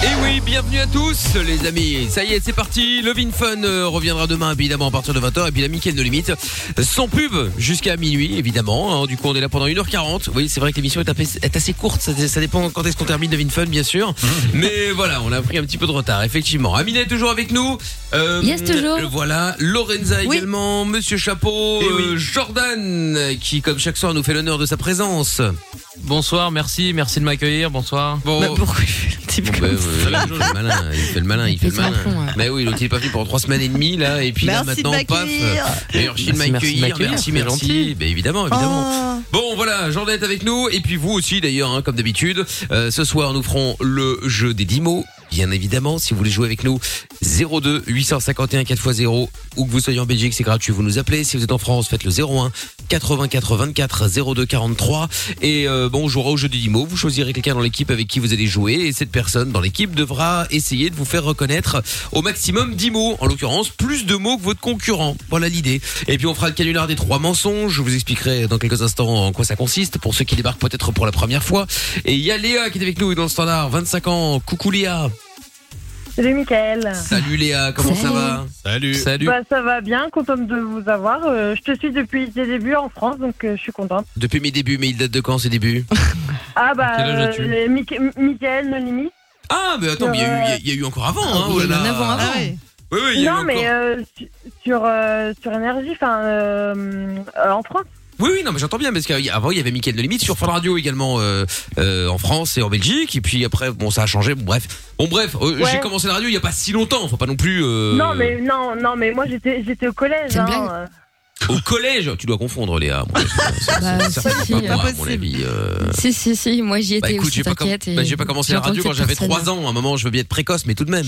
Et Eh oui, bienvenue à tous les amis. Ça y est, c'est parti. Le Fun euh, reviendra demain évidemment à partir de 20h et puis la Mickaël de limite euh, sans pub jusqu'à minuit évidemment. hein. Du coup, on est là pendant 1h40. Oui, c'est vrai que l'émission est, un peu- est assez courte, ça, ça dépend quand est-ce qu'on termine le Fun bien sûr. Mais voilà, on a pris un petit peu de retard effectivement. Amina est toujours avec nous. Euh, Yes, toujours. Voilà, Lorenza également, monsieur Chapeau, Eh euh, Jordan euh, qui comme chaque soir nous fait l'honneur de sa présence. Bonsoir, merci, merci de m'accueillir, bonsoir. Bon. Bah, pourquoi Ouais, ouais, ouais, il fait le malin, il fait le malin, il fait le pète un malin. plomb, ouais. Mais oui, l'autre il est pas venu pendant trois semaines et demie là, et puis là Merci de maintenant, paf. m'accueillir. Merci Merci, de merci de m'accueillir, m'accueillir, merci, c'est merci. gentil. Ben évidemment, évidemment. Ah. Bon voilà, Jordan est avec nous, et puis vous aussi d'ailleurs, hein, comme d'habitude. Euh, ce soir, nous ferons le jeu des 10 mots. Bien évidemment, si vous voulez jouer avec nous, 02 851 4x0, où que vous soyez en Belgique, c'est gratuit, vous nous appelez. Si vous êtes en France, faites le 01 84 24 02 43. Et euh, bon, on jouera au jeu des 10 mots. Vous choisirez quelqu'un dans l'équipe avec qui vous allez jouer, et cette personne dans l'équipe devra essayer de vous faire reconnaître au maximum 10 mots, en l'occurrence plus de mots que votre concurrent. Voilà l'idée. Et puis on fera le canular des trois mensonges. Je vous expliquerai dans quelques instants en quoi ça consiste pour ceux qui débarquent peut-être pour la première fois. Et il y a Léa qui est avec nous dans le standard, 25 ans. Coucou Léa. Salut Mickaël. Salut Léa, comment ça va Salut. Salut. Bah, ça va bien, contente de vous avoir. Euh, je te suis depuis tes débuts en France, donc euh, je suis contente. Depuis mes débuts, mais il date de quand ces débuts Ah bah, Quel âge as-tu euh, Mick- M- Mickaël, no limite. Ah mais attends, mais il y, a eu- il y a eu encore avant. hein, oh là là. Oui, oui, il y a eu Non, mais encore. euh, su- sur euh, sur énergie, enfin euh, euh, en France. Oui, oui, non, mais j'entends bien, parce qu'avant, il y avait Mickaël de Limite sur Fun Radio également euh, euh, en France et en Belgique, et puis après, bon, ça a changé, bon, bref. Bon, bref, euh, Ouais. j'ai commencé la radio il y a pas si longtemps, faut pas non plus... euh, Non, mais non, non, mais moi j'étais j'étais au collège. C'est une hein. Au collège Tu dois confondre, Léa. Bon, Bah, c'est certainement si, pas si. moi, à mon avis. euh. Si, si, si, moi j'y Bah étais écoute, aussi, j'ai pas, com- t'inquiète. et bah, j'ai pas commencé la j'ai entendu radio quand cette j'avais personne. 3 ans. À un moment, je veux bien être précoce, mais tout de même.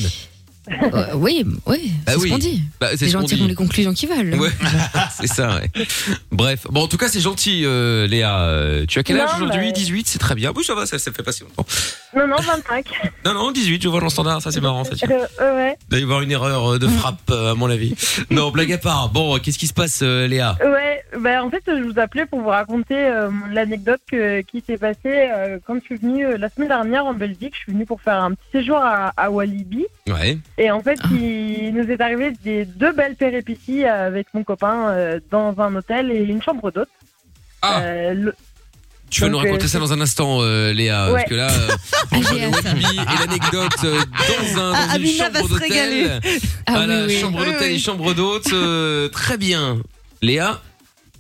Euh, oui, oui, Bah c'est oui. ce qu'on dit. Bah, c'est les ce gens qu'on tireront dit. les conclusions qu'ils veulent. Ouais, c'est ça, ouais. Bref, bon, en tout cas, c'est gentil, euh, Léa. Euh, Tu as quel âge Non, aujourd'hui mais- 18, c'est très bien. Oui, ça va, ça, ça fait passer longtemps. Non, non, 25. Non, non, 18, je vois dans le standard, ça c'est marrant. Ça, tu- Euh, euh, ouais. Il doit y avoir une erreur euh, Mm. de frappe, euh, à mon avis. Non, blague à part. Bon, qu'est-ce qui se passe, euh, Léa Ouais, bah, en fait, je vous appelais pour vous raconter euh, l'anecdote que- qui s'est passée euh, quand je suis venue euh, la semaine dernière en Belgique. Je suis venue pour faire un petit séjour à, à Walibi. Ouais. Et en fait, il nous est arrivé des deux belles péripéties avec mon copain euh, dans un hôtel et une chambre d'hôte. Euh, le- Tu vas Donc, nous raconter euh, ça dans un instant, euh, Léa, parce Ouais. que là, euh, entre le Walibi et l'anecdote euh, dans un dans Ah, une Amina va chambre se régaler. d'hôtel. Ah Voilà, oui, oui. chambre Oui, d'hôtel oui. et chambre d'hôte, euh, très bien. Léa,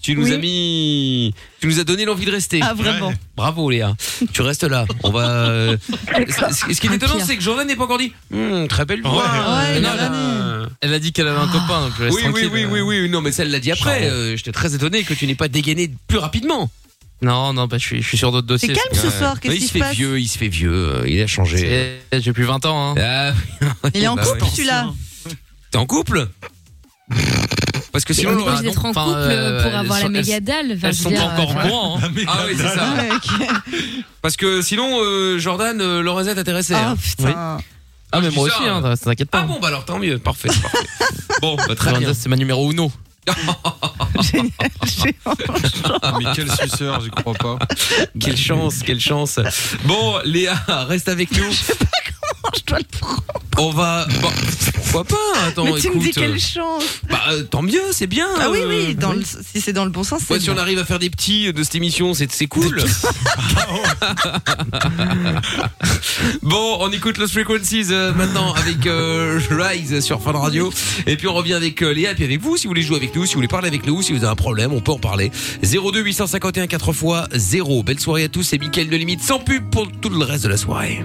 tu nous Oui. as mis, tu nous as donné l'envie de rester. Ah, vraiment. Ouais. Bravo Léa, tu restes là. On va. euh, D'accord. ce, ce qui est Ah, étonnant, pire. c'est que Jordan n'est pas encore dit. Hum, très belle voix. Ouais, Euh, elle non, a là- Elle a dit qu'elle avait un copain, donc je laisse Ah. oui, tranquille. oui, euh. oui, oui, oui, non, mais ça, elle l'a dit après. Euh, J'étais très étonné que tu n'aies pas dégainé plus rapidement. Non, non, bah, je, suis, je suis sur d'autres C'est dossiers. calme ce soir, qu'est-ce qu'il Il se fait vieux, il se fait vieux, euh, il a changé. J'ai plus 20 ans. hein. Ah, oui. Il est en Bah couple, oui. celui-là. T'es en couple Parce Mais que sinon, on est Laura, obligé non. d'être en Enfin, couple euh, pour elles avoir la sont- elles- mégadalle, enfin, Elles je sont veux pas dire, encore euh, au courant. hein. La Ah oui, c'est ça. Parce que sinon, euh, Jordan, euh, Lorenza t'intéressait. Ah, hein. putain. Ah, mais Je moi dis aussi, ça, hein, t'inquiète pas. Ah bon, bah alors tant mieux, parfait. parfait. bon, bah, très bien. C'est ma numéro uno. Ah, mais quel suceur, j'y crois pas. quelle chance, quelle chance. Bon, Léa, reste avec nous. On va. Bon, pourquoi pas Attends, Mais tu écoute. me dis euh, quelle chance Bah, euh, tant mieux, c'est bien. Ah oui, euh, oui, dans le- si c'est dans le bon sens, c'est Ouais, si on bien. arrive à faire des petits euh, de cette émission, c'est c'est cool. bon, on écoute Los Frequencies euh, maintenant avec euh, Rise sur Fun Radio. Et puis on revient avec euh, Léa, et puis avec vous, si vous voulez jouer avec nous, si vous voulez parler avec nous, si vous avez un problème, on peut en parler. 02 851 4 x 0. Belle soirée à tous, c'est Mickaël de Limite, sans pub pour tout le reste de la soirée.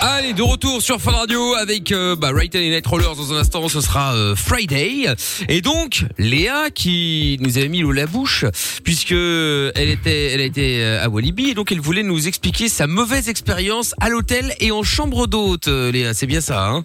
Allez, de retour sur Fun Radio avec euh, bah, Rayton et Night Rollers dans un instant, ce sera euh, Friday. Et donc, Léa qui nous avait mis l'eau à la bouche, puisque elle était, elle était euh, à Walibi, et donc elle voulait nous expliquer sa mauvaise expérience à l'hôtel et en chambre d'hôte, euh, Léa, c'est bien ça, hein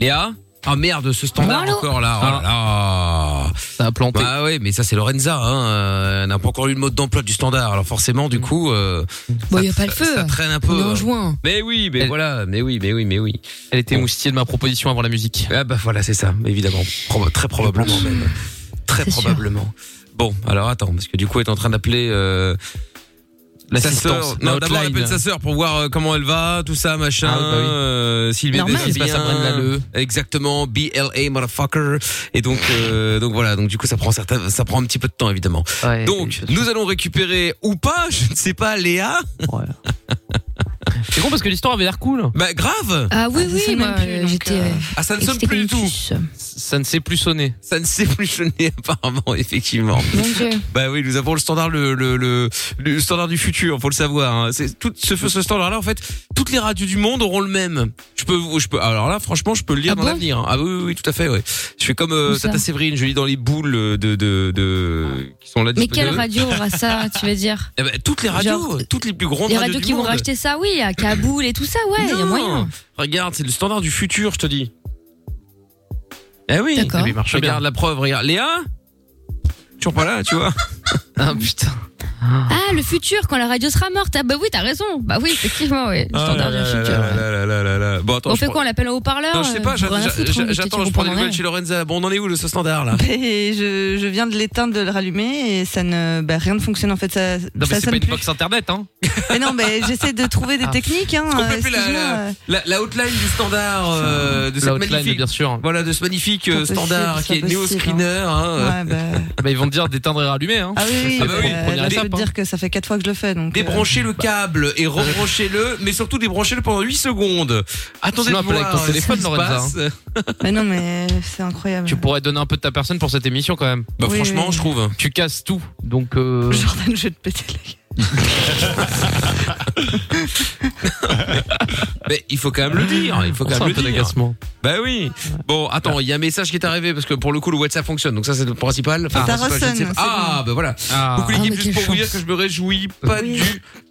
Léa Ah merde, ce standard Voilà. encore là. Oh là là. Ça a planté. Bah ouais, mais ça c'est Lorenza. Hein. euh, Elle n'a pas encore eu le mode d'emploi du standard. Alors forcément, du coup, euh, Bon, il a pas le feu. ça traîne un On est peu. hein. en juin. Mais oui, mais Elle- voilà, mais oui, mais oui, mais oui. Elle était moustillée de ma proposition avant la musique. Ah bah voilà, c'est ça, évidemment. Proba- très probablement même. Très C'est sûr. probablement. Bon, alors attends, parce que du coup, elle est en train d'appeler euh, sa L'assistance, sœur. Non, la d'abord, elle hotline. appelle sa sœur pour voir euh, comment elle va, tout ça, machin. Ah oui, bah oui. euh, s'il Normal. bien. Qu'est-ce qui se passe à Braine l'Alleud Exactement, BLA, motherfucker. Et donc, euh, donc voilà, donc du coup, ça prend, certains, ça prend un petit peu de temps, évidemment. Eh, Donc, nous allons récupérer ou pas, je ne sais pas, Léa. c'est con parce que l'histoire avait l'air cool. Bah grave Ah oui, Ah, ça oui, sonne moi, même plus, euh, donc, j'étais. euh, euh, Ah, ça ne sonne excitée plus du comme une tout. puce. Ça ne s'est plus sonné. Ça ne s'est plus sonné, apparemment, effectivement. Mon Dieu. Bah oui, nous avons le standard, le, le, le, le standard du futur, faut le savoir. hein. C'est tout ce, ce standard-là, en fait, toutes les radios du monde auront le même. Je peux, vous- je peux. Alors là, franchement, je peux le lire Ah dans bon l'avenir. hein. Ah oui, oui, oui, tout à fait. Ouais. Je fais comme euh, Où ça Tata Séverine, je lis dans les boules de, de, de qui sont là. Mais disponibles. quelle radio aura ça, tu veux dire Eh ben, Toutes les radios, Genre, toutes les plus grandes Les radios, radios du qui vont monde. racheter ça, oui, à Kaboul et tout ça, ouais, il y a Non. moyen. Regarde, c'est le standard du futur, je te dis. Eh oui. D'accord. Eh ben, marche regarde la preuve. Regarde, Léa. Toujours pas là, tu vois. Ah putain. Ah, le futur, quand la radio sera morte. Ah, bah oui, t'as raison. Bah oui, effectivement, oui. Le Ah standard là du là futur. là ouais. là là là là là. Bon, attends. On je fait prends- quoi On l'appelle au haut-parleur Non, je sais euh, pas, j'en ai rien à j'attends, foutre, hein, j'attends, de j'attends, je tes prends des comprendre nouvelles rien. chez Lorenza. Bon, on en est où le ce standard là Et je, je viens de l'éteindre, de le rallumer et ça ne, bah, rien ne fonctionne en fait. Ça, Non, mais ça c'est pas sonne une plus. box internet, hein. Mais non, mais j'essaie de trouver des Ah. techniques. Hein, Est-ce qu'on euh, peut plus la- excuse-moi, la- euh, la, la outline du standard euh, de La cette hotline, magnifique. bien sûr. Voilà, de ce magnifique Pas euh, possible, standard c'est qui est pas Neo possible, Screener. hein, euh, ouais, bah, Bah, ils vont te dire d'éteindre et rallumer, hein. Ah oui, oui, C'est bah bah, oui, euh, première là, je peux étape, te dire que ça fait quatre fois que je le fais. Donc, euh, Débranchez le câble et rebranchez-le, mais surtout débranchez-le pendant 8 secondes. Attendez de Sinon, appelle voir avec ton ce qui téléphone, se Lorenza, passe. mais non, mais c'est incroyable. Tu pourrais donner un peu de ta personne pour cette émission quand même. Bah, Oui, franchement, oui. je trouve. Tu casses tout, donc. euh, Jordan, je vais te péter la gueule. Mais il faut quand même le dire. Il faut on quand sent même un le peu dire. d'agacement. Ah. Bah oui. Bon, attends, il y a un message qui est arrivé parce que pour le coup, le WhatsApp fonctionne. Donc ça, c'est le principal. Enfin, Ça le principal, je ne sais ressonne, pas. c'est Ah, bah voilà. Ah. Coucou l'équipe, Ah, mais juste pour quelle vous dire chance. que je me réjouis pas Oui. du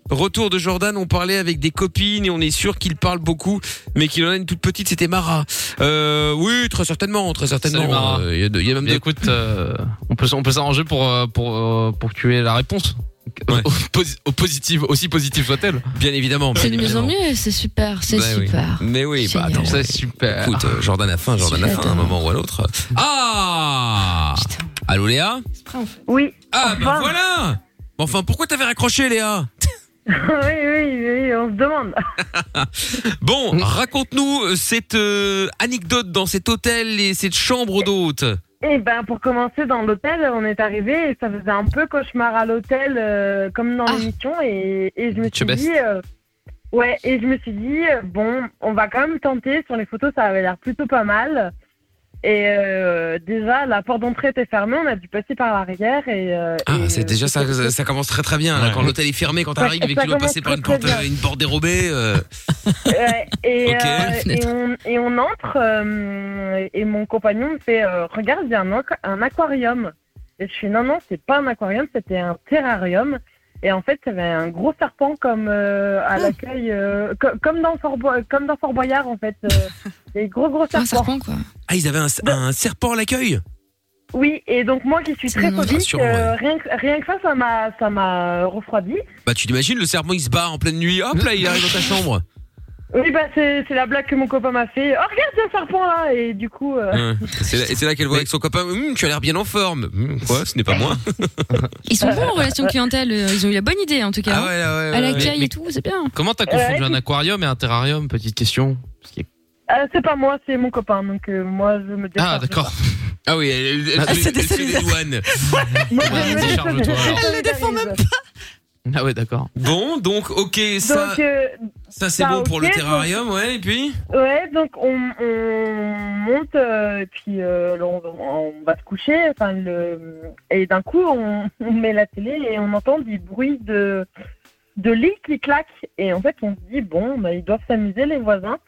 retour de Jordan. On parlait avec des copines et on est sûr qu'il parle beaucoup, mais qu'il en a une toute petite, c'était Mara. Euh, oui, très certainement, très certainement. Salut, Mara. Euh, Il y a de- il y, a même Mais des... écoute, euh, on peut, s- on peut s'arranger pour, euh, pour, euh, pour que tu aies la réponse. Ouais. Au, posi- au positif, aussi positive soit-elle. Bien évidemment. C'est de bien mieux en évidemment. mieux, c'est super, c'est Bah oui. super. Mais oui, bah Génial. attends. C'est super. Écoute, euh, Jordan a faim, Jordan a faim à un J'adore. moment ou à l'autre. Ah Putain. Allô Léa Oui, Ah bah Enfin. voilà Enfin, pourquoi t'avais raccroché Léa oui, oui, oui, on se demande. Bon, Mm. raconte-nous euh, cette euh, anecdote dans cet hôtel et cette chambre d'hôte. Eh ben, pour commencer, dans l'hôtel, on est arrivé et ça faisait un peu cauchemar à l'hôtel, euh, comme dans Ah. l'émission. Et, et je me Tu suis baisses. dit, euh, ouais, et je me suis dit, euh, bon, on va quand même tenter. Sur les photos, ça avait l'air plutôt pas mal. Et euh, déjà, la porte d'entrée était fermée, on a dû passer par l'arrière. Et, euh, Ah, et, c'est déjà euh, ça, c'était- ça, ça commence très très bien. là, Ouais. quand l'hôtel est fermé, quand t'arrives Ouais, et que ça tu dois commence passer par une très, porte, très bien. euh, une porte dérobée. euh, Ouais, et, Ok. euh, La et, fenêtre. on, et on entre, euh, et mon compagnon me fait euh, Regarde, il y a un, aqua- un aquarium. Et je suis Non, non, c'est pas un aquarium, c'était un terrarium. Et en fait, il y avait un gros serpent comme euh, Ah. à l'accueil, euh, co- comme, dans Fort Bo- comme dans Fort Boyard, en fait. euh, des gros, gros Un serpents. serpent, quoi. Ah, ils avaient un, un serpent à l'accueil Oui, et donc moi qui suis C'est très mon phobique, Rassurant, euh, rien, que, rien que ça, ça m'a ça m'a refroidi. Bah, tu t'imagines, le serpent il se barre en pleine nuit, hop là, il arrive dans ta chambre. Oui, bah, c'est c'est la blague que mon copain m'a fait. Oh, regarde, il y a un serpent là Et du coup. euh, Ah. Ouais. C'est là- Et c'est là, qu'elle voit avec son copain Hum, Tu as l'air bien en forme. Hum, quoi, ce n'est pas moi Ils sont bons en relation clientèle, euh, ils ont eu la bonne idée en tout cas. hein. Ah ouais, ouais, À ouais. l'accueil mais- et tout, c'est bien. Comment t'as confondu un aquarium et un terrarium Petite question. Parce qu'il y a- Euh, c'est pas moi, c'est mon copain. Donc euh, moi, je me décharge. Ah, d'accord. Ah oui, elle, elle, Ah, elle- c'est elle se désolé. dédouane. Moi, Ouais, je me décharge-toi, désolidarise. alors. Elle le défend même Ah ouais, d'accord. Bon, donc, ok, ça, Donc, euh, ça c'est ça, bon pour ok, le terrarium, ouais, et puis ouais, donc on, on monte, euh, et puis euh, on, on va se coucher. Enfin, le... Et d'un coup, on, on met la télé et on entend du bruit de, de lit qui claque. Et en fait, on se dit, bon, bah, ils doivent s'amuser, les voisins.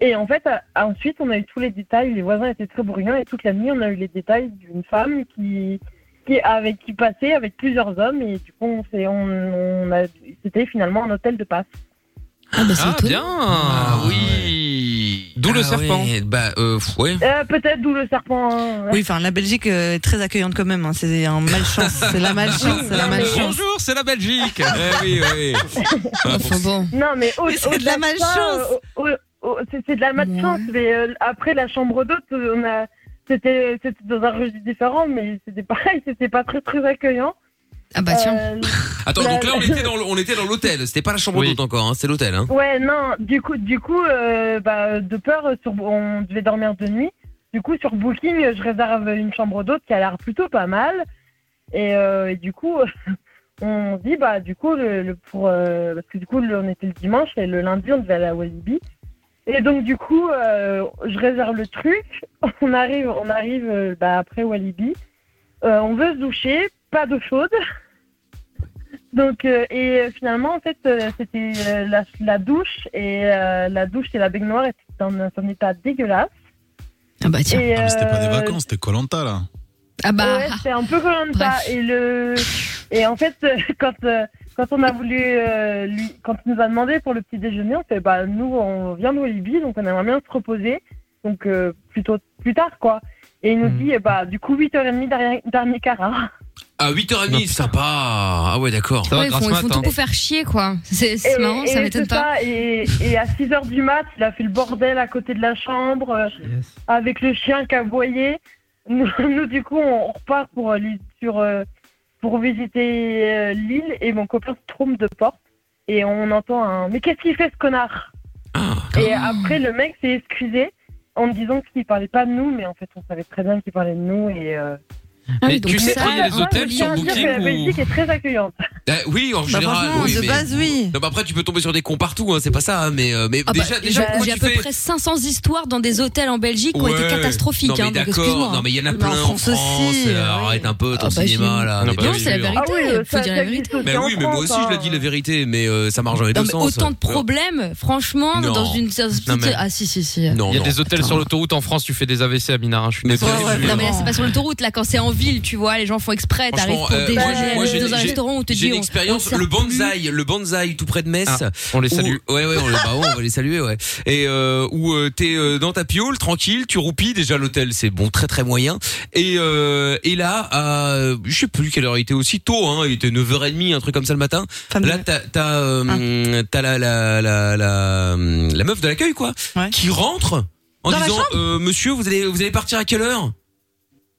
Et en fait, euh, ensuite, on a eu tous les détails. Les voisins étaient très bruyants et toute la nuit, on a eu les détails d'une femme qui, qui avec qui passait avec plusieurs hommes. Et du coup, on, s'est- on, on a, c'était finalement un hôtel de passe. Ah, bah c'est Ah, étonnant. bien Ah, Oui D'où le Ah serpent. ouais. Bah, euh, pff, ouais. Euh, Peut-être d'où le serpent. hein. Oui, enfin, la Belgique euh, est très accueillante quand même. hein. C'est un malchance. C'est la malchance. C'est la malchance. Ah, Bonjour, c'est la Belgique. Eh oui, oui. oui. Ah, pour- Enfin bon. Non, mais au- Mais c'est au-delà de la malchance. ça, euh, au- au- c'est c'est de la malchance. Mais euh, après la chambre d'hôte, euh, on a, c'était, c'était dans un registre différent, mais c'était pareil, c'était pas très très accueillant. Ah bah tiens. Euh, Attends, Bah, donc là, on était dans, le- on était dans l'hôtel. C'était pas la chambre Oui. d'hôte encore, hein, c'est l'hôtel. Hein. ouais, non, du coup, du coup, euh, bah, de peur, euh, sur, on devait dormir de nuit. Du coup, sur Booking, euh, je réserve une chambre d'hôte qui a l'air plutôt pas mal. Et, euh, et du coup, on dit bah du coup le, le- pour euh, parce que du coup le- on était le dimanche et le lundi on devait aller à Walibi et donc du coup euh, je réserve le truc on arrive on arrive euh, bah, après Walibi Euh, on veut se doucher pas d'eau chaude donc euh, et euh, finalement en fait euh, c'était euh, la, la douche et euh, la douche et la baignoire étaient dans un état dégueulasse Ah bah tiens. et Ah, mais c'était pas des euh, vacances, c'était Colanta là. Ah bah. Ouais, c'est un peu comme ça. Bref. Et le et en fait euh, quand euh, quand on a voulu euh, lui quand il nous a demandé pour le petit déjeuner, on fait bah nous on vient de Walibi donc on aimerait bien se reposer donc euh, plutôt plus tard quoi. Et il nous Hmm. Mhm. dit eh bah du coup 8h30 dernier, dernier quart. hein. À 8h30, sympa. Ah ouais, d'accord. Ça va, Ouais, ils grâce font, ils mat, font hein. tout pour faire chier quoi. C'est c'est Et- marrant, et ça m'étonne c'est pas. ça, et, et à 6h du mat, il a fait le bordel à côté de la chambre euh, avec le chien qui aboyait. Nous, nous, du coup, on repart pour, euh, l'île- sur, euh, pour visiter euh, l'île et mon copain se trompe de porte. Et on entend un Mais qu'est-ce qu'il fait ce connard Ah. Et après, le mec s'est excusé en me disant qu'il parlait pas de nous, mais en fait, on savait très bien qu'il parlait de nous. Et, euh, Ah Mais oui, donc tu sais ça, qu'il y a des moi, je hôtels tiens sur à dire que La Booking Belgique ou est très accueillante. Eh oui, en Bah, général. franchement, oui, de mais- base, oui. Non, mais après, tu peux tomber sur des cons partout, hein, c'est pas ça, hein, mais, euh, mais Ah bah, déjà, déjà, j'ai- pourquoi j'ai à tu peu fais- près 500 histoires dans des hôtels en Belgique qui ont été Ouais. catastrophiques. Non, mais hein, donc excuse-moi. d'accord. Non, mais il y en a Mais plein en en France. France aussi, euh, ouais. Arrête un peu ton Ah bah, cinéma, j'ai- là. Ah mais bah bien Non, c'est la sûr. vérité. faut ça- dire ça la vérité. existe aussi Mais en oui, mais moi France, aussi, hein. je l'ai dit la vérité, mais euh, ça marche dans les Non, deux mais sens. autant de problèmes, franchement, Non. dans une. dans- Non, mais- Ah si, si, si. Non, il y a non. des hôtels sur l'autoroute en France, tu fais des AVC à Minara, je suis Mais désolé. pas- ouais, Non mais là c'est pas sur l'autoroute là quand c'est en ville tu vois les gens font exprès t'arrives Franchement, pour euh, déjeuner moi, j'ai- moi, j'ai- dans un j'ai- restaurant où on te J'ai dit une on- on expérience, sert le plus. bonsaï, le bonsaï tout près de Metz. Ah, On les salue. Où- ouais, ouais, on, les- bah, ouais, on va les saluer, ouais. Et euh, où euh, t'es euh, dans ta piole, tranquille, tu roupies. Déjà, l'hôtel, c'est bon, très très moyen. Et, euh, et là, à, euh, je sais plus quelle heure il était, aussi tôt, hein, il était 9h30, un truc comme ça le matin. Femme Là, de- t'as t'as, Ah. euh, t'as la, la, la, la, la meuf de l'accueil, quoi, Ouais. qui rentre en Dans la disant chambre euh, Monsieur, vous allez, vous allez partir à quelle heure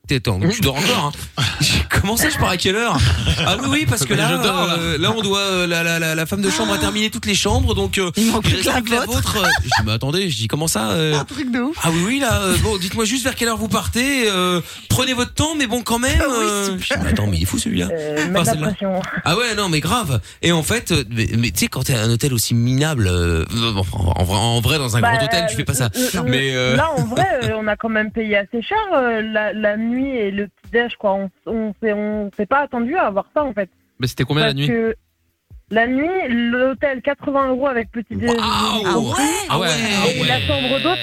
T'es- Attends, tu dors encore hein. Comment ça, je pars à quelle heure Ah oui, oui, parce que là, Je dors, là. euh, là, on doit euh, la, la, la, la femme de chambre a terminé toutes les chambres, donc euh, Il manque il plus que reste la plus que la vôtre. vôtre. je dis mais attendez, je dis comment ça euh, Un truc de ouf. Ah oui, oui, là, euh, bon, dites-moi juste vers quelle heure vous partez. euh, prenez votre temps, mais bon, quand même. Ah oui, euh, je dis, mais attends, mais il est fou celui-là. Euh, mettre la celle-là. pression. Ah ouais, non, mais grave. Et en fait, euh, mais, mais tu sais, quand t'es à un hôtel aussi minable, euh, bon, en, vrai, en vrai, dans un Bah, grand hôtel, tu fais pas ça. euh, Mais euh, Là, en vrai, euh, on a quand même payé assez cher euh, la, la nuit et le petit-déj, quoi. On, on, s'est- on s'est pas attendu à avoir ça, en fait. Mais c'était combien la Parce nuit que la nuit, l'hôtel, 80 euros avec petit-déj. Waouh Ah ouais Ah ouais, ah Et la ouais. chambre d'hôte,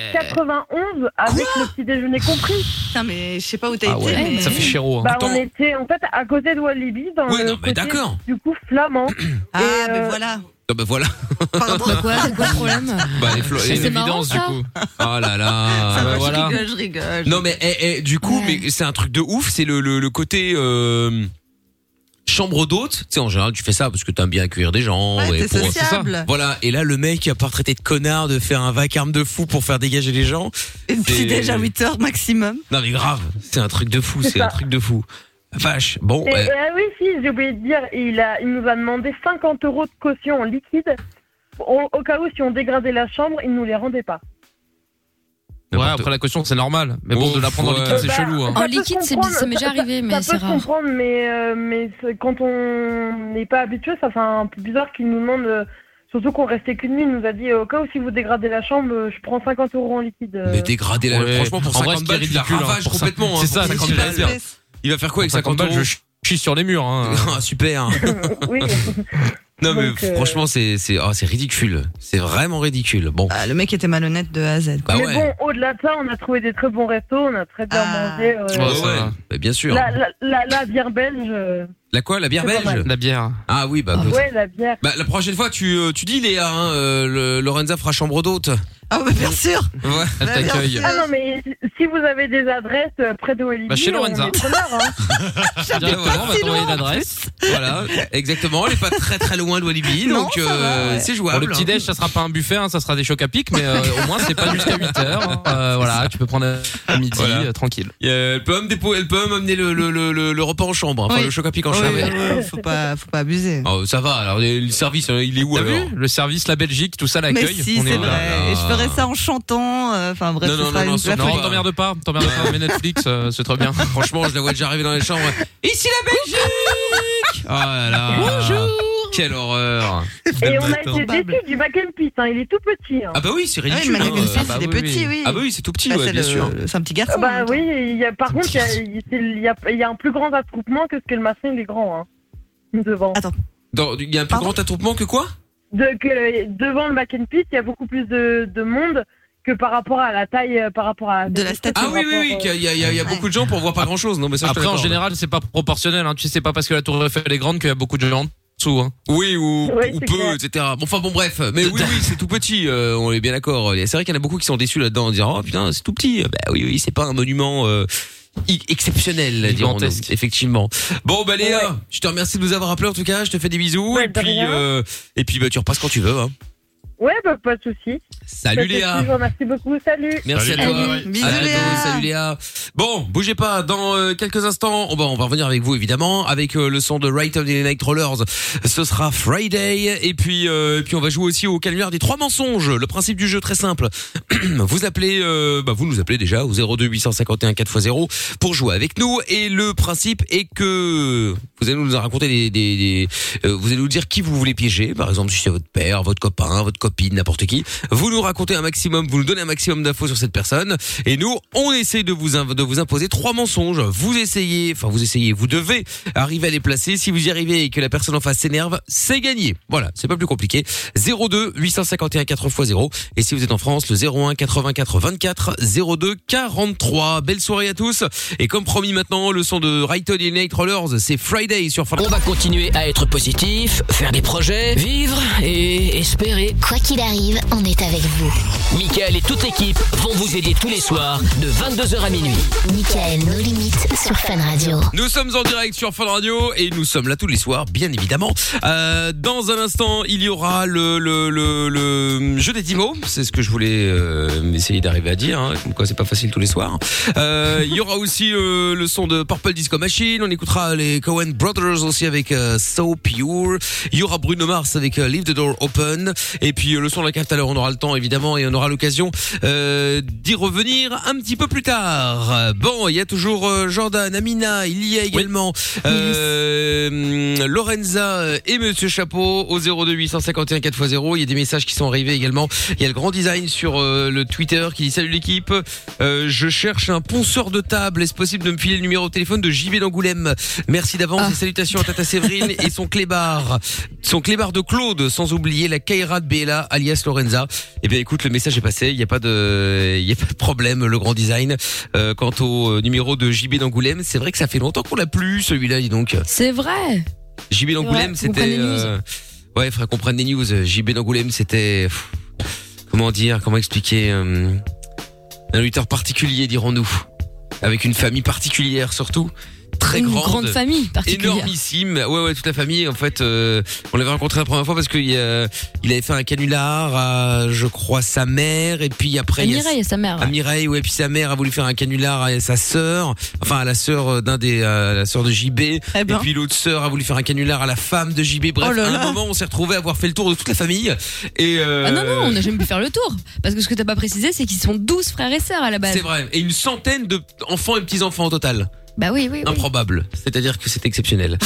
91 avec le petit déjeuner compris. Putain, mais je sais pas où t'as Ah été. ouais, mais- ça fait chéro. Bah, Attends. on était en fait à côté de Walibi dans hein. Ouais, le non, mais côté, d'accord. du coup flamand. Ah, Et, mais euh, voilà. Ah bah voilà. Pardon. Bah quoi c'est quoi le problème Bah, les flo- C'est et- une c'est marrant, évidence du ça. coup. Oh là Ça bah va, là. je voilà. rigole, je rigole. Non mais eh, eh, du coup, Ouais. mais c'est un truc de ouf. C'est le, le, le côté. euh, Chambre d'hôte, tu sais, en général, tu fais ça parce que t'aimes bien accueillir des gens. Ouais, et t'es pour- sociable. Voilà, et là, le mec, il a pas retraité de connard de faire un vacarme de fou pour faire dégager les gens. Et c'est- puis déjà à 8h maximum. Non mais grave, c'est un truc de fou, C'est c'est un ça. truc de fou. Vache. Bon, Et, eh, et, ah oui, si, j'ai oublié de dire, il, a, il nous a demandé 50 euros de caution en liquide. Au, au cas où, si on dégradait la chambre, il nous les rendait pas. Ouais, n'importe- après la caution, c'est normal. Mais bon, Ouf, de la prendre en ouais. liquide, c'est Bah, chelou. hein. ça En peut liquide, se c'est- comprendre, ça m'est ça- déjà arrivé, mais ça c'est peut se rare. comprendre, mais, euh, mais c'est- quand on n'est pas habitué, ça fait un peu bizarre qu'il nous demande, euh, surtout qu'on restait qu'une nuit, il nous a dit, euh, au cas où si vous dégradez la chambre, euh, je prends 50 euros en liquide. euh. Mais dégrader la Ouais. franchement pour En 50 vrai, ce qui est balles, tu la ridicule, hein, ravages pour ça. complètement. hein, C'est pour ça, 50 c'est ce que balles. j'allais dire. Il va faire quoi avec 50 balles, euros je chie sur les murs. hein. Ah, super. oui. Non mais Donc, euh, franchement c'est c'est ah, c'est ridicule. C'est vraiment ridicule. Bon. Ah, le mec était malhonnête de A à Z. Bah mais ouais. bon, au-delà de ça, on a trouvé des très bons restos, on a très bien Ah. mangé. euh, Ouais, Ouais, ça ouais. va. Bah, bien sûr. la, La... la, la, la bière belge, euh, quoi La bière C'est pas belge La bière. Ah oui bah, peut-être. ouais, la bière. bah la prochaine fois tu euh, tu dis Léa hein, euh, le- Lorenza fera chambre d'hôte. Ah, bah, bien sûr Ouais, elle Bah, t'accueille. bien Ah non, mais si vous avez des adresses euh, près de Walibi, Bah, chez Lorenza. on est preneurs, hein. Je dirais, voilà, on va si t'envoyer loin, en l'adresse. Voilà, exactement. Elle est pas très très loin de Walibi, Non, donc ça va, euh, ouais. c'est Pour jouable. le petit-déj, ça sera pas un buffet, hein, ça sera des chocs à pic, mais euh, au moins, c'est pas jusqu'à 8 heures. Euh, voilà, tu peux prendre à midi, Voilà. euh, tranquille. Et, euh, elle peut même dépo- elle peut même amener le, le, le, le, le repas en chambre, hein. enfin Oui. le choc à pic en Ouais, chambre. ouais, ouais, faut, pas, faut pas abuser. Oh, ça va, alors le service, euh, il est où T'as alors vu Le service, la Belgique, tout ça, Mais l'accueil. si, on est c'est là, là. vrai. là. Et je ferais ça en chantant. euh, Enfin, bref, Non, ce non, sera non, non, une surtout Non, pas. plate- t'emmerdes pas, t'emmerdes pas, mais Netflix, euh, c'est très bien. Franchement, je la vois déjà arriver dans les chambres. Ici la Belgique Oh là là Bonjour Quelle horreur Et on a hein. été Probable. déçus du Mac and Pit, hein, il est tout petit. hein. Ah bah oui, c'est Ah ridicule. oui, hein. mais comme ça, bah c'est des oui, oui. petits, oui. Ah bah oui, c'est tout petit, Bah, ouais, c'est bien le- sûr. C'est un petit garçon. hein. en bah même temps. oui, il y a, par contre, il y a- il c'est- il y, a, il y a un plus grand attroupement que ce que le Marseille il est grand, hein, devant. Dans- Il y a un plus Pardon grand attroupement que quoi De- que, devant le Mac and Pit, il y a beaucoup plus de, de monde que par rapport à la taille, euh, par rapport à... De la statue. Ah oui, oui, oui, Par rapport, euh, qu'il y a, il y a- il y a Ouais. beaucoup de gens pour voir pas grand chose. Non, mais ça, je te Après, en l'accorde. général, c'est pas proportionnel. Hein. Tu sais, c'est pas parce que la Tour Eiffel est grande qu'il y a beaucoup de gens en dessous. Hein. Oui, ou, Ouais, ou c'est peu, clair. etc. Bon, enfin bon, bref. Mais oui, oui, c'est tout petit. euh, on est bien d'accord. Et C'est vrai qu'il y en a beaucoup qui sont déçus là-dedans en disant, oh putain, c'est tout petit. Bah oui, oui, c'est pas un monument euh, i- exceptionnel, dirons Gigantesque. Effectivement. Bon, bah Léa, Ouais. je te remercie de nous avoir appelé en tout cas. Je te fais des bisous. Ouais, et de puis, rien. euh, et puis, bah tu repasses quand tu veux. Hein. Ouais, bah, pas de souci. Pas Salut de Léa. souci, Je vous remercie beaucoup, salut. Merci Salut, à toi. Léa. Bisous, À bientôt, Léa. Salut Léa. Bon, bougez pas. Dans euh, quelques instants, on va, on va revenir avec vous évidemment avec euh, le son de Right of the Night Rollers. Ce sera Friday et puis euh, et puis on va jouer aussi au calendrier des trois mensonges. Le principe du jeu très simple. vous appelez, euh, bah vous nous appelez déjà au 02 851 4x0 pour jouer avec nous et le principe est que vous allez nous raconter des, des, des- euh, vous allez nous dire qui vous voulez piéger. Par exemple, si c'est votre père, votre copain, votre copine, n'importe qui. Vous nous racontez un maximum, vous nous donnez un maximum d'infos sur cette personne. Et nous, on essaye de vous, in- de vous imposer trois mensonges. Vous essayez, enfin, vous essayez, vous devez arriver à les placer. Si vous y arrivez et que la personne en face s'énerve, c'est gagné. Voilà, c'est pas plus compliqué. 02 851 4x0. Et si vous êtes en France, le 01 84 24 02 43. Belle soirée à tous. Et comme promis maintenant, le son de Rayton et Night Rollers, c'est Friday sur France. On va continuer à être positif, faire des projets, vivre et espérer. Quoi qu'il arrive, on est avec vous. Michael et toute l'équipe vont vous aider tous les soirs de 22h à minuit. Michael, nos limites sur Fun Radio. Nous sommes en direct sur Fun Radio et nous sommes là tous les soirs, bien évidemment. Euh, dans un instant, il y aura le, le, le, le jeu des 10 mots. C'est ce que je voulais euh, essayer d'arriver à dire. Hein, comme quoi, c'est pas facile tous les soirs. Euh, il y aura aussi euh, le son de Purple Disco Machine. On écoutera les Cohen Brothers aussi avec euh, So Pure. Il y aura Bruno Mars avec euh, Leave the Door Open. Et puis euh, le son de la cave tout à l'heure, on aura le temps évidemment et on aura l'occasion euh, d'y revenir un petit peu plus tard. Euh, Bon, il y a toujours euh, Jordan, Amina, il y a également euh, hum, Lorenza et Monsieur Chapeau au 02 851 4x0. Il y a des messages qui sont arrivés également. Il y a le grand design sur euh, le Twitter qui dit salut l'équipe. Euh, je cherche un ponceur de table. Est-ce possible de me filer le numéro de téléphone de JB d'Angoulême Merci d'avance et salutations à Tata Séverine et son clébard. Son clébard de Claude, sans oublier la Kaira de Bella alias Lorenza. Eh bien écoute, le message est passé, il n'y a pas de il y a pas de problème le grand design. Euh, quant au euh, numéro de JB d'Angoulême, c'est vrai que ça fait longtemps qu'on l'a plus celui-là, dis donc. C'est vrai. JB d'Angoulême, Ouais, faut qu'on prenne c'était les news. euh, Ouais, faudrait qu'on prenne des news. JB d'Angoulême, c'était pff, comment dire, comment expliquer euh, un lutteur particulier dirons-nous avec une famille particulière surtout, très Une grande. grande famille particulière. Énormissime, ouais ouais toute la famille en fait euh, on l'avait rencontré la première fois parce qu'il euh, il avait fait un canular à je crois sa mère et puis après Et il y a- Mireille et sa mère. à Mireille, ouais, puis sa mère a voulu faire un canular à sa sœur, enfin à la sœur d'un des, euh, la sœur de JB, Eh et ben, puis l'autre sœur a voulu faire un canular à la femme de JB. Bref, Oh là à un là. moment, on s'est retrouvé à avoir fait le tour de toute la famille. Et euh, Ah non, non, on n'a jamais pu faire le tour. Parce que ce que t'as pas précisé, c'est qu'ils sont 12 frères et sœurs à la base. c'est vrai. Et une centaine de enfants et petits enfants au total. Bah oui, oui. oui. Improbable. C'est-à-dire que c'est exceptionnel.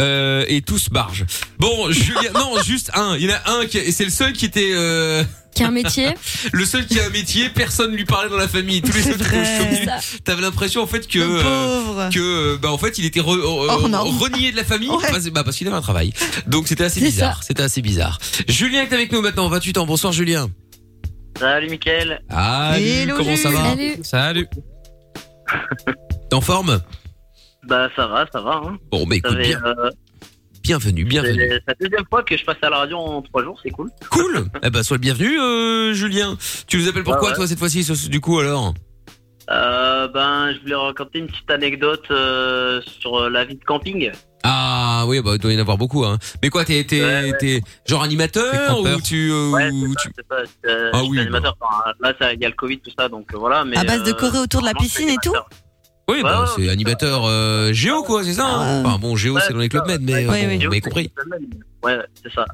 euh, et tous barges. Bon, Julien, non, juste un. Il y en a un qui, et c'est le seul qui était, euh, Qu'un métier. le seul qui a un métier. Personne lui parlait dans la famille. Tous les C'est autres étaient au vrai. chômage. T'avais l'impression en fait que. le euh, pauvre. que euh, bah en fait il était re- re- Hors norme. renié de la famille Ouais. parce, bah, parce qu'il avait un travail donc c'était assez C'est bizarre c'était assez bizarre Julien est avec nous maintenant 28 ans bonsoir Julien Salut Mickaël, ah Hello, comment ça Jules. va Salut. Salut. t'es en forme bah ça va, ça va. Hein. bon bah Ça écoute fait, bien euh, bienvenue, bienvenue. C'est la deuxième fois que je passe à la radio en trois jours, c'est cool. Cool. Eh ben, sois le bienvenu, euh, Julien. Tu nous appelles pourquoi, Ah ouais. toi, cette fois-ci, ce- du coup, alors Euh, ben, je voulais raconter une petite anecdote euh, sur euh, la vie de camping. Ah oui, bah il doit y en avoir beaucoup. Hein. Mais quoi, t'es t'es Ouais, ouais. t'es genre T'es animateur campeur. ou tu euh, Ouais, ou c'est tu- ça, c'est ça. c'est, euh, Ah je suis oui, animateur. Enfin, là, ça- il y a le Covid, tout ça, donc euh, voilà. Mais, À base de euh, corée autour de la normalement, je suis piscine et tout animateur. Oui, bah, Ouais, c'est animateur euh, géo quoi, c'est ça hein Ah. Enfin bon, géo Ouais, c'est dans les c'est clubs ça, med, mais euh, Ouais, bon, ouais. vous Géo, m'avez c'est compris. le même. Ouais, c'est ça.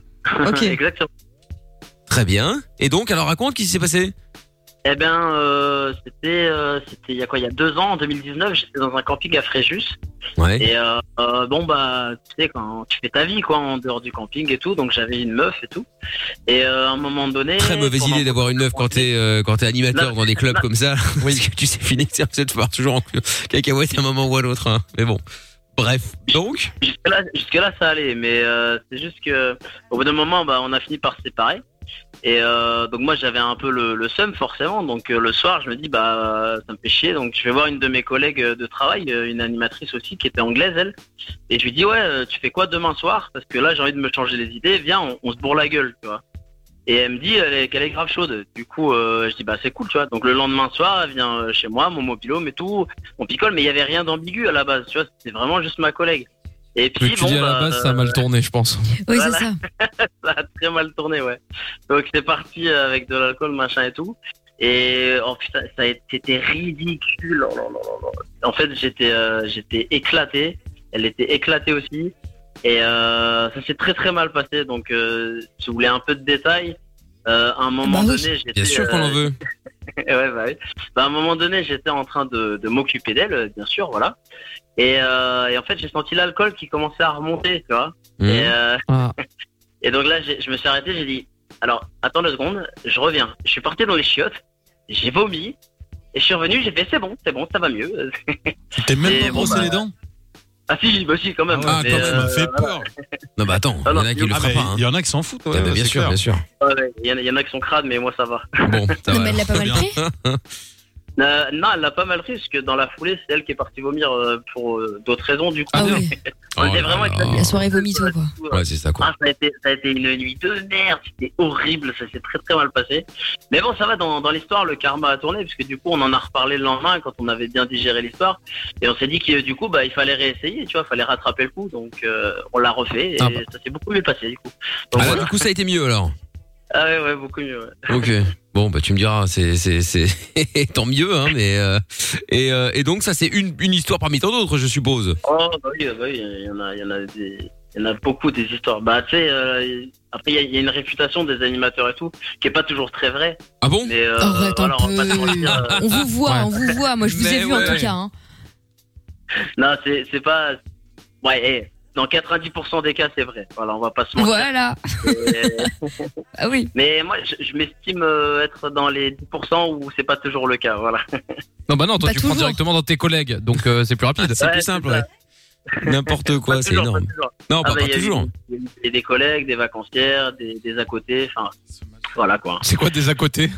Ok. Exactement. Très bien. Et donc, alors raconte qu'est-ce qui s'est passé Eh bien, euh, c'était euh, c'était il y a quoi Il y a deux ans, en 2019, j'étais dans un camping à Fréjus. Ouais. Et euh, euh, bon bah tu sais quand tu fais ta vie quoi en dehors du camping et tout, donc j'avais une meuf et tout. Et euh, à un moment donné, Très mauvaise pendant- idée d'avoir une meuf quand t'es euh, quand t'es animateur Non. dans des clubs Non. comme ça. Oui, parce que tu sais finir, ça va te faire toujours en cacahuète à un moment ou à l'autre. hein. Mais bon. Bref. Donc. Jusque là, jusque là ça allait, mais euh, c'est juste que au bout d'un moment bah on a fini par se séparer. Et euh, donc moi j'avais un peu le, le seum forcément, donc euh, le soir je me dis bah ça me fait chier, donc je vais voir une de mes collègues de travail, euh, une animatrice aussi qui était anglaise elle, et je lui dis ouais euh, tu fais quoi demain soir Parce que là j'ai envie de me changer les idées, viens on, on se bourre la gueule tu vois. Et elle me dit elle est- qu'elle est grave chaude. Du coup, euh, je dis bah c'est cool, tu vois. Donc le lendemain soir, elle vient euh, chez moi, mon mobilhome et tout. On picole, mais il y avait rien d'ambigu à la base, tu vois. C'était vraiment juste ma collègue. Et Ce puis que tu bon, dis à la bah, base, ça a euh, mal tourné, je pense. Oui, Voilà. c'est ça. ça a très mal tourné, ouais. Donc c'est parti avec de l'alcool, machin et tout. Et oh putain, ça a été c'était ridicule. Oh là là là là. En fait, j'étais euh, j'étais éclaté. Elle était éclatée aussi. Et euh, ça s'est très très mal passé. Donc, euh, si vous voulez un peu de détails, euh, à un moment Bah oui. donné, j'étais Bien sûr qu'on en euh, veut. ouais, bah oui. Bah, à un moment donné, j'étais en train de, de m'occuper d'elle, euh, bien sûr, voilà. Et, euh, et en fait, j'ai senti l'alcool qui commençait à remonter, tu vois. Et, Mmh. euh, Ah. et donc là, j'ai- je me suis arrêté, j'ai dit, alors, attends deux secondes, je reviens. Je suis parti dans les chiottes, j'ai vomi, et je suis revenu, j'ai fait, c'est bon, c'est bon, ça va mieux. Tu t'es même Et pas bon, brossé bah, les dents ah si, bah si, quand même. Ah, Ah, Mais, quand euh, même, fait peur Non bah attends, il y Ah en non, a qui le Ah, bah, feraient Il pas. hein. y en a qui s'en foutent, ouais, Ah, bah, bah, bien c'est sûr, clair. bien sûr. ouais, Il y, en a- il y en a qui sont crades, mais moi, ça va. Bon, ça Non, va. mais elle l'a pas mal Bien. pris. Euh, non, elle l'a pas mal pris, parce que dans la foulée, c'est elle qui est partie vomir euh, pour euh, d'autres raisons, du coup. Ah oui, On était Oh là vraiment là. éclatés. la soirée vomito, quoi. Ouais, c'est ça quoi. Ah, ça, a été, ça a été une nuit de merde, c'était horrible, ça s'est très très mal passé. Mais bon, ça va, dans, dans l'histoire, le karma a tourné, parce que du coup, on en a reparlé le lendemain quand on avait bien digéré l'histoire. Et on s'est dit que du coup, bah, il fallait réessayer, tu vois, il fallait rattraper le coup. Donc, euh, on l'a refait et Ah bah. ça s'est beaucoup mieux passé, du coup. Donc, Ah, là, voilà. du coup, ça a été mieux alors. Ah ouais, ouais, beaucoup mieux. ouais. Ok. Bon, bah tu me diras, c'est c'est c'est tant mieux, hein. Mais euh, et euh, et donc ça c'est une une histoire parmi tant d'autres, je suppose. Oh, bah oui, bah oui, il y en a, il y en a des. Il y en a beaucoup des histoires. Bah, tu sais, euh, après, il y a- il y, a une réputation des animateurs et tout, qui est pas toujours très vraie. Ah bon Mais, euh, Arrête un voilà, on va pas se mentir, euh, peu. On vous voit, on vous voit. Moi, je vous ai Mais vu en ouais. tout cas. hein. Non, c'est c'est pas. Ouais, eh, dans 90% des cas, c'est vrai. Voilà, on va pas se mentir. Voilà. Euh, Ah oui. Mais moi, je, je m'estime euh, être dans les 10% où c'est pas toujours le cas. Voilà. Non, bah non, toi, Pas tu prends toujours. directement dans tes collègues, donc euh, c'est plus rapide. Ah, C'est Ouais, plus c'est simple, ça. ouais. N'importe quoi, Pas c'est toujours, pas énorme. toujours. Non, Ah pas, bah, pas il y a eu toujours. des- des- des collègues, des vacancières, des, des à côté. Enfin, voilà quoi. C'est quoi des à côté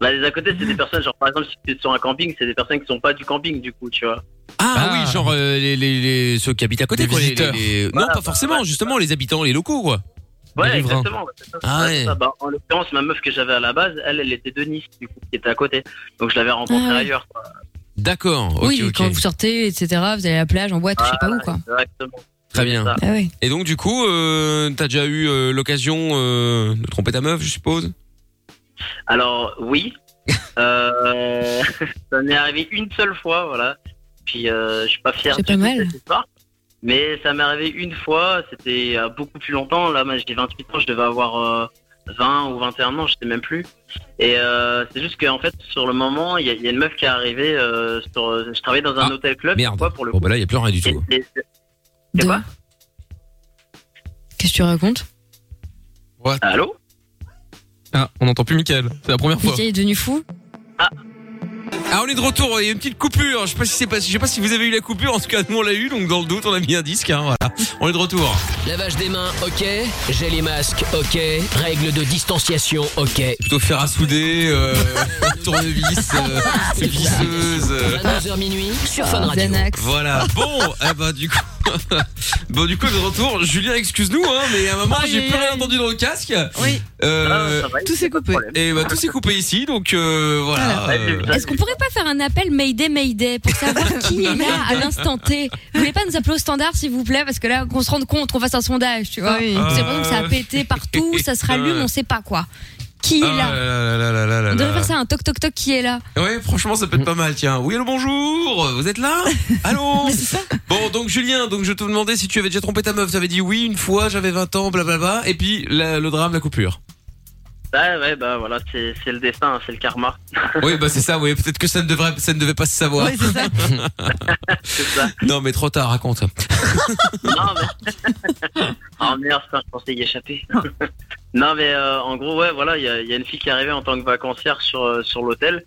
Bah, les à côté, c'est des personnes, genre par exemple, si tu es sur un camping, c'est des personnes qui sont pas du camping du coup, tu vois. Ah, Ah. oui, genre euh, les, les les ceux qui habitent à côté, Les quoi, les- visiteurs. les- les- Voilà, non, pas bah, forcément, ouais. justement les habitants, les locaux, quoi. Ouais, riverains. exactement. ouais, c'est ça, Ah c'est ça, ouais. c'est ça. Bah, en l'occurrence, ma meuf que j'avais à la base, elle, elle était de Nice, du coup, qui était à côté. Donc je l'avais rencontrée Ah ouais. ailleurs. quoi. D'accord. Ok, oui, ok. quand vous sortez, etc., vous allez à la plage, en boîte, je sais pas où, quoi. Exactement. Très bien. C'est ça. Ah oui. Et donc du coup, euh, t'as déjà eu euh, l'occasion euh, de tromper ta meuf, je suppose. Alors oui, euh, ça m'est arrivé une seule fois, voilà. Puis euh, je suis pas fier C'est de pas toute mal. cette histoire. Mais ça m'est arrivé une fois, c'était il y a beaucoup plus longtemps. Là, moi, j'ai 28 ans, je devais avoir euh, 20 ou 21 ans, je sais même plus. Et euh, c'est juste qu'en fait, sur le moment, il y, a- il y a une meuf qui est arrivée. euh, sur, euh, je travaillais dans un Ah, hôtel club. Merde. quoi, pour le bon coup. bah là, y a plus rien du tout. Et- et- De quoi Qu'est-ce que tu racontes Allô Ah, on n'entend plus Mickaël. C'est la première fois. Mickaël est devenu fou. Ah, on est de retour. Il y a une petite coupure. Je sais pas si c'est pas, je sais pas si vous avez eu la coupure. En tout cas, nous on l'a eu. Donc dans le doute, on a mis un disque. Hein, voilà. On est de retour. Lavage des mains, ok. Gel et masque, ok. Règles de distanciation, ok. Plutôt faire à souder. euh, tournevis, euh, visseuse. euh, 22h minuit sur Ah, Fun Radio. Xanax. Voilà. Bon, eh ben du coup, bon du coup de retour, Julien, excuse-nous, hein, mais à un moment Aïe, j'ai plus aïe, rien aïe. entendu dans le casque. Oui, Euh, Ah, ça va, tout s'est coupé. problème. et bah tout s'est coupé ici, donc euh, voilà. Ouais, j'ai euh, vu ça. Est-ce qu'on pourrait pas faire un appel Mayday Mayday pour savoir qui est là à l'instant T Vous voulez pas nous appeler au standard s'il vous plaît Parce que là, qu'on se rende compte, qu'on fasse un sondage, tu vois. Oui. C'est Ah. vrai que ça a pété partout, ça se rallume, on sait pas quoi. Qui ah est là là là là là là Ah, On devrait là. faire ça, un toc toc toc qui est là. Ouais, franchement, ça peut être pas mal, tiens. Oui, allô, bonjour. Vous êtes là Allô Bon, donc Julien, donc je te demandais si tu avais déjà trompé ta meuf. Tu avais dit oui une fois, j'avais 20 ans, blablabla. Et puis la- le drame, la coupure. Ouais, ouais, bah voilà, c'est c'est le destin, hein, c'est le karma. Oui, bah c'est ça. Oui, peut-être que ça ne devrait, ça ne devait pas se savoir. Oui, c'est ça. C'est ça. Non, mais trop tard, raconte. non, mais. oh merde, putain, je pensais y échapper. non, mais euh, en gros, ouais, voilà, il y a, il y a une fille qui est arrivée en tant que vacancière sur, euh, sur l'hôtel.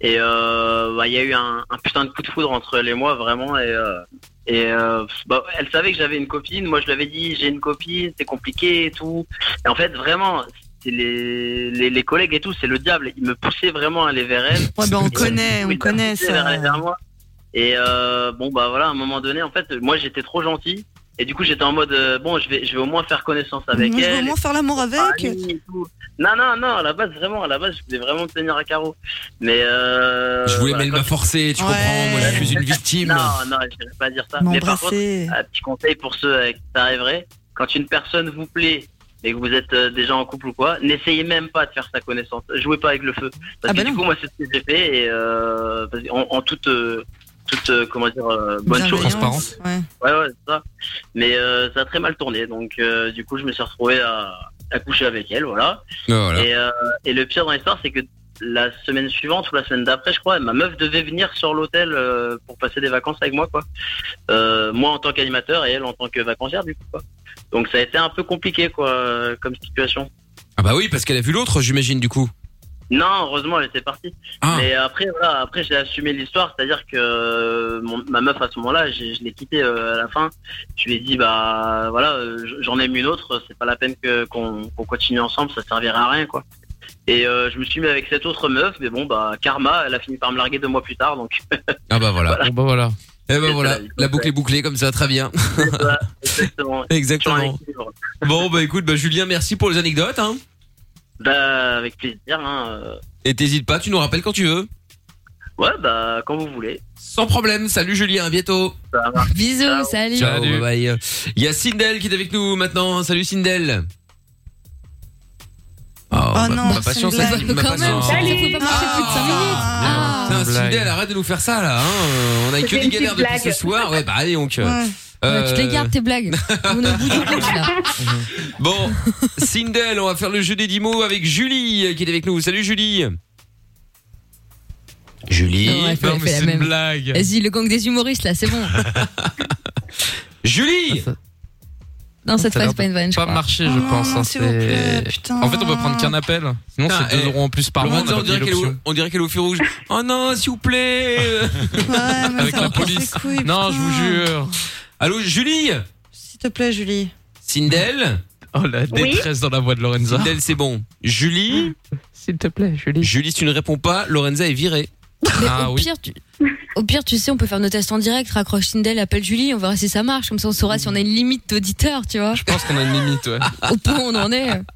Et euh, bah, il y a eu un, un putain de coup de foudre entre elle et moi, vraiment. Et, euh, et euh, bah, elle savait que j'avais une copine. Moi, je l'avais dit, j'ai une copine, c'est compliqué et tout. Et en fait, vraiment. c'est Les, les, les collègues et tout, c'est le diable. Ils me poussaient vraiment à aller vers elle. Ouais, ben, on Et ça me poussait connaît, on vers- connaît vers- ça. vers moi. Et euh, bon, bah voilà, à un moment donné, en fait, moi j'étais trop gentil. Et du coup, j'étais en mode, euh, bon, je vais, je vais au moins faire connaissance avec Moi, je veux elle. au moins faire l'amour avec. amis Ah, et tout. Non, non, non, à la base, vraiment, à la base, je voulais vraiment me tenir à carreau. Mais. Euh, je voulais, voilà, mais elle quand- m'a forcé. Tu comprends Ouais. Moi, je suis une victime. Non, non, je vais pas dire ça. Mais par contre, M'embrasser. un petit conseil pour ceux avec qui ça arriverait quand une personne vous plaît et que vous êtes euh, déjà en couple ou quoi, n'essayez même pas de faire sa connaissance. Jouez pas avec le feu. Parce Ah bah que du non. coup, moi, c'est ce que j'ai fait et euh, parce que en, en toute, euh, toute euh, comment dire, euh, bonne chose. Bienveillance, Transparence. Ouais. Ouais, ouais, c'est ça. Mais euh, ça a très mal tourné. Donc, euh, du coup, je me suis retrouvé à, à coucher avec elle, voilà. Oh, Voilà. Et, euh, et le pire dans l'histoire, c'est que la semaine suivante ou la semaine d'après, je crois, ma meuf devait venir sur l'hôtel euh, pour passer des vacances avec moi, quoi. Euh, moi en tant qu'animateur et elle en tant que vacancière, du coup, quoi. Donc ça a été un peu compliqué, quoi, euh, comme situation. Ah bah oui, parce qu'elle a vu l'autre, j'imagine du coup. Non, heureusement, elle était partie. Ah. Mais après, voilà, après j'ai assumé l'histoire, c'est-à-dire que euh, mon- ma meuf à ce moment-là, j'ai- je l'ai quittée euh, à la fin. Je lui ai dit, bah voilà, euh, j- j'en aime une autre, c'est pas la peine que qu'on qu'on continue ensemble, ça servira à rien, quoi. Et euh, je me suis mis avec cette autre meuf, mais bon, bah karma, elle a fini par me larguer deux mois plus tard, donc. Ah bah voilà. Bon, bah voilà. Eh bah C'est voilà. ça, il faut La boucle est bouclée comme ça, très bien. voilà, exactement. Sur un Exactement. équilibre. Bon bah écoute, bah Julien, merci pour les anecdotes. Hein. Bah avec plaisir, hein. euh. Et t'hésites pas, tu nous rappelles quand tu veux. Ouais, bah quand vous voulez. Sans problème. Salut Julien, à bientôt. Ça va. Bisous, Ciao. salut. Ciao, Salut. bye bye. Il y a Sindel qui est avec nous maintenant. Salut Sindel. Oh, ma- non, ma patience, Sindel. elle- ma Quand même, patience. ça faut pas marcher Ah. plus de 5 minutes. Ah. Ah. Putain, Blague. Sindel, arrête de nous faire ça là. hein. Euh, On a que C'était des une galères petite depuis ce blague. soir. Ouais, bah allez donc. euh, Ouais. Bah, tu te les gardes tes blagues. On est au bout du compte là. Bon, Sindel, on va faire le jeu des 10 mots avec Julie euh, qui est avec nous. Salut Julie. Julie. Ouais, fallait Non, mais faire la c'est une même. blague. Vas-y, le gang des humoristes là, c'est bon. Julie Non, cette Ça a fois, l'air c'est pas une vanne, je Pas Ah. crois. marché, Oh je non, pense. hein, s'il vous c'est- plaît, putain. En fait, on peut prendre qu'un appel. Sinon, Putain, c'est 2 eh, euros en plus par mois. Laurent, On n'a on pas payé dirait qu'elle est au- l'option. on dirait qu'elle est au feu rouge. Oh non, s'il vous plaît. Ouais, mais Avec ça la me casse les police. couilles, Non, putain. je vous jure. Allô Julie S'il te plaît, Julie. Sindel Oh, la détresse dans la voix de Lorenza. Sindel, c'est bon. Julie S'il te plaît, Julie. Julie, si tu ne réponds pas, Lorenza est virée. Mais Ah au, oui. pire, tu... au pire, tu sais, on peut faire nos tests en direct. Raccroche Sindel, appelle Julie, on verra si ça marche. Comme ça, on saura si on a une limite d'auditeur, tu vois. Je pense qu'on a une limite, ouais. Au point où on en est.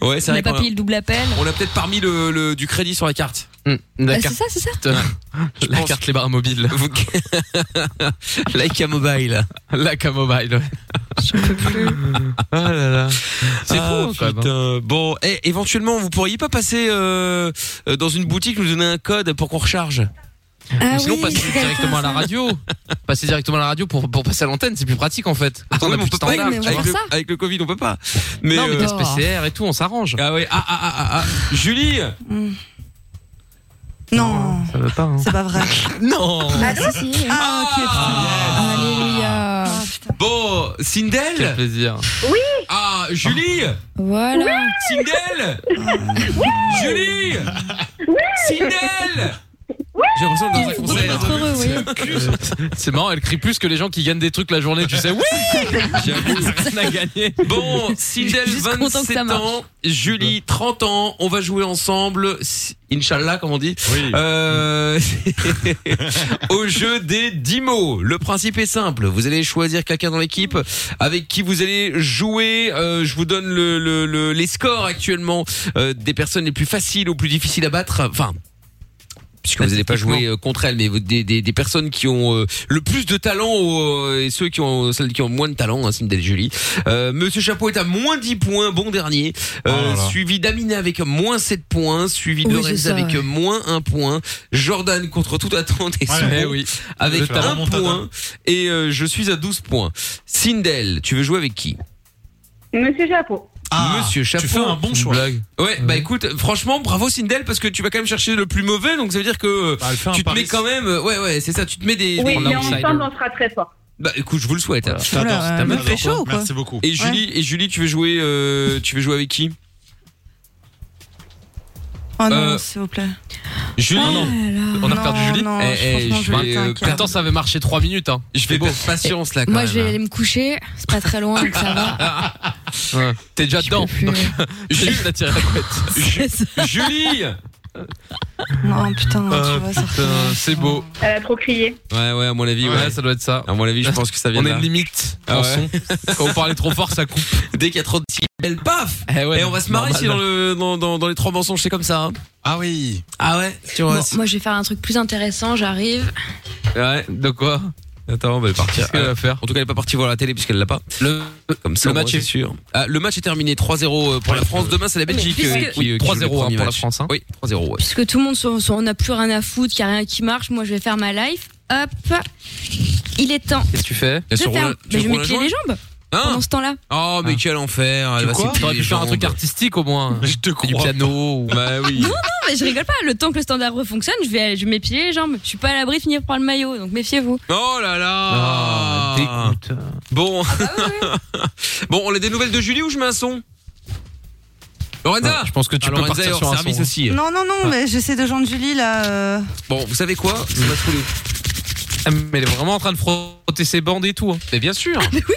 Ouais, On c'est n'a vrai. pas qu'on a- payé le double appel. On a peut-être parmi le, le- du crédit sur la carte. Hmm, La Bah, c'est carte, ça, c'est ça. la pense. carte les barres mobiles. Like a mobile. la camomile, ouais. Ah là là. C'est Ah, fou, quand même. hein. putain. Bon, et éventuellement, vous pourriez pas passer euh, euh, dans une boutique, nous donner un code pour qu'on recharge Ah Ou sinon, oui, passer c'est directement à la radio. passer directement à la radio pour, pour passer à l'antenne, c'est plus pratique en fait. Comme ça, on Oui, a mais plus de standard, Ah, mais tu vois. on avec, le, va faire avec le Covid, on peut pas. Mais, Non, mais euh, t'as- test PCR et tout, on s'arrange. ah ouais, ah ah ah ah, ah. Julie Mm. Non, Ça veut pas, hein. c'est pas vrai. Non. Ah, si, si. Ah, ok, putain. Alléluia. Ah, putain. Bon, Quel Sindel. plaisir. Ah, Julie. Voilà. Sindel Julie Sindel J'ai l'impression d'être dans un Faut concert. être heureux, oui. C'est marrant, elle crie plus que les gens qui gagnent des trucs la journée, tu sais. Oui J'avoue, rien à gagner. Bon, Sindel, Juste content que ça 27 marche. ans, Julie, 30 ans, on va jouer ensemble, si- Inch'Allah, comme on dit, Euh, au jeu des 10 mots. Le principe est simple, vous allez choisir quelqu'un dans l'équipe avec qui vous allez jouer. Euh, je vous donne le, le- le- les scores actuellement euh, des personnes les plus faciles ou plus difficiles à battre. Enfin, puisque Bah, vous n'allez pas jouer euh, contre elles, mais vous- des, des, des personnes qui ont euh, le plus de talent euh, et ceux qui ont celles qui ont moins de talent, hein, Sindel Julie. Euh, Monsieur Chapeau est à moins 10 points, bon dernier, Euh, Oh là là. suivi d'Amina avec moins 7 points, suivi de Oui, Lorenz c'est ça, avec ouais. moins 1 point, Jordan contre toute attente et Ouais, son Eh bon, oui. avec Je vais faire 1 remontada. point et euh, je suis à 12 points. Sindel, tu veux jouer avec qui Monsieur Chapeau. Monsieur Chapeau. Ah, Tu fais un bon choix. Ah Blague. Ouais, bah écoute, franchement, bravo Sindel parce que tu vas quand même chercher le plus mauvais, donc ça veut dire que euh, Bah, elle fait un tu te pari. mets quand même. euh, Ouais, ouais, c'est ça, tu te mets des. Oui, des- mais l'outsider. ensemble, on sera très fort. Bah écoute, je vous le souhaite. Je t'adore, Oula, c'est ta elle me mère. fait chaud, quoi. Merci beaucoup. Et Julie, et Julie, tu veux jouer, euh, tu veux jouer avec qui Oh non, Euh, s'il vous plaît. Julie, On a perdu Julie. Non, Eh, eh, franchement, je je vais, vais. euh, t'inquiète. Pourtant, ça avait marché 3 minutes. Hein. je vais beau. perdre patience là quand Moi, même. je vais hein. aller me coucher. C'est pas très loin, donc ça va. Ouais. T'es déjà dedans. plus. Donc, j'ai juste la tirer à la couette. Ju- Julie Non, putain, Ah, Euh. tu vois, ça putain, refait- c'est beau. Elle a trop crié. Ouais, ouais, à mon avis, ouais. Ouais, ça doit être ça. À mon avis, je pense que ça vient On de est là. une limite Ah en ouais. son. Quand on parlait trop fort, ça coupe. Dès qu'il y a trop de belle paf Eh ouais, Et on va se marrer normal. ici dans, le, dans, dans, dans les trois mensonges, c'est comme ça. hein. Ah oui. Ah ouais Tu Bon, vois moi, je vais faire un truc plus intéressant. J'arrive. Ouais. De quoi Attends, on va partir. Qu'est-ce qu'elle va faire En tout cas, elle n'est pas partie voir la télé puisqu'elle l'a pas. Le, Comme ça, le au moins, match est- c'est sûr. Ah, le match est terminé 3-0 euh, pour la France. Demain, c'est la Belgique puisque- euh, qui- qui, joue le 3-0 hein, premier pour la match. France. Hein. Oui, 3-0, ouais. Puisque tout le monde, sont- sont- on n'a plus rien à foutre, qu'il n'y a rien qui marche. Moi, je vais faire ma life. Hop. Il est temps. Qu'est-ce que tu fais Bien Je sûr, on ferme. la- tu Mais veux je vais qu'on la m'éclater les joue jambes Hein pendant ce temps-là. Oh, mais Ah. quel enfer. Elle va quoi s'épiler T'aurais les pu faire un truc jambes. artistique au moins. Je te crois. Du piano ou. Bah oui. Non, mais je rigole pas. Le temps que le standard refonctionne, je vais, je vais m'épiler les jambes. Je suis pas à l'abri de finir par le maillot, donc méfiez-vous. Oh là là Ah, dégoûte. Bon. bah bon, on a des nouvelles de Julie ou je mets un son Lorenza Ouais, je pense que tu Ah, peux Lorenza est partir hors sur un service son. Ah. aussi. Non, non, Hein non, mais j'essaie de joindre Julie là. euh, Bon, vous savez quoi Ça va se rouler. Ah, Mais elle est vraiment en train de frotter ses bandes et tout. hein. Mais bien sûr Je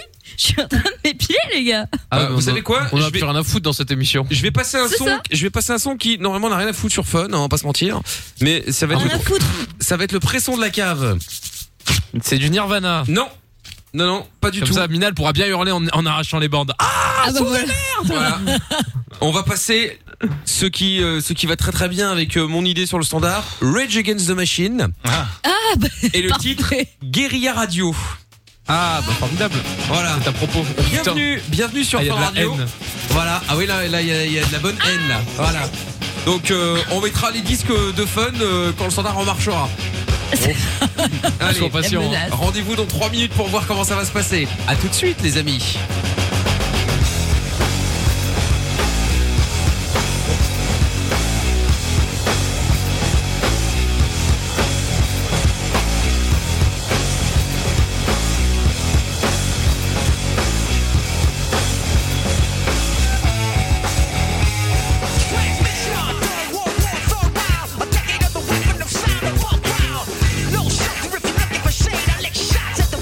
suis en train de m'épiler, les gars. Ah, mais vous on savez a- quoi On Je a vais- plus rien à foutre dans cette émission. Je vais passer un C'est son, ça. je vais passer un son qui normalement n'a rien à foutre sur Fun, hein, on va pas se mentir, mais ça va être On le, a foutre. ça va être le presson de la cave. C'est du Nirvana. Non, non, non, pas du Comme tout. ça, Minal pourra bien hurler en, en arrachant les bandes. Ah, Ah, bah voilà. Voilà. on va passer ce qui, euh, ce qui va très très bien avec euh, mon idée sur le standard, Rage Against the Machine Ah, bah, et le parfait. titre Guérilla Radio. ah bah formidable. Voilà. C'est à propos. Oh, putain. Bienvenue, bienvenue sur Ah, il y a Fun de la Radio. haine. Voilà. Ah oui, là, là, il y, a- il y a de la bonne Ah. haine là. Voilà. Donc euh, on mettra les disques de Fun euh, quand le standard en marchera. Bon. Allez. Sois patient. hein. menace. Rendez-vous dans 3 minutes pour voir comment ça va se passer. À tout de suite les amis. Shade, I lick shots at the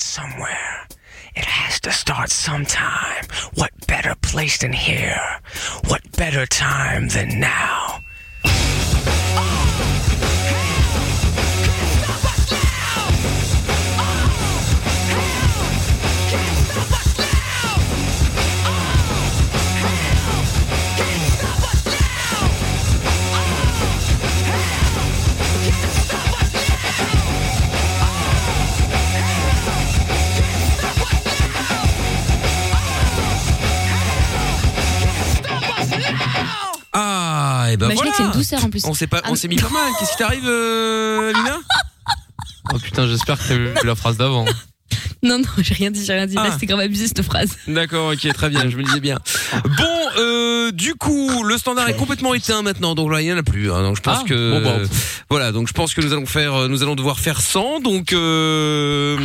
somewhere. It has to start sometime. What better place than here? What better time than now? Ah, et ben Imaginez voilà. que c'est une douceur, en plus. On s'est pas, Ah, on s'est mis pas mal. Qu'est-ce qui t'arrive, euh, Lina Oh putain, j'espère que t'as vu la phrase d'avant. Non, non, j'ai rien dit, j'ai rien dit. Ah. Là, c'était grave abusé cette phrase. D'accord, ok, très bien. Je me le disais bien. Bon, euh, du coup, le standard est complètement éteint maintenant, donc là il n'y en a plus. hein. donc je pense Ah, que bon, bah, voilà, donc je pense que nous allons faire, euh, nous allons devoir faire sans. Donc euh,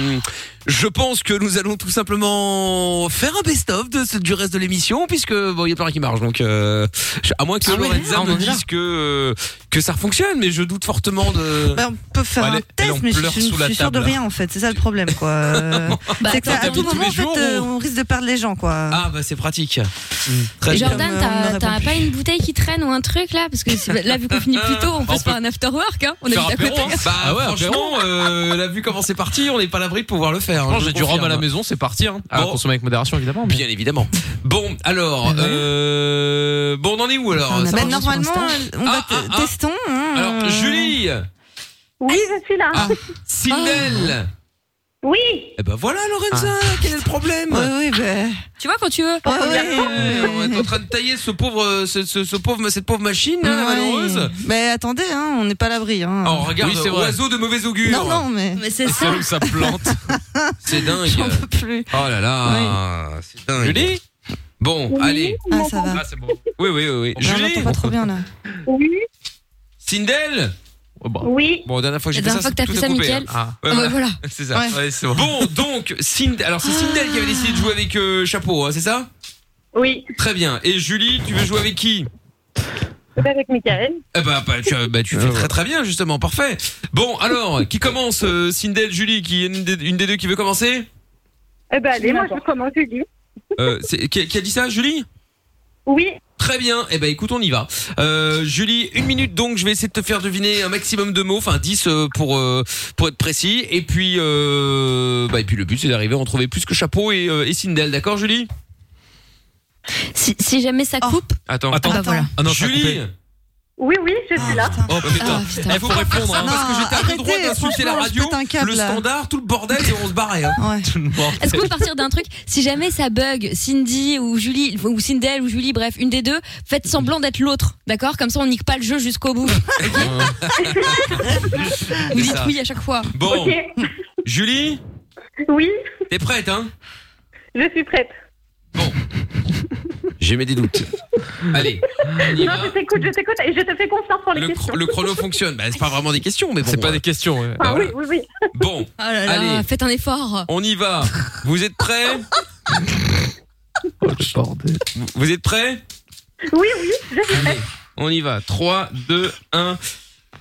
je pense que nous allons tout simplement faire un best-of de ce- du reste de l'émission, puisque bon, il y a plus rien qui marche. Donc euh, je- à moins que Ah ouais, Lorenza ah, on me en est là. dise que euh, que ça fonctionne, mais je doute fortement de. Bah, on peut faire Ouais, elle- un elle en test, mais je pleure suis, sous je la suis sûre de table. rien en fait. C'est ça le problème, quoi. Euh, Bah, c'est que ça, attends, à tout moment, en t'as- tous les fait, jours, euh, on- on risque de perdre les gens, quoi. Ah bah c'est pratique. Hmm. Très bien. Jordan, Comme, euh, on t'as- n'aurait t'as pas pas pu. une bouteille qui traîne ou un truc là Parce que c'est- là, vu qu'on finit plus tôt, on peut On se faire peut- un after work. Hein on est Faire à apéro, côté. hein. Bah, Ah ouais, franchement, euh, la vue comment c'est parti, on n'est pas à l'abri de pouvoir le faire. hein, Franchement, je j'ai du confirme. rhum à la maison, c'est parti. Hein. À Bon. consommer avec modération, évidemment. mais- Bien évidemment. Bon, alors, euh, bon, on en est où alors On a ça Bah, pas- va normalement, on va Ah, te- ah, ah. testons. hein, Alors, euh, Julie, Oui, je suis là. Ah. Sindel. Oui. Eh ben voilà, Lorenza, Ah. quel est le problème Ouais, ouais, bah. Tu vois quand tu veux. Ouais, Ah ouais, Euh, On est en ouais. train de tailler ce pauvre, euh, ce, ce- ce pauvre, cette pauvre machine, hein, la Ouais. malheureuse. Mais Ah, attendez, hein, on n'est pas à l'abri. Hein. Oh, regarde, Oui, c'est vrai. oiseau de mauvais augure. non, non, mais Mais c'est C'est ça. là où Ah, ça plante. C'est dingue. j'en peux plus. Oh là là, c'est dingue. Julie Bon, allez. Ah, ça va. Ah, c'est bon. Oui, oui, oui. oui. Non, on Julie, l'entend pas trop bien là. Oui. Sindel. Oh, bah. Oui. Bon, la dernière fois que La j'ai fait ça, tout dernière fois que t'as fait est ça, coupé, Mickaël. hein. Ah. Ouais, Ah, bah, voilà. voilà. C'est ça. Ouais. Ouais, c'est bon. Bon, donc, Sind... alors c'est Sindel qui avait décidé de jouer avec euh, Chapeau, hein, c'est ça Oui. Très bien. Et Julie, tu veux jouer avec qui C'est avec Michael. eh bah, bah, tu, bah, tu fais très très bien, justement, parfait. Bon, alors, qui commence euh, Sindel, Julie, qui est une des, une des deux qui veut commencer Eh ben allez, moi je commence, je dis. Euh, c'est- qui, a- qui a dit ça, Julie Oui. Très bien, eh ben écoute, on y va. Euh, Julie, une minute donc, je vais essayer de te faire deviner un maximum de mots, enfin 10 euh, pour euh, pour être précis. Et puis, euh, bah, et puis le but c'est d'arriver à en trouver plus que chapeau et, euh, et Sindel, d'accord Julie Si, si jamais ça Oh. coupe, Attends, bah Attends. voilà. Ah non, ça a Julie coupé. Oui, oui, je suis là. putain. Oh Ah putain putain. Il faut pas faire ça hein. parce que j'étais à Non, deux droits arrêtez, d'insulter la franchement, radio, je pète un câble, le là. standard, tout le bordel et on se barrait. Hein. Ouais. Est-ce qu'on peut partir d'un truc Si jamais ça bug, Cindy ou Julie, ou Sindel ou Julie, bref, une des deux, faites semblant d'être l'autre, d'accord Comme ça, on nique pas le jeu jusqu'au bout. Vous dites ça. oui à chaque fois. Bon, Ok. Julie, Oui, t'es prête hein je suis prête. J'ai mes des doutes. Allez, on Ah, y Non, va. je t'écoute, je t'écoute et je te fais confiance sur les Le, questions. chro- le chrono fonctionne. Bah, c'est pas vraiment des questions, mais bon. C'est pas euh, des questions. ouais. bah Ah oui, voilà. oui, oui. Bon, Oh là là, Allez. faites un effort. on y va. Vous êtes prêts Vous- Vous êtes prêts Oui, oui, je suis prête. On y va. 3, 2, 1.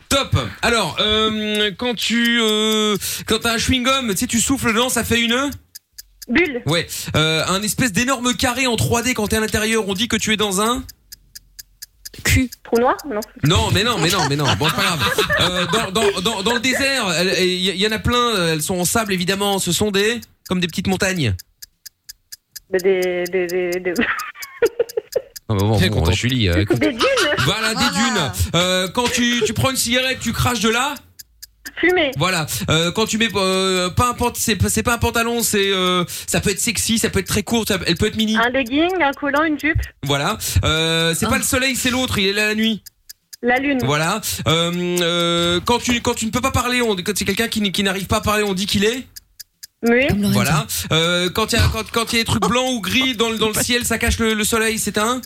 Top. Alors, euh, quand tu euh, quand t'as un chewing-gum, tu sais, tu souffles dedans, ça fait une Bulle, ouais, euh, un espèce d'énorme carré en 3D quand t'es à l'intérieur. On dit que tu es dans un. Cul. trou noir, non Non, mais non, mais non, mais non. Bon, c'est pas grave. Euh, dans, dans, dans, dans le désert, elle- il y, il y en a plein. euh, Elles sont en sable, évidemment. Ce sont des comme des petites montagnes. Des, des, des, des, des- Ah bah bon, T'es content. Julie. euh, écoute. des dunes voilà, des Voilà. dunes. Euh, quand tu, tu prends une cigarette, tu craches de là. fumées. Voilà, euh, quand tu mets euh, pas un pant- c'est c'est pas un pantalon, c'est euh, ça peut être sexy, ça peut être très court, ça- elle peut être mini. Un legging, un collant, une jupe, Ah. Voilà, euh, c'est pas le soleil, c'est l'autre, il est là la nuit. la lune, Voilà, euh, euh, quand tu quand tu ne peux pas parler, on, quand c'est quelqu'un qui, n- qui n'arrive pas à parler, on dit qu'il est. muet, Comme Lorenza. Voilà, euh, quand il y a quand quand il y a des trucs blancs ou gris dans le dans le ciel, ça cache le, le soleil, c'est un.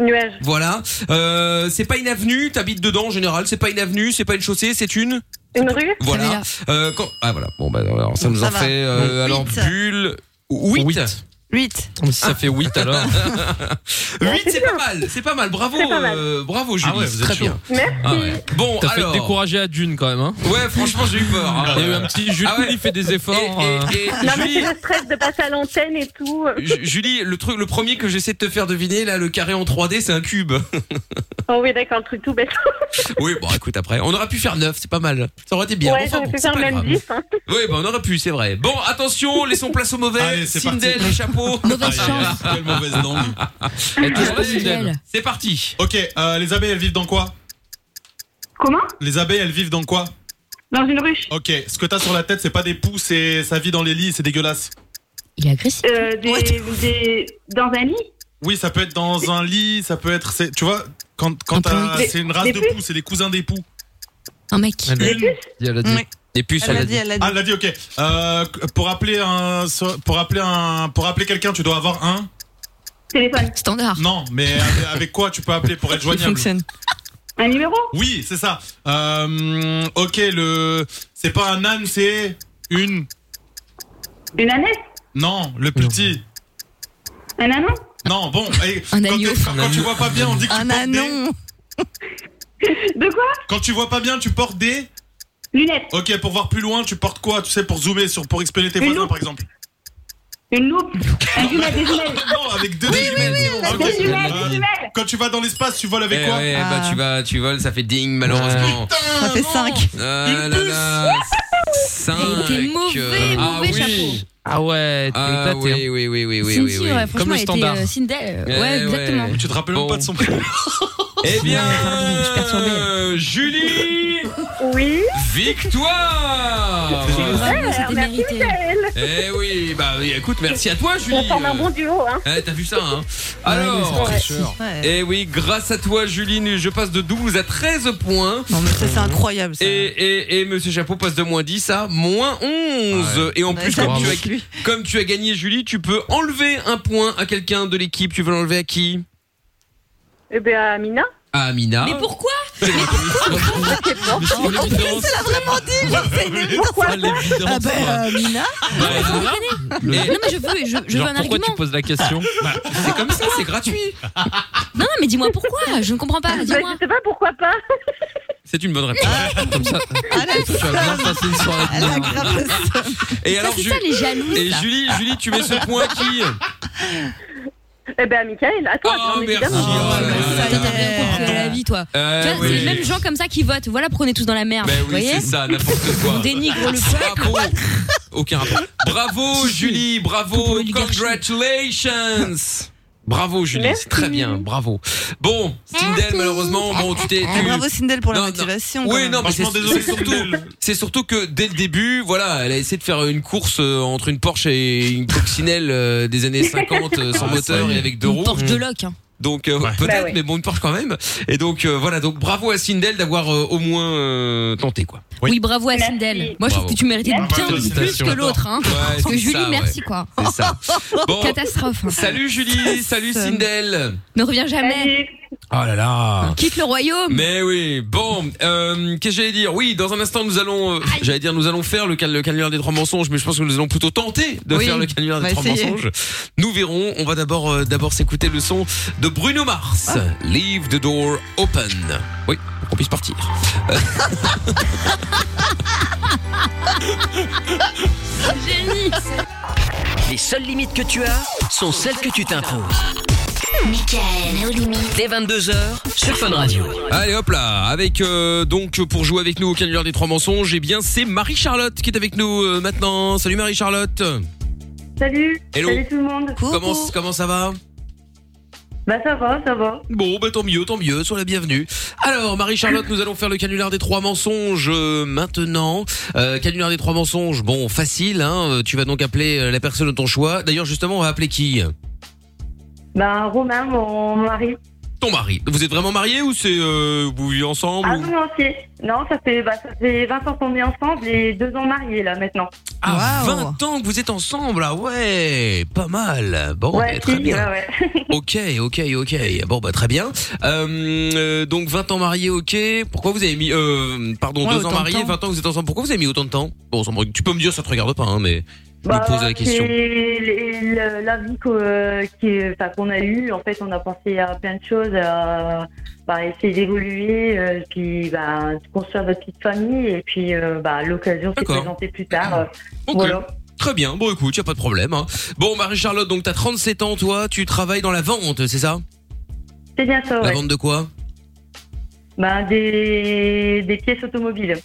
nuage, Voilà, euh, c'est pas une avenue, t'habites dedans en général, c'est pas une avenue, c'est pas une chaussée, c'est une. une rue, Ça Voilà, va, euh, quand- ah voilà, bon bah alors, ça nous en Ça va. fait euh, Bon. alors Huit. bulle. 8. Huit. 8. Mais si ça fait 8 alors. 8, c'est pas mal, c'est pas mal. Bravo, C'est pas mal. euh, bravo, Julie. Ah ouais, vous êtes très chaud. bien. Merci. Ah ouais. Bon, T'as alors. fait décourager à Dune quand même. Hein. Ouais, franchement, j'ai eu peur. hein. Il y a eu un petit Julie Ah ouais. il fait des efforts. euh. Et- et- et Non, mais Julie, c'est le stress de passer à l'antenne et tout. Ju- Julie, le truc, le premier que j'essaie de te faire deviner, là, le carré en 3D, c'est un cube. Oh oui, d'accord, le truc tout bête. Oui, bon, écoute, après, on aurait pu faire 9, c'est pas mal. Ça aurait été bien. ouais, Enfin, j'aurais bon, pu c'est faire pas même grave. 10. Hein. Oui, bah, on aurait pu, c'est vrai. Bon, attention, laissons place au mauvais. Allez, c'est parti. Sindel, les chapeaux. Mauvaise Aïe, aïe, chance. aïe, Quelle mauvaise langue. Et toujours Ah, pas c'est Sindel. Sindel. C'est parti. Ok, euh, les abeilles, elles vivent dans quoi Comment Les abeilles, elles vivent dans quoi Dans une ruche Ok, ce que t'as sur la tête, c'est pas des poux, c'est ça vit dans les lits, c'est dégueulasse. Il est agressif. euh, des, What des, Dans un lit Oui, ça peut être dans un lit, ça peut être, c'est- tu vois, quand Un quand t'as- poux. c'est une race Des de puces poux, c'est les cousins des poux. Un mec. Elle l'a dit. Elle a dit. Oui. Et puis Elle l'a dit, elle l'a dit. Ah, elle l'a dit, ok. Euh, pour appeler un, so- pour appeler un, pour appeler quelqu'un, tu dois avoir un. Téléphone Standard. Non, mais avec, avec quoi tu peux appeler pour être Il joignable fonctionne. Un numéro Oui, c'est ça. Euh, ok, le, c'est pas un âne, c'est une. Une ânesse Non, le petit. Un anon Non, bon. eh, Un quand, agneau. t'es- quand- quand tu vois pas bien, on dit que tu Un portes des- anon. De quoi Quand tu vois pas bien, tu portes des. Lunettes Ok, pour voir plus loin, tu portes quoi Tu sais, pour zoomer sur, pour expédier tes Une voisins, loupe. par exemple. Une loupe Un jumelle, des jumelles Non, avec deux des jumelles. a Ok. dit Des Des jumelles, Euh, des jumelles Quand tu vas dans l'espace, tu voles avec Eh quoi ouais, bah, Ah. tu vas, tu voles, ça fait ding, Ah. malheureusement. Ça fait 5. Ah Une là puce. là, cinq, Il était mauvais, euh, Ah mauvais oui. Ah ouais, t'es Ah éclaté, hein. oui, oui, oui, oui, oui, oui, Cindy, oui. ouais, franchement, Comme le elle était, standard. euh, Sindel. Eh Ouais, ouais. exactement. Tu te rappelles Bon. même pas de son prénom Eh bien, Je suis perturbée. euh, Julie, Oui victoire. Bravo, c'était mérité. Eh oui, bah oui, écoute, merci à toi, On Julie. forme un bon duo, hein Eh, t'as vu ça, hein Alors, Ouais. Ouais. eh oui, grâce à toi, Julie, je passe de 12 à 13 points. Non, mais ça, c'est incroyable. Ça. Et, et, et Monsieur Chapeau passe de moins 10 à moins 11. Ah ouais. Et en Ouais, plus, ça comme tu, pique, as, lui. comme tu as gagné, Julie, tu peux enlever un point à quelqu'un de l'équipe. Tu veux l'enlever à qui Eh ben, Mina À Amina. Mais pourquoi Mais c'est une évidence. Pourquoi Ah, l'évidence, Ah bah, quoi. euh, Mina Bah, évidemment. Non, Mais- mais je veux, je, je veux Genre, un pourquoi tu argument. poses la question Bah, C'est comme ça, c'est gratuit. Non, non, mais dis-moi pourquoi. Je ne comprends pas. Bah, Dis-moi. Je sais pas pourquoi pas C'est une bonne réponse. Ah. Comme ça, Elle a- tu vas bien passer une soirée de elle a merde. grave le seum. Et Ça, alors, c'est Ju- ça les jaloux. et ça. Julie, Julie, tu mets ce point à qui Ben Eh ben, à Michael, à toi Oh, bien merci. évidemment. Ah, là bah, là ça Toi, y t'as bien est. compris euh, la vie, toi. Euh, Tu vois, oui. c'est les mêmes gens comme ça qui votent. Voilà, prenez tous dans la merde. Ben vous oui, voyez c'est ça, n'importe quoi. On dénigre le peuple. Bravo. Aucun rapport. Bravo Julie, bravo, Pour l'oligarchie. congratulations. Bravo Julie, Merci. c'est très bien, bravo. Bon, Stindel malheureusement, bon tu Oh, t'es Ah, tu- Bravo Sindel pour la Non, non. motivation. quand Oui, même. non, mais c'est Franchement, désolé, c'est surtout Stindel. c'est surtout que dès le début, voilà, elle a essayé de faire une course euh, entre une Porsche et une coccinelle euh, des années 50 euh, sans Ah, ça moteur y est. et avec deux Une roues. Porsche de loc. hein. Donc euh, Ouais. peut-être Bah ouais. mais bon une Porsche quand même. Et donc euh, voilà, donc bravo à Sindel d'avoir euh, au moins euh, tenté quoi. Oui. Oui, bravo à Merci. Sindel. Moi, je trouve Bravo. que tu méritais Bravo, bien plus félicitations. que l'autre. hein. Ouais, Parce que c'est Julie, ça, ouais. merci, quoi. C'est ça. Bon, Catastrophe. hein. Salut Julie, salut sonne. Sindel. Ne reviens jamais. Salut. Oh là là. Quitte le royaume. Mais oui, bon, euh, qu'est-ce que j'allais dire Oui, dans un instant nous allons, euh, j'allais dire nous allons faire le, cal- le canular des trois mensonges, mais je pense que nous allons plutôt tenter de Oui, faire le canular on des va trois essayer. mensonges. Nous verrons. On va d'abord euh, d'abord s'écouter le son de Bruno Mars, Leave the door open. Oui, pour qu'on puisse partir. Génie. Les seules limites que tu as sont celles que tu t'imposes. Michael, nos limites. Dès 22h sur Fun Radio. Allez hop là, avec euh, donc pour jouer avec nous au canular des trois mensonges, eh bien c'est Marie Charlotte qui est avec nous euh, maintenant. Salut Marie Charlotte. Salut Hello. Salut tout le monde Comment Coucou. comment ça va Bah ça va, ça va. Bon, bah tant mieux, tant mieux, sois la bienvenue. Alors, Marie-Charlotte, nous allons faire le canular des trois mensonges euh, maintenant. Euh, canular des trois mensonges, bon, facile, hein, euh, tu vas donc appeler euh, la personne de ton choix. D'ailleurs, justement, on va appeler qui Bah Romain, mon mari. Ton mari. Vous êtes vraiment mariés ou c'est euh, vous vivez ensemble Ah ou- non, non, si. Non, ça fait, bah, ça fait 20 ans qu'on est ensemble et 2 ans mariés là maintenant. Ah, Waouh. 20 ans que vous êtes ensemble, ah ouais, pas mal. Bon, ouais, bah, très si, bien. ouais, ouais. Ok, ok, ok. Bon, bah très bien. Euh, euh, donc 20 ans mariés, ok. Pourquoi vous avez mis... Euh, pardon, 2 Ouais, ans autant de mariés, temps. 20 ans que vous êtes ensemble. Pourquoi vous avez mis autant de temps Bon, ça me- tu peux me dire, ça te regarde pas, hein, mais... me poser la question. Bah, C'est le- la vie qu'au- euh, qui est- enfin, qu'on a eue. En fait, on a pensé à plein de choses, à bah, essayer d'évoluer, euh, puis bah, de construire notre petite famille. Et puis, euh, bah, l'occasion s'est D'accord. présentée plus tard. euh, Ok. Voilà. Très bien. Bon, écoute, y a pas de problème. hein. Bon, Marie-Charlotte, donc t'as 37 ans, toi, tu travailles dans la vente, c'est ça C'est bien ça, La ouais. vente de quoi Bah, des, des pièces automobiles.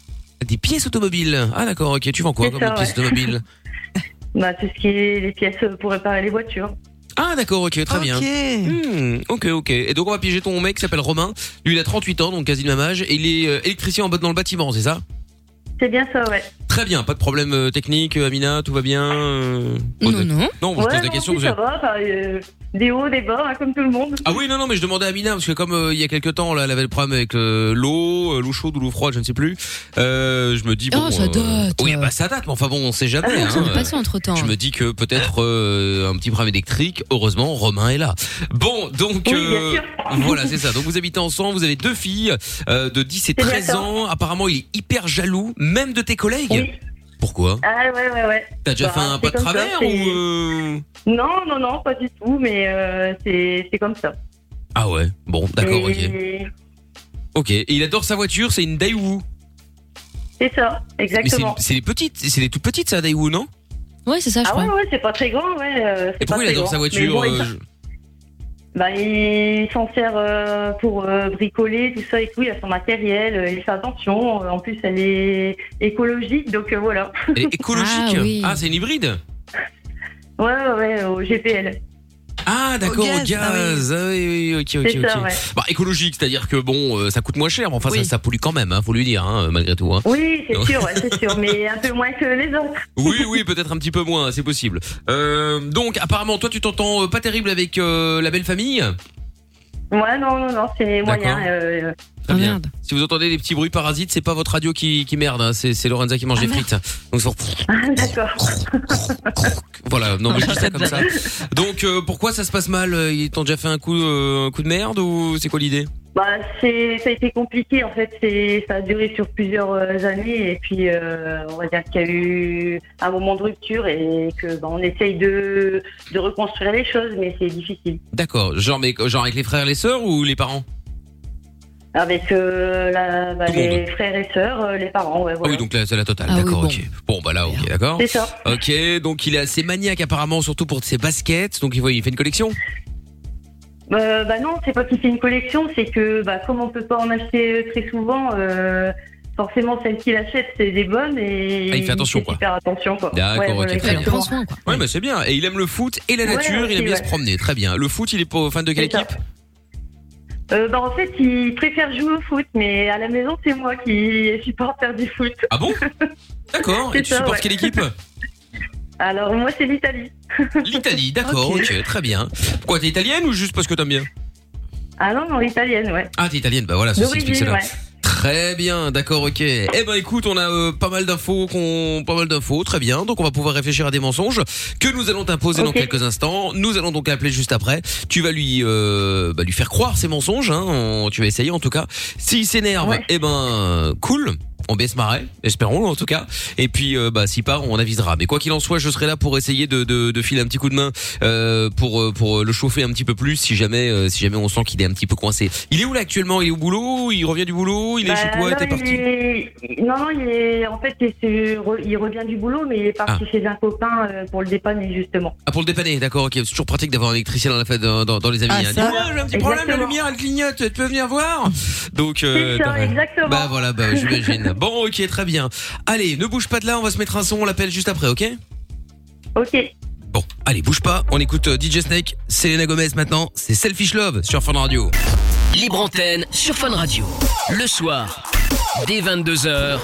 Des pièces automobiles. Ah d'accord, ok. Tu vends quoi C'est comme ça, pièces ouais. automobiles Bah, tout ce qui est les pièces pour réparer les voitures. Ah d'accord, ok, très bien. Hmm, ok, ok. Et donc on va piéger ton mec qui s'appelle Romain. Lui, il a 38 ans, donc quasi le même âge. Et il est euh, électricien en bas dans le bâtiment, c'est ça C'est bien ça, ouais. Très bien, pas de problème euh, technique, euh, Amina, tout va bien euh, Non, pose- non. Non, on se Ouais, pose la non, question. si, parce ça que- va, enfin, euh, des hauts, des bas, hein, comme tout le monde. Ah oui, non, non, mais je demandais à Amina, parce que comme euh, il y a quelques temps, là, elle avait le problème avec euh, l'eau, euh, l'eau chaude ou l'eau froide, je ne sais plus. Euh, je me dis, Ah, bon... ça euh, date. Oui, bah ça date, mais enfin bon, on sait jamais. Ah, ça hein. peut passer entre-temps. Je me dis que peut-être euh, un petit problème électrique. Heureusement, Romain est là. Bon, donc euh, voilà, c'est ça. Donc vous habitez ensemble, vous avez deux filles euh, de 10 et C'est 13 bien ça. ans. Apparemment, il est hyper jaloux, même de tes collègues. Pourquoi Ah ouais, ouais, ouais. T'as déjà Bah, fait un c'est pas de comme ça, travers c'est- ou euh, Non, non, non, pas du tout, mais euh, c'est c'est comme ça. Ah ouais. Bon, d'accord, ok. Et Ok. Et il adore sa voiture, c'est une Daewoo. C'est ça, Mais c'est- exactement. c'est les petites, c'est les toutes petites ça Daewoo, non Ouais, c'est ça, je ah ouais, ouais, c'est pas très grand, ouais. euh, c'est Et pourquoi pas très il adore grand. sa Mais voiture bon, il- euh, je- Bah, il s'en sert euh, pour euh, bricoler, tout ça et tout. Il a son matériel, euh, il fait attention. Euh, En plus, elle est écologique, donc euh, voilà. Elle est écologique. Ah, c'est une hybride. Ouais, ouais, ouais, au GPL. Ah d'accord, bah au gaz. Ah oui, oui, ok, ok, C'est ça, ok. ouais. Bah, écologique, c'est-à-dire que bon, euh, ça coûte moins cher, mais enfin Oui. ça, ça pollue quand même, hein, faut lui dire, hein, malgré tout. hein. Oui, c'est Donc- sûr, ouais, c'est sûr, mais un peu moins que les autres. oui, oui, peut-être un petit peu moins, c'est possible. Euh, donc apparemment, toi, tu t'entends euh, pas terrible avec euh, la belle famille. Ouais, non, non, non, c'est moyen. D'accord. euh, Très bien. Si vous entendez des petits bruits parasites, c'est pas votre radio qui, qui merde, hein, c'est c'est Lorenza qui mange des frites. Donc sur- ah, D'accord. voilà, non mais je dis ça comme ça. Donc euh, pourquoi ça se passe mal Ils t'ont déjà fait un coup, euh, un coup de merde ou c'est quoi l'idée Bah, c'est, ça a été compliqué en fait. C'est, ça a duré sur plusieurs euh, années et puis euh, on va dire qu'il y a eu un moment de rupture et que bah, on essaye de, de reconstruire les choses, mais c'est difficile. D'accord, genre mais genre avec les frères, et les sœurs ou les parents Avec euh, la, bah, Tout le les monde. frères et sœurs, euh, les parents, ouais, Ah voilà. oui, donc là, c'est la totale. d'accord, ok. Bon, bah là, ok, d'accord. C'est ça. Ok, donc il est assez maniaque apparemment, surtout pour ses baskets. Donc il voit, il fait une collection. Euh, bah non, c'est pas qu'il fait une collection, c'est que bah, comme on peut pas en acheter très souvent, euh, forcément celles qu'il achète c'est des bonnes et Ah, il fait attention, quoi. Faire attention quoi. D'accord, Ouais, ok, voilà, très bien. exactement. Ouais, bah c'est bien. Et il aime le foot et la Ouais, nature. il aime aussi, bien ouais. se promener. Très bien. Le foot, il est pas fan de quelle équipe Euh, bah, en fait, il préfère jouer au foot, mais à la maison, c'est moi qui est supporter du foot. Ah bon D'accord. Et C'est tu ça, supportes ouais. quelle équipe Alors, moi, c'est l'Italie. L'Italie. D'accord, ok, très bien. Pourquoi t'es italienne ou juste parce que t'aimes bien Ah non, non, l'italienne, ouais. Ah, t'es italienne. Bah voilà, ça D'origine, s'explique cela. ouais. Très bien, d'accord, ok. Eh ben écoute, on a euh, pas mal d'infos, qu'on, pas mal d'infos, très bien. Donc on va pouvoir réfléchir à des mensonges que nous allons t'imposer dans Ok. quelques instants. Nous allons donc appeler juste après. Tu vas lui, euh, bah, lui faire croire ces mensonges. Hein. On- tu vas essayer en tout cas. S'il s'énerve, eh ben euh, cool. On baisse marée, espérons en tout cas. Et puis, euh, bah, s'il part, on avisera. Mais quoi qu'il en soit, je serai là pour essayer de, de, de filer un petit coup de main euh, pour euh, pour le chauffer un petit peu plus, si jamais euh, si jamais on sent qu'il est un petit peu coincé. Il est où là actuellement Il est au boulot Il revient du boulot Il est Bah, chez toi non, T'es il parti est- Non, non, il est... en fait, il, est sur- il revient du boulot, mais il est parti chez un copain euh, pour le dépanner, justement. Ah pour le dépanner, d'accord, ok. C'est toujours pratique d'avoir un électricien dans la fête dans, dans- dans Ah, les amis. hein. Dis-moi, j'ai un petit problème, la lumière elle clignote, tu peux venir voir Donc euh, C'est ça, t'as- exactement. Bah voilà, bah j'imagine. bon, ok, très bien. Allez, ne bouge pas de là, on va se mettre un son, on l'appelle juste après, ok Ok. Bon, allez, bouge pas. On écoute euh, DJ Snake, Selena Gomez maintenant, c'est Selfish Love sur Fun Radio. Libre antenne sur Fun Radio. Le soir, dès 22h,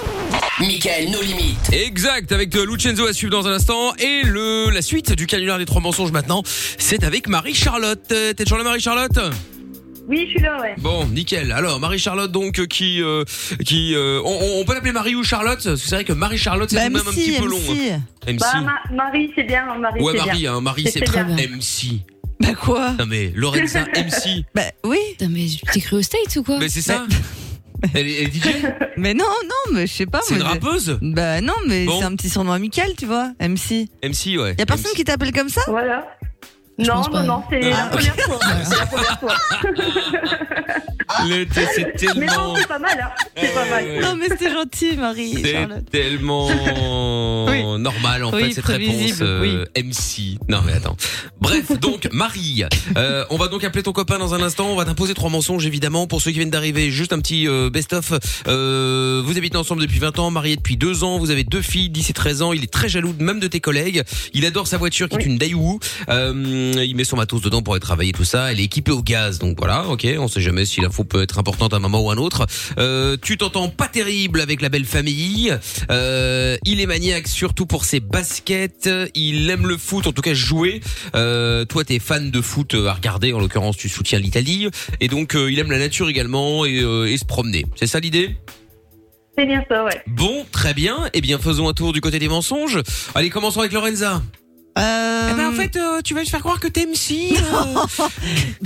Michael nos limites. Exact, avec euh, Lucenzo à suivre dans un instant. Et le la suite du canular des trois mensonges maintenant, c'est avec Marie-Charlotte. Euh, T'es toujours là Marie-Charlotte Oui, je suis là, ouais. Bon, nickel. Alors Marie-Charlotte donc euh, qui euh, qui euh, on- on, on peut l'appeler Marie ou Charlotte parce que c'est vrai que Marie-Charlotte c'est Bah, tout de même un MC, petit peu long. MC. hein. MC. Bah, Ma- Marie, c'est bien, hein, Marie, ouais c'est Marie, bien. hein, Marie c'est très très bien. MC. Bah quoi Non mais Lorenza MC. Bah oui. Putain, mais t'es cru au States ou quoi Bah, Mais c'est ça. Elle est, elle est DJ Mais non, non, mais je sais pas. C'est une moi, je- rappeuse Bah non, mais Bon. c'est un petit surnom amical, tu vois, MC. MC, ouais. Y a personne qui t'appelle comme ça Voilà. Non, non, non, c'est Ah. la première fois. C'est la première fois. Le- c'est- C'est Ah. Mais tellement. non, c'est pas mal, hein. C'est pas mal. Non, mais c'était gentil, Marie. C'est tellement normal en Oui, fait cette prévisible, réponse euh, MC. Non mais attends. Bref, donc Marie, euh, on va donc appeler ton copain dans un instant, on va t'imposer trois mensonges évidemment pour ceux qui viennent d'arriver, juste un petit euh, best of. Euh, vous habitez ensemble depuis 20 ans, mariés depuis 2 ans, vous avez deux filles, 10 et 13 ans, il est très jaloux de- même de tes collègues, il adore sa voiture qui est une Daewoo. Euh, il met son matos dedans pour aller travailler tout ça, elle est équipée au gaz donc voilà, OK, on sait jamais si l'info peut être importante à un moment ou à un autre. Euh, tu t'entends pas terrible avec la belle famille. Euh, il est maniaque surtout pour ses baskets. Il aime le foot, en tout cas jouer. Euh, toi, t'es fan de foot euh, à regarder. En l'occurrence, tu soutiens l'Italie. Et donc, euh, il aime la nature également et, euh, et se promener. C'est ça l'idée C'est bien ça, ouais. Bon, très bien. Eh bien, faisons un tour du côté des mensonges. Allez, commençons avec Lorenza. Euh... en fait, tu vas me faire croire que t'es MC.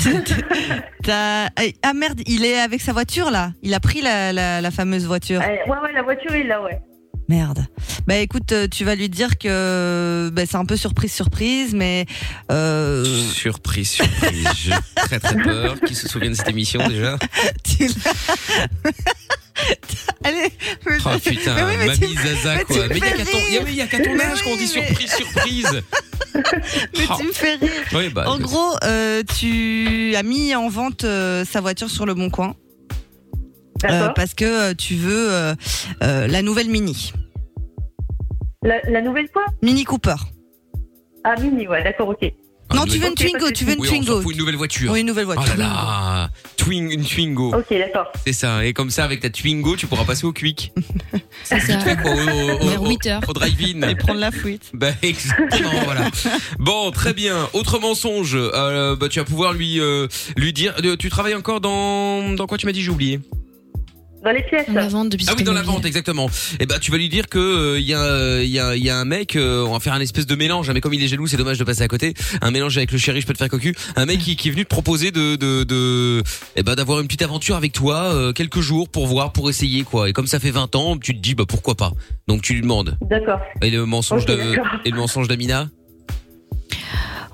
ah merde, il est avec sa voiture là. Il a pris la, la, la fameuse voiture. Ouais, ouais, ouais, la voiture est là, ouais. Merde. Bah écoute, euh, tu vas lui dire que bah, c'est un peu surprise, surprise, mais euh, Surprise, surprise. J'ai très très peur. Qui se souvient de cette émission déjà tu Allez, mais... Oh putain, mais oui, mais tu- mamie Zaza mais tu quoi. me Mais il y a fais qu'à ton- rire. il y a- mais il y a qu'à ton Mais âge oui, qu'on dit mais- surprise, surprise. mais tu me fais rire. Oui, bah, en je- gros, euh, tu as mis en vente euh, sa voiture sur le bon coin. D'accord. Euh, parce que euh, tu veux euh, euh, la nouvelle Mini. La, la nouvelle quoi Mini Cooper. Ah, Mini, ouais, d'accord, ok. non, tu veux une Ok, Twingo, pas de tu veux une Ah, Oui, on Twingo. s'en fout, une nouvelle voiture. Oui, une nouvelle voiture. Oh là là, Twing, une Twingo. Ok, d'accord. C'est ça, et comme ça, avec ta Twingo, tu pourras passer au Quick. C'est ça. Tu fais quoi, au, au- Vers au- 8 heures. au drive-in Et prendre la fuite. Bah, exactement, voilà. Bon, très bien. Autre mensonge, euh, bah, tu vas pouvoir lui, euh, lui dire. euh, tu travailles encore dans. Dans quoi tu m'as dit J'ai oublié. Dans les pièces. Dans la vente de Ah oui, dans la vente, exactement. Et ben, tu vas lui dire que euh, il y a, euh, il y a, il y a un mec. euh, on va faire un espèce de mélange. hein, mais comme il est jaloux, c'est dommage de passer à côté. Un mélange avec le chéri, je peux te faire cocu. Un mec qui, qui est venu te proposer de, de, de eh ben, d'avoir une petite aventure avec toi, euh, quelques jours pour voir, pour essayer quoi. Et comme ça fait 20 ans, tu te dis bah pourquoi pas. Donc tu lui demandes. D'accord. Et le mensonge Ok, de, d'accord. et le mensonge d'Amina.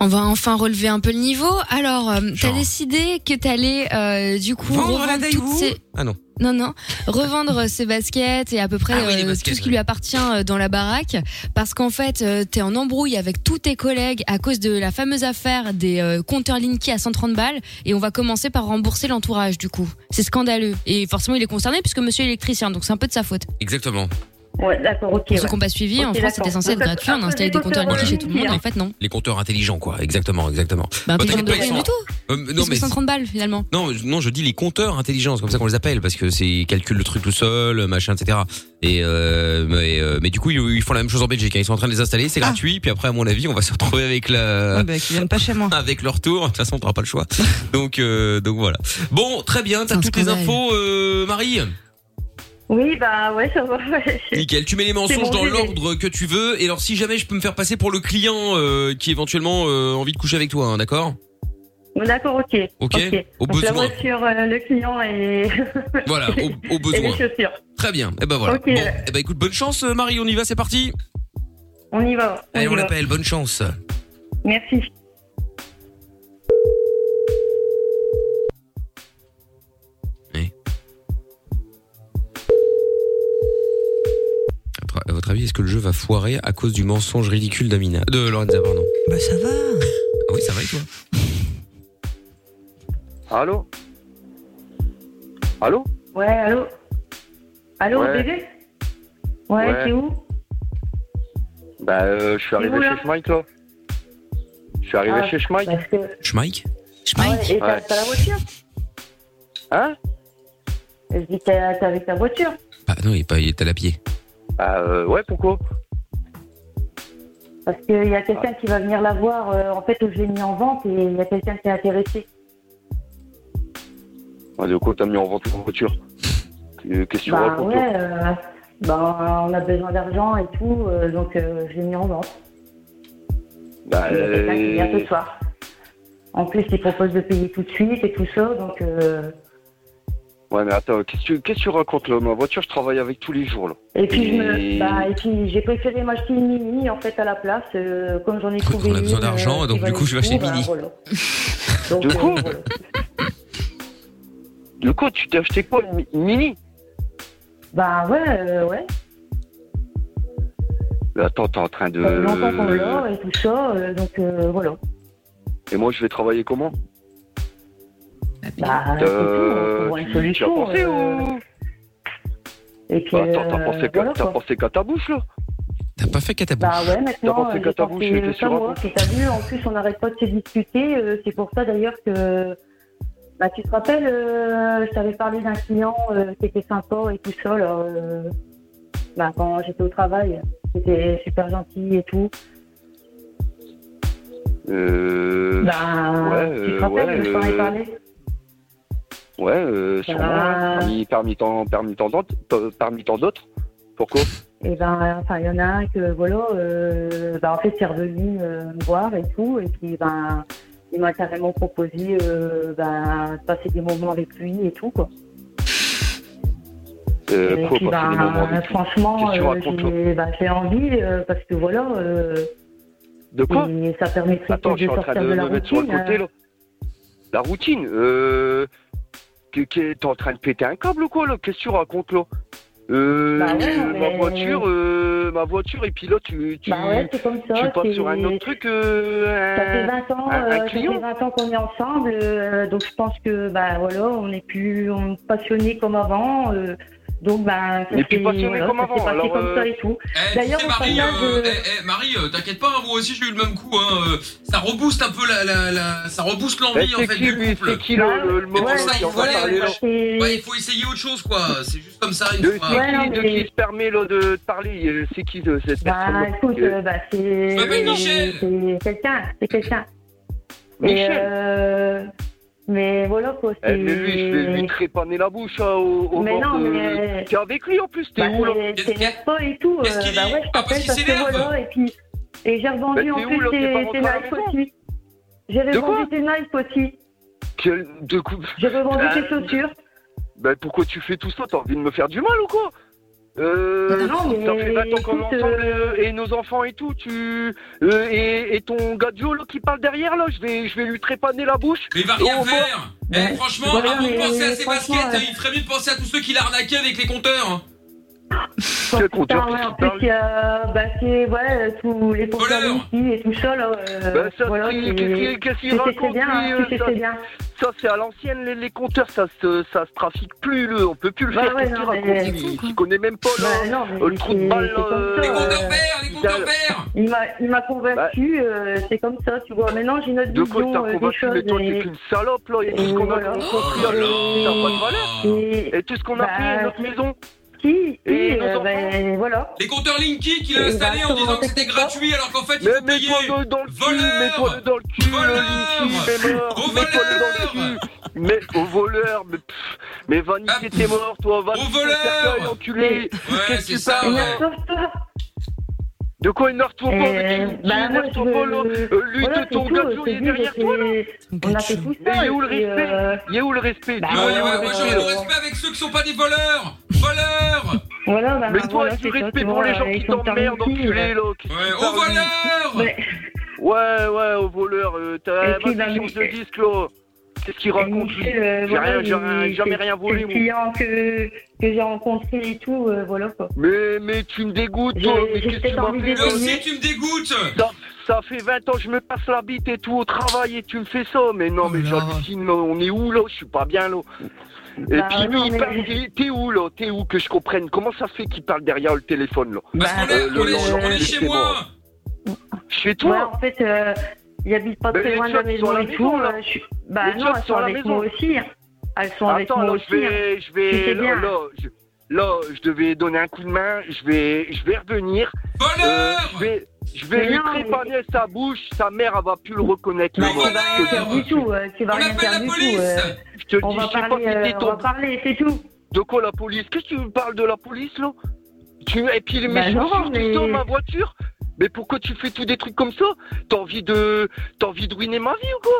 On va enfin relever un peu le niveau. Alors, euh, t'as décidé que t'allais euh, du coup Vendre la revendre toutes Daewoo ces... Ah non. Non, non, revendre ses baskets et à peu près Ah oui, les euh, baskets, tout ce qui lui appartient euh, dans la baraque. Parce qu'en fait, euh, t'es en embrouille avec tous tes collègues à cause de la fameuse affaire des euh, compteurs Linky à 130 balles. Et on va commencer par rembourser l'entourage du coup. C'est scandaleux. Et forcément, il est concerné puisque monsieur est électricien, donc c'est un peu de sa faute. Exactement. Ouais, d'accord, ok. Pour ceux qui n'ont pas suivi, en France, c'était censé être gratuit. On a installé des compteurs Linky chez tout le monde. En fait, non. Les compteurs intelligents quoi. Exactement, exactement. Bah, Bah, puis ils t'inquiète vendent pas, rien ils du sont- tout. Euh, non Parce que mais 130 balles finalement. Non, je- non, je dis les compteurs intelligence, comme ça qu'on les appelle, parce que c'est ils calculent le truc tout seul, machin, etc. Et euh, mais, euh, mais du coup, ils, ils font la même chose en Belgique. hein. Ils sont en train de les installer, c'est gratuit. Puis après, à mon avis, on va se retrouver avec la. Ouais, bah, qu'ils viennent pas chez moi. Avec leur tour, de toute façon, t'auras pas le choix. Donc, euh, donc voilà. Bon, très bien. T'as toutes les infos, euh, Marie. Oui, bah ouais, ça va. ouais. Nickel. Tu mets les bon, mensonges dans j'ai- l'ordre que tu veux. Et alors, si jamais je peux me faire passer pour le client euh, qui éventuellement euh, a envie de coucher avec toi, hein, d'accord Bon, D'accord, ok. Ok, au Donc, besoin. La voiture, euh, le client et. Voilà, au, au et besoin. les chaussures. Très bien. Et ben Eh voilà. Ok. Bon, eh ben écoute, bonne chance, euh, Marie. On y va. C'est parti. On y va. Allez, y on va. l'appelle, bonne chance. Merci. Après, À votre avis, est-ce que le jeu va foirer à cause du mensonge ridicule d'Amina De Lorenza, pardon. Bah ça va. Ah oui, ça va et toi Allô Allô Ouais, allô Allô, Ouais. bébé Ouais, Ouais. t'es où Bah, euh, je suis arrivé où, là chez Schmike là. Je suis arrivé Ah, chez Schmike. parce que- Ah, Schmike Ouais, et t'as Ouais. t'as la voiture Hein Je dis, t'as t'as avec ta voiture Ah non, il est pas, il est à la pied. Ah euh, ouais, pourquoi Parce qu'il y a quelqu'un qui va venir la voir, euh, en fait, où je l'ai mis en vente, et il y a quelqu'un qui est intéressé. Ouais, De quoi t'as mis en vente ton voiture Euh, Qu'est-ce que tu bah racontes ouais, toi euh, bah, on a besoin d'argent et tout, euh, donc euh, je l'ai mis en vente. Bah, Et il y a quelqu'un qui vient euh, ce soir. En plus, il propose de payer tout de suite et tout ça, donc euh, Ouais, mais attends, qu'est-ce que tu- qu'est-ce que tu racontes là Ma voiture, je travaille avec tous les jours là. Et puis, je me- Et- bah, et puis j'ai préféré m'acheter une mini en fait à la place, euh, comme j'en ai trouvé. On a besoin une, d'argent, euh, donc qui du valait coup, je vais acheter le coup, une bah, mini. voilà. euh, De quoi De quoi Tu t'es acheté quoi Une mi- une mini Bah ouais, euh, ouais. Mais Euh, Attends, t'es en train de. Ça fait longtemps qu'on l'a et tout ça, euh, donc euh, voilà. Et moi, je vais travailler comment Bah, c'est tout, on Ah, Euh, trouve une tu- solution. tu as pensé euh, Et puis, Bah, Attends, t'as euh, pensé, qu'à- voilà, t'as quoi. pensé qu'à ta bouche là T'as pas fait qu'à ta Bah ouais, T'as maintenant, pensé euh, qu'à j'ai ta bouche, j'étais pensé sûr qu'à à moi, toi. puis t'as vu, en plus, on n'arrête pas de se discuter, euh, c'est pour ça d'ailleurs que, bah, tu te rappelles, euh, je t'avais parlé d'un client euh, qui était sympa et tout ça, là, euh, bah, quand j'étais au travail, c'était super gentil et tout. Euh. Bah, ouais, tu euh, te rappelles, ouais, je t'en ai euh, parlé Ouais, euh, sûrement, Bah. ouais. parmi, parmi tant parmi tant d'autres. pa- Parmi tant d'autres. Pourquoi Et ben, enfin, il y en a un que, voilà, euh, bah, en fait, il est revenu euh, me voir et tout. Et puis, ben, il m'a carrément proposé euh, ben, de passer des moments avec lui et tout, quoi. euh, et Quoi, puis, passer des moments ben, avec lui franchement, Qu'est-ce que tu euh, racontes, là j'ai ben, j'ai envie euh, parce que, voilà, euh, De quoi et ça permettrait Attends, de je suis en sortir train de, de, la me mettre sur le routine. côté euh. là. La routine euh... que- que- T'es en train de péter un câble ou quoi là Qu'est-ce que tu racontes là euh, Bah ouais, euh, mais- ma voiture, euh, ma voiture, et puis là tu, tu, Bah ouais, c'est comme ça, tu passes c'est- sur un autre truc. euh, Ça fait un- 20 ans, un- un euh, ça fait client 20 ans qu'on est ensemble, euh, donc je pense que bah voilà, on n'est plus on est passionnés comme avant. euh, donc ben On ça n'est plus s'est- passionnés voilà, comme ça avant, s'est passé alors, comme euh, ça et tout. D'ailleurs, au Marie, passage, euh, euh, eh, eh, Marie, euh, t'inquiète pas, hein, moi aussi j'ai eu le même coup. hein, euh, ça rebooste un peu la, la- la- ça rebooste l'envie Eh, en c'est fait qui, du lui, couple. c'est qui, le- le- le Mais pour moment ça, qui il en faut, va parler, là aller- ouais, il Eh, faut essayer autre chose quoi. C'est juste comme ça une De, fois. de qui, de qui se permet là, de te parler euh, C'est qui de cette bah personne écoute, euh, bah, c'est c'est quelqu'un, c'est quelqu'un. Et, Michel. euh, mais voilà quoi, c'est. Eh, mais lui, je vais lui trépaner la bouche hein, au, au Mais bord non, de- mais- T'es avec lui en plus, t'es Bah, où là c'est- C'est Nerfa et tout. euh, bah ouais, je t'appelle parce que voilà, et puis et j'ai revendu Bah, en t'es où, plus là T'es tes pas tes rentré à la knives aussi. J'ai revendu tes knives aussi. Quel... De coup... J'ai revendu Ah. tes chaussures. Bah pourquoi tu fais tout ça T'as envie de me faire du mal ou quoi euh, Non, non, mais ça fait 20 ans qu'on est écoute, ensemble euh, et nos enfants et tout, tu euh, et, et ton gars de Joe, là, qui parle derrière là, je vais je vais lui trépaner la bouche. Mais il va Et rien au revoir. faire. Eh, franchement, Voilà, avant de mais penser à ces franchement, baskets, euh, ouais. il ferait mieux de penser à tous ceux qui l'arnaquaient avec les compteurs. hein. Putain, Quel conteur Bah ouais, en qui plus, il y a bah, c'est ouais, euh, tous les portables ici et tout ça. Là, euh, Bah, ça, voilà, c'est- c'est- qu'est-ce- qu'est-ce qu'il tu sais, c'est raconte, bien, lui, hein, euh, tu sais, ça- c'est bien. Ça c'est à l'ancienne les, les compteurs, ça se ça se trafique plus le, on peut plus le Bah faire. ouais, Qu'est-ce qu'il non, mais- raconte Il- il s'y connaît même pas là. Bah, Euh, le trou de balle là, euh, les compteurs verts Il m'a, il m'a convaincu, euh, c'est comme ça, tu vois. Maintenant, j'ai une autre Bah. De quoi vision t'as euh, des convaincu choses. Mais toi, et- t'es qu'une salope, là. Et tout ce et qu'on a voilà. construit avec Oh ça n'a pas de valeur. Et, tout ce qu'on a pris, notre maison. Bah, Qui Et qui, nos euh, enfants. ben, voilà. Les compteurs Linky qu'il a installés en disant que c'était gratuit alors qu'en fait il faut payer. Mets-toi dans le cul, mets-toi dans le cul, le Linky, t'es mort. Mets-toi dans le cul. Mais au voleur, mais, pff, mais Ah. vanité, t'es mort, toi, va. Au voleur enculé. Qu'est-ce que tu parles De quoi il ne retourne pas mais tu- tu bah, ne moi, retournes je- pas, là. Euh, Lui, voilà, de ton c'est tout, gars, il c'est est lui, derrière j'ai toi, là. On a fait tout Mais ça. il est où le et puis, respect euh, Il est où le respect bah, Tu vois, ouais, il est où ouais, le moi, respect, j'aurais là Le respect avec ceux qui sont pas des voleurs Voleurs Voilà, bah, Mais toi, voilà, du c'est ça, respect tu pour vois, euh, les gens ils qui sont t'emmerdent, parmi nous, enculé, ouais. là. qui Ouais, te parlent. au voleur Ouais. Ouais, ouais, au voleur. Euh, Et T'as puis, vas-y, bah, change de Michel- disque, là. Qu'est-ce qu'il raconte, lui Et, euh, J'ai voilà, rien, j'ai rien- il- jamais c'est- rien c'est volé, le moi. client que, que j'ai rencontré et tout, euh, voilà quoi. Mais, mais tu me dégoûtes, J'ai- toi. Mais j'ai qu'est-ce que peut-être tu m'as envie fait d'étonner. Toi aussi, tu me dégoûtes ça, ça fait 20 ans, je me passe la bite et tout au travail et tu me fais ça. Mais Oh non, mais j'hallucine, là. On est où, là Je suis pas bien, là. Et Bah, puis lui, non, il mais- parle, il- t'es où là T'es où que je comprenne Comment ça se fait qu'il parle derrière le téléphone là Parce Bah, qu'on est- Euh, le- on est- non, on est non, chez c'est moi. bon. Chez toi Ouais, en fait, euh, il habite pas Mais très les loin de la chiottes sont maison à la et maison, tout. là. euh, je suis- Bah Les non, chiottes elles sont sont à la avec maison. moi aussi. hein. Elles sont avec Attends, moi là, aussi. je vais, hein. je vais, Tu sais là, bien. là, je, là, je devais donner un coup de main. Je vais, je vais revenir. Euh, je vais, je vais Mais lui non, mais- trépaner sa bouche. Sa mère, elle va plus le reconnaître. le Tu mec, vas je rien te faire dis. du tout. euh, Tu vas rien faire du tout. euh, Je te On dis, va je sais pas parler, qui euh, t'es on va ton- parler, c'est tout. De quoi la police Qu'est-ce que tu me parles de la police là tu... Et puis mes Bah non, chaussures, tout mais- ça, ma voiture Mais pourquoi tu fais tous des trucs comme ça T'as envie de. T'as envie de ruiner ma vie ou quoi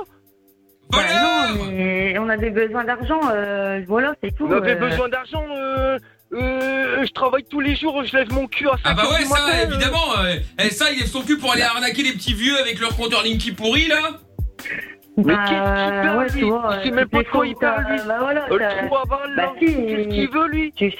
Bah, non, mais on avait besoin d'argent, euh, voilà, c'est tout. On avait euh. besoin d'argent. euh, euh, je travaille tous les jours, je lève mon cul à 5 Ah bah heures ouais, du ça, matin, euh. évidemment. ouais. Eh, ça, il lève son cul pour aller arnaquer les petits vieux avec leur compteur Linky pourri, là. Mais Bah, qu'est-ce qu'il parle, ouais, lui tu vois, Il sait euh, même pas des de quoi il fois, parle, lui. euh, bah, voilà, Euh, ça- le trou à balles, bah, là. si, Qu'est-ce qu'il veut, lui tu-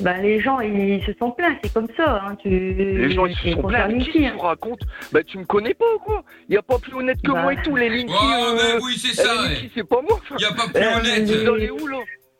bah, les gens, ils se sont plaints, c'est comme ça. Hein, tu, Les gens, ils se sont plaints. Mais Qu'est-ce que hein. tu racontes Bah, tu me connais pas ou quoi Il y a pas plus honnête que Bah. moi et tout, les Linky. Ouais, ouais, euh, oui, c'est ça, eh, les ouais. Linky, c'est pas moi. Eh, Il y a pas plus honnête. Vous allez où, là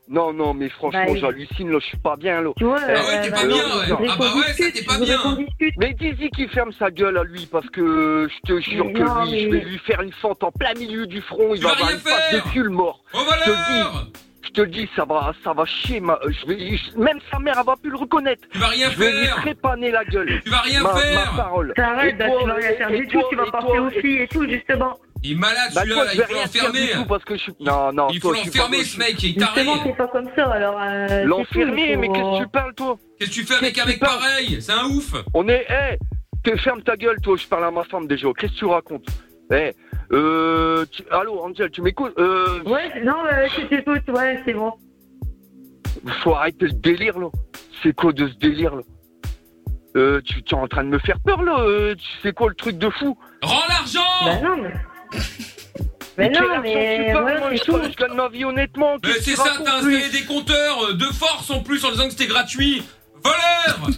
non, non, mais franchement, Bah, il- j'hallucine, là, je suis pas bien, là. Eh, Tu vois, Ah ouais, t'es euh, pas bien, ouais. non. Ah bah ouais, ça, t'es pas Je voudrais bien. qu'on Mais dis-y qu'il ferme sa gueule à lui, parce que je te jure Mais que non, lui, mais- je vais lui faire une fente en plein milieu du front, il Tu va vas avoir rien une passe de faire. cul, le mort. Au je te dis, je te dis, ça va, ça va chier, ma... je vais... je- même sa mère, elle va plus le reconnaître. Tu vas rien je vais faire. lui trépaner la gueule. Tu vas rien Ma- faire. Ma parole. T'arrêtes, Et bah, toi, tu vas rien et- faire et du tout, toi, tu vas et porter toi, aussi et tout, justement. Il est malade, Bah, celui-là, toi, là, je il vais faut rien faire l'enfermer. du tout parce que je suis. Non, non, Il toi, faut je suis l'enfermer, pas- ce mec, il est taré. Justement, c'est pas comme ça, alors. euh, c'est tout, L'enfermer, il faut- mais qu'est-ce que tu parles, toi Qu'est-ce que tu fais avec un mec pareil C'est un ouf. On est. Eh Te ferme ta gueule, toi, je parle à ma femme déjà. Qu'est-ce que tu racontes Eh Euh. tu- Allô, Angel, tu m'écoutes Euh. Ouais, non, euh, je t'écoute, ouais, c'est bon. Faut arrêter le délire, là. C'est quoi de ce délire, là Euh. Tu tu es en train de me faire peur, là euh, tu C'est quoi le truc de fou Rends l'argent Bah non, mais. Mais quel non, argent tu mais. parles, Ouais, moi, c'est je, tout. tra- je gagne ma vie honnêtement. Mais qu'est-ce c'est que tu ça, racontes, t'as lui installé des compteurs euh, de force en plus en disant que c'était gratuit. Voleur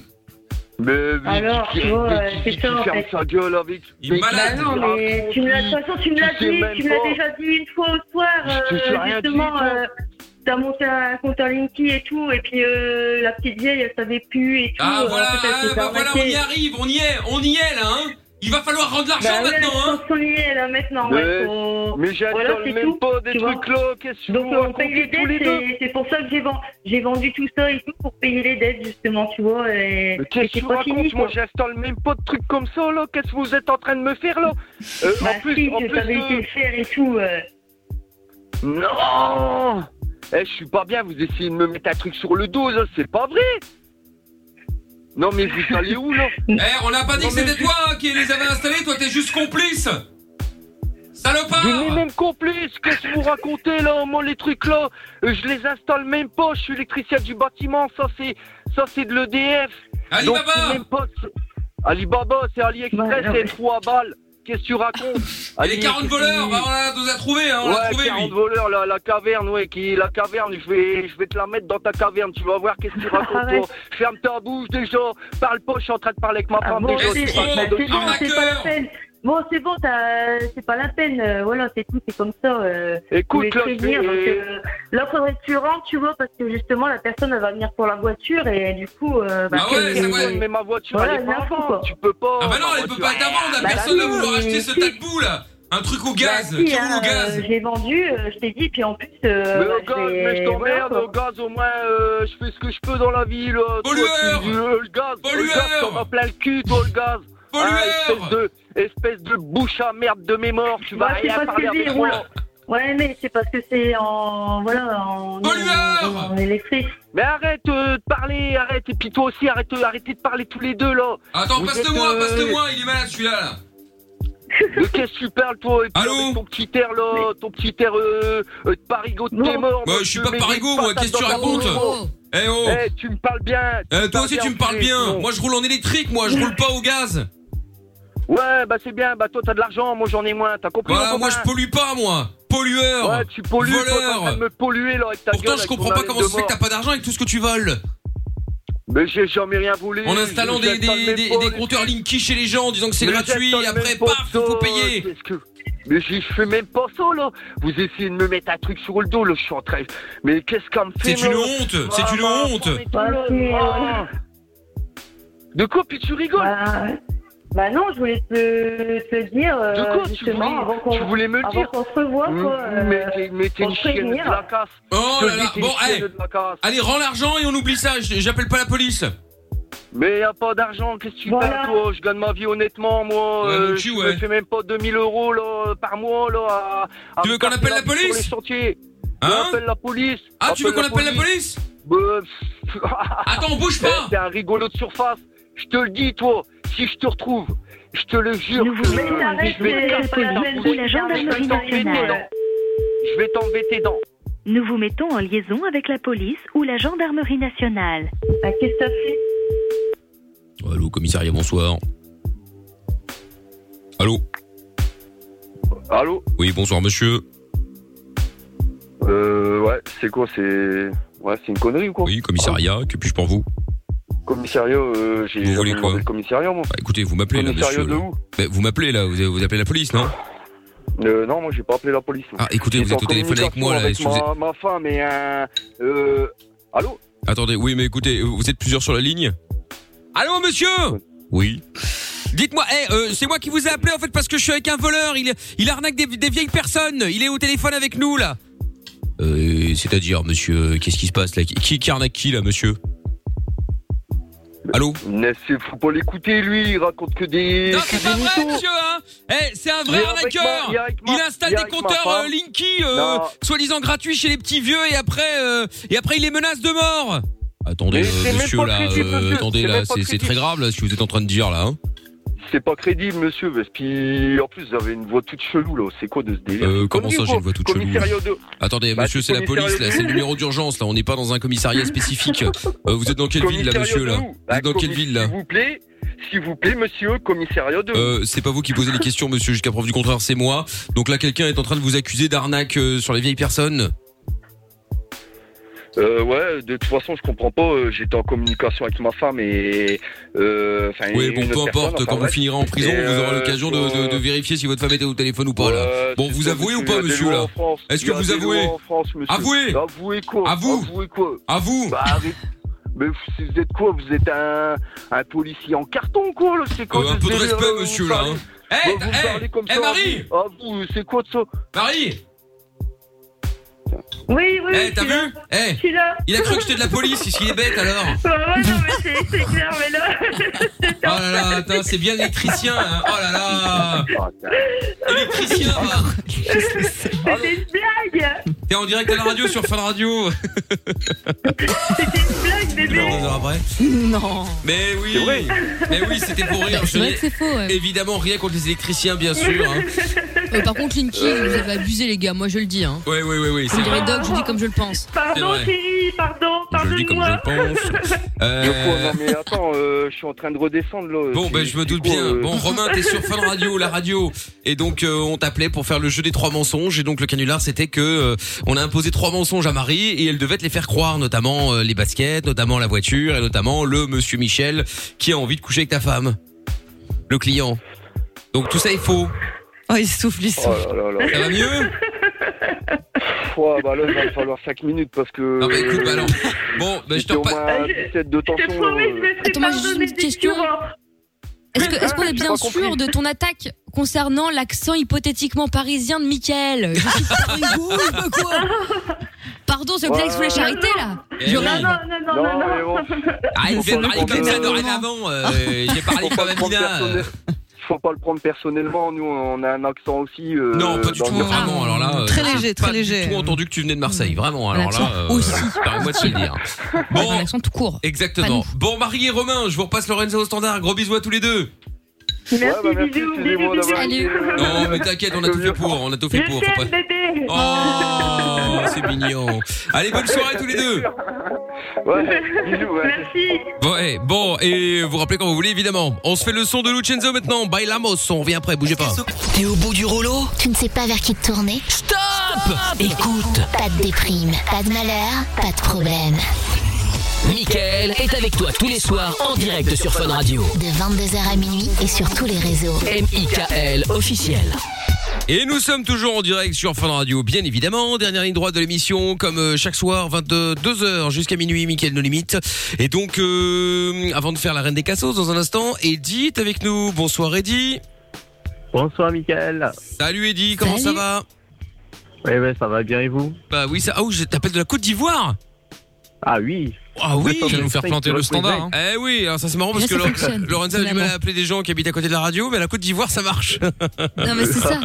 Mais, mais Alors, qui- tu vois, mais euh, qui- c'est qui ça, en ferme fait. sa gueule hein, avec. Il est Bah non, mais tu me l'as, de toute façon, tu me l'as sais dit, même tu me l'as pas. déjà dit une fois au soir, Je te euh, fais rien du justement, tout. euh, t'as monté un compte en Linky et tout, et puis euh, la petpetite vieille, elle savait plus et tout. Ah euh, voilà, peut-être ah, qu'elle s'est bah voilà, on y arrêtée. arrive, on y est, on y est là, hein Il va falloir rendre Bah l'argent ouais, maintenant, je hein pense qu'on y est, là, maintenant, ouais, faut- Mais j'attends voilà, c'est même tout, pas des tu vois. trucs là, qu'est-ce que Donc vous on paye racontez les tous les dettes, deux et c'est pour ça que j'ai vendu, j'ai vendu tout ça et tout pour payer les dettes justement, tu vois. Et, Mais et qu'est-ce que c'est tu pas fini. racontes Moi quoi. j'installe même pas de trucs comme ça là, qu'est-ce que vous êtes en train de me faire là Euh, Bah En plus, si, en je plus. savais euh, essayer de faire et tout. euh. Non Eh, je suis pas bien, vous essayez de me mettre un truc sur le dos là, c'est pas vrai Non mais vous allez où là Eh, on n'a pas dit Non, que mais c'était je- toi hein, qui les avait installés, toi t'es juste complice Salopard Je n'ai même complice, qu'est-ce que vous racontez là Moi les trucs là, euh, je les installe même pas, je suis électricien du bâtiment, ça c'est ça c'est de l'EDF. Alibaba même pas Alibaba, c'est AliExpress, c'est 3 balles. Qu'est-ce que tu racontes Et les 40 voleurs, bah, on l'a- on les a trouvés, hein, on ouais, l'a trouvé 40 lui voleurs, la, la caverne, ouais, qui, la caverne, je vais, je vais te la mettre dans ta caverne, tu vas voir qu'est-ce que tu racontes, toi. Ferme ta bouche déjà, parle pas, je suis en train de parler avec ma Ah femme bon, déjà. c'est tu parles bah, de- c'est bon, c'est pas la peine. Bon, c'est bon, t'as- c'est pas la peine. euh, voilà, c'est tout, c'est comme ça. euh, Écoute, je voulais là, te je prévenir, vais- donc, euh, là, faudrait que tu rentres, tu vois, parce que justement, la personne, elle va venir pour la voiture et du coup. euh, bah, c'est- Mais ma voiture, Voilà, elle est pas n'importe à vendre, quoi. tu peux pas. Ah bah non, ma elle peut voiture. pas être à vendre, Bah, la personne va si, Ah vouloir mais acheter ce tas de boules là Un truc au gaz, Si, qui roule hein, au gaz euh, je l'ai vendu, euh, je t'ai dit, puis en plus. euh, Mais bah, au je gaz, vais- mais je voilà, t'emmerde, quoi. au gaz, au moins, euh, je fais ce que je peux dans la ville. euh, toi, Pollueur tu- euh, Le gaz, le Pollueur gaz, t'en as plein le cul, toi, le gaz. Pollueur Ah, espèce, de, espèce de bouche à merde de mémoire, tu vas Bah, c'est rien parce que parler avec c'est- moi. voilà. Ouais, mais c'est parce que c'est en. Voilà, en. en- en électrique. Mais arrête euh, de parler, arrête, et puis toi aussi, arrête, euh, arrêtez de parler tous les deux là. Bah, Attends, Vous passe-le-moi, êtes, euh, passe-le-moi, il est malade celui-là là De qu'est-ce que tu parles toi et puis avec ton petit air là, ton petit air euh, euh, de parigot de tes morts. Bah, moi, je suis te pas mets parigot, des moi, qu'est-ce que tu patates dans ta racontes bouche. Eh oh Eh, tu me parles bien Euh, toi parles aussi tu me parles enculé, bien sinon. Moi je roule en électrique moi, je roule pas au gaz Ouais, bah c'est bien, bah toi t'as de l'argent, moi j'en ai moins, t'as compris Voilà, mon Bah, moi je copain pollue pas moi Pollueur Ouais, tu pollues, toi, t'es en train Voleur de me polluer là avec ta Pourtant gueule, je avec comprends ton pas haleine comment de ça se fait que t'as mort. pas d'argent avec tout ce que tu voles Mais j'ai jamais rien volé. En installant des, des, des, des compteurs Linky chez les gens en disant que c'est gratuit et après paf, il faut payer Mais je fais même pas ça là Vous essayez de me mettre un truc sur le dos là, je suis en train... Mais qu'est-ce qu'elle me fait C'est une là honte, c'est Ah, une bah, honte. prends mes Bah, douleurs, c'est- ah. De quoi puis tu rigoles Bah, bah non, je voulais te, te le dire. euh, De quoi tu justement, voulais- avant qu'on- tu voulais me le avant dire qu'on se revoie, Mm, quoi. mais euh, t'es- mais t'es pour une te chienne de prévenir. la casse. Oh Je là te là, dis, t'es bon, une chienne eh. de la casse. Allez, rends l'argent et on oublie ça, j- j'appelle pas la police. Mais y a pas d'argent, qu'est-ce que tu Voilà. parles, toi Je gagne ma vie honnêtement, moi. Ouais, euh, mon cul, je ouais. me fais même pas 2000 euros là, euh, par mois là. À, à Tu veux me qu'on casser appelle la gueule sur police les chantiers. Hein Ouais, appelle la police. Ah, tu veux qu'on appelle la police Attends, bouge pas T'es Ben, un rigolo de surface. Je te le dis, toi. Si je te retrouve, je te le jure. Ne vous que mettez pas je la vais casser ta police, bouche. la gendarmerie Je vais t'embêter nationale. dans- Je vais t'embêter dans. Nous vous mettons en liaison avec la police ou la gendarmerie nationale. Bah, qu'est-ce que Allô, commissariat, bonsoir. Allô Allô Oui, bonsoir, monsieur. Euh, ouais, c'est quoi C'est. Ouais, c'est une connerie ou quoi Ah Oui, Commissariat, que puis-je pour vous Commissariat, euh, j'ai Vous jamais voulez quoi Bah, demandé le commissariat, moi. Écoutez, vous m'appelez là, Commissariat monsieur. de là. où Mais vous m'appelez là, vous, vous appelez la police, non Euh, non, moi j'ai pas appelé la police. moi. Ah, écoutez, vous J'étais êtes en au téléphone avec moi, là, est-ce que communication vous avec ma, ma femme et un. Euh. Allô Attendez, oui, mais écoutez, vous êtes plusieurs sur la ligne Allô, monsieur Oui. Dites-moi, eh, euh, c'est moi qui vous ai appelé en fait parce que je suis avec un voleur. Il, il arnaque des, des vieilles personnes. Il est au téléphone avec nous là. Euh, c'est-à-dire, monsieur, qu'est-ce qui se passe là qui, qui arnaque qui là, monsieur Allô Mais c'est- faut pas l'écouter, lui, il raconte que des. Non, que c'est des pas vrai, mythos. monsieur, hein Eh, c'est un vrai Il est avec arnaqueur ma- il est avec ma- Il installe il est des avec ma compteurs femme. euh, Linky, euh, Non. soi-disant gratuits chez les petits vieux, et après, euh, et après il les menace de mort Attendez, Mais euh, c'est même monsieur, pas là, crédible, euh, monsieur, attendez, c'est là, même pas c'est c'est crédible. très grave, là, ce que vous êtes en train de dire, là. hein. C'est pas crédible, monsieur, parce qu'il. En plus, vous avez une voix toute chelou, là. C'est quoi de ce délire Euh, comment ça, Commissariat j'ai une voix toute chelou là commissariat de- Attendez, Bah, monsieur, c'est la commissariat police, là, de- c'est le numéro d'urgence, là, on n'est pas dans un commissariat spécifique. Euh, vous êtes dans quelle ville, là, Commissariat monsieur, de là où Vous êtes dans Bah, quelle commis- ville, là S'il vous plaît, s'il vous plaît, monsieur, commissariat de. Euh, c'est pas vous qui posez les questions, monsieur, jusqu'à preuve du contraire, c'est moi. Donc là, quelqu'un est en train de vous accuser d'arnaque euh, sur les vieilles personnes. Euh, ouais, de toute façon, je comprends pas. euh, J'étais en communication avec ma femme et. euh, Enfin. Oui, et bon, une peu autre importe, personne, quand enfin, vous bref. finirez en prison, Et, vous aurez euh, l'occasion de, de- de vérifier si votre femme était au téléphone ou pas, là. Bon, vous ça, avouez monsieur, ou il y pas, a des monsieur, lois là en France, Est-ce il que y a vous des avouez lois en France, monsieur. Bah, Avouez Avouez quoi Avoue Avouez quoi Avoue Bah, arrête. Mais vous- vous êtes quoi Vous êtes un, un policier en carton, quoi là C'est quoi Euh, ce Un peu de délire, respect, vous monsieur, là. parlez- hein. Bah, vous parlez comme eh, ça, Marie Ah, vous, c'est quoi de ça Marie Oui, oui. Eh, t'as vu Eh Il a cru que j'étais de la police, est-ce qu'il est bête, alors Oh. Bah ouais, non, mais c'est- c'est clair, mais là. Oh là là, attends, c'est bien électricien, hein. Oh là là Électricien C'était une blague T'es en direct à la radio sur Fun Radio Blague, bébé Deux heures après. Non. Mais oui Mais oui, c'était pour rire. C'est vrai que c'est faux, ouais. Évidemment, rien contre les électriciens, bien sûr. Hein. Euh, par contre, Linky, vous avez abusé, les gars, moi je le dis. Hein. Ouais, ouais, ouais, ouais. Vous C'est direz vrai. Doc, je dis comme je le pense. Pardon, C'est vrai. chérie, pardon, Je le dis comme je le pense. Euh, De quoi Non, mais attends, euh, je suis en train de redescendre, là. Bon, C'est- ben je me c'est doute quoi, bien. euh Bon, Romain, t'es sur Fun Radio, la radio. Et donc, euh, on t'appelait pour faire le jeu des trois mensonges. Et donc, le canular, c'était que euh, on a imposé trois mensonges à Marie et elle devait te les faire croire, notamment euh, les baskets, notamment la voiture et notamment le monsieur Michel qui a envie de coucher avec ta femme, le client. Donc, tout ça est faux. Oh, il souffle, il souffle. Oh là là. Ça va mieux Ouais, bah là, il va me falloir 5 minutes parce que. Non, mais écoute, bah non. Bon, bah je te repasse. de tension. euh, Attends, moi j'ai juste une petite question. Est-ce que- est-ce qu'on est, J'ai bien pas sûr de ton attaque concernant l'accent hypothétiquement parisien de Michael Je suis pas rigolo, quoi. Pardon, c'est Xavier sous la charité là Eh oui. non, non, non, non. Arrête de Faut pas parler le comme ça prendre, dorénavant. euh, J'ai parlé Faut comme pas le prendre Amina. euh. personnel- Faut pas le prendre personnellement, nous on a un accent aussi. euh, Non, pas du dans tout, le- vraiment. Alors là, euh, Très j'ai léger, très léger. Pas du tout entendu que tu venais de Marseille, vraiment. Alors là, L'accent euh, aussi. permets-moi de te le dire. Bon, un accent Ah, bah, tout court. Exactement. Bon, Marie et Romain, je vous repasse Lorenzo au standard. Gros bisous à tous les deux. Merci, Ouais, bah, merci, bisous, excusez-moi bisous, d'avoir bisous. été, euh, Non, mais t'inquiète, on a tout fait pour. On a tout fait Je pour. faut t'aime, bébé pas- Oh, c'est mignon. Allez, bonne soirée à tous les deux. Merci Ouais, bon, et vous rappelez quand vous voulez, évidemment. On se fait le son de Lucenzo maintenant. Bailamos, on revient après, bougez pas. T'es au bout du rouleau Tu ne sais pas vers qui te tourner Stop, Écoute Pas de déprime, pas de malheur, pas de problème. Michael est avec toi tous les soirs en direct sur Fun Radio. De 22h à minuit et sur tous les réseaux. M.I.K.L. officiel. Et nous sommes toujours en direct sur Fun Radio, bien évidemment. Dernière ligne droite de l'émission, comme euh, chaque soir, 22h jusqu'à minuit, Mickaël No Limite. Et donc, euh, avant de faire la Reine des Cassos, dans un instant, Eddy est avec nous. Bonsoir Eddy. Bonsoir Mickaël. Salut Eddy, comment ça va Ouais, ouais, Eh ben, ça va bien et vous Bah oui, ça... Ah oui, je t'appelle de la Côte d'Ivoire Ah oui Ah oui Tu vas nous faire planter le standard, hein. Eh oui, alors ça c'est marrant Et là, parce que ça Lo- fonctionne, Lorenza a du mal à finalement. appeler des gens qui habitent à côté de la radio, mais à la Côte d'Ivoire ça marche Non, mais c'est ça.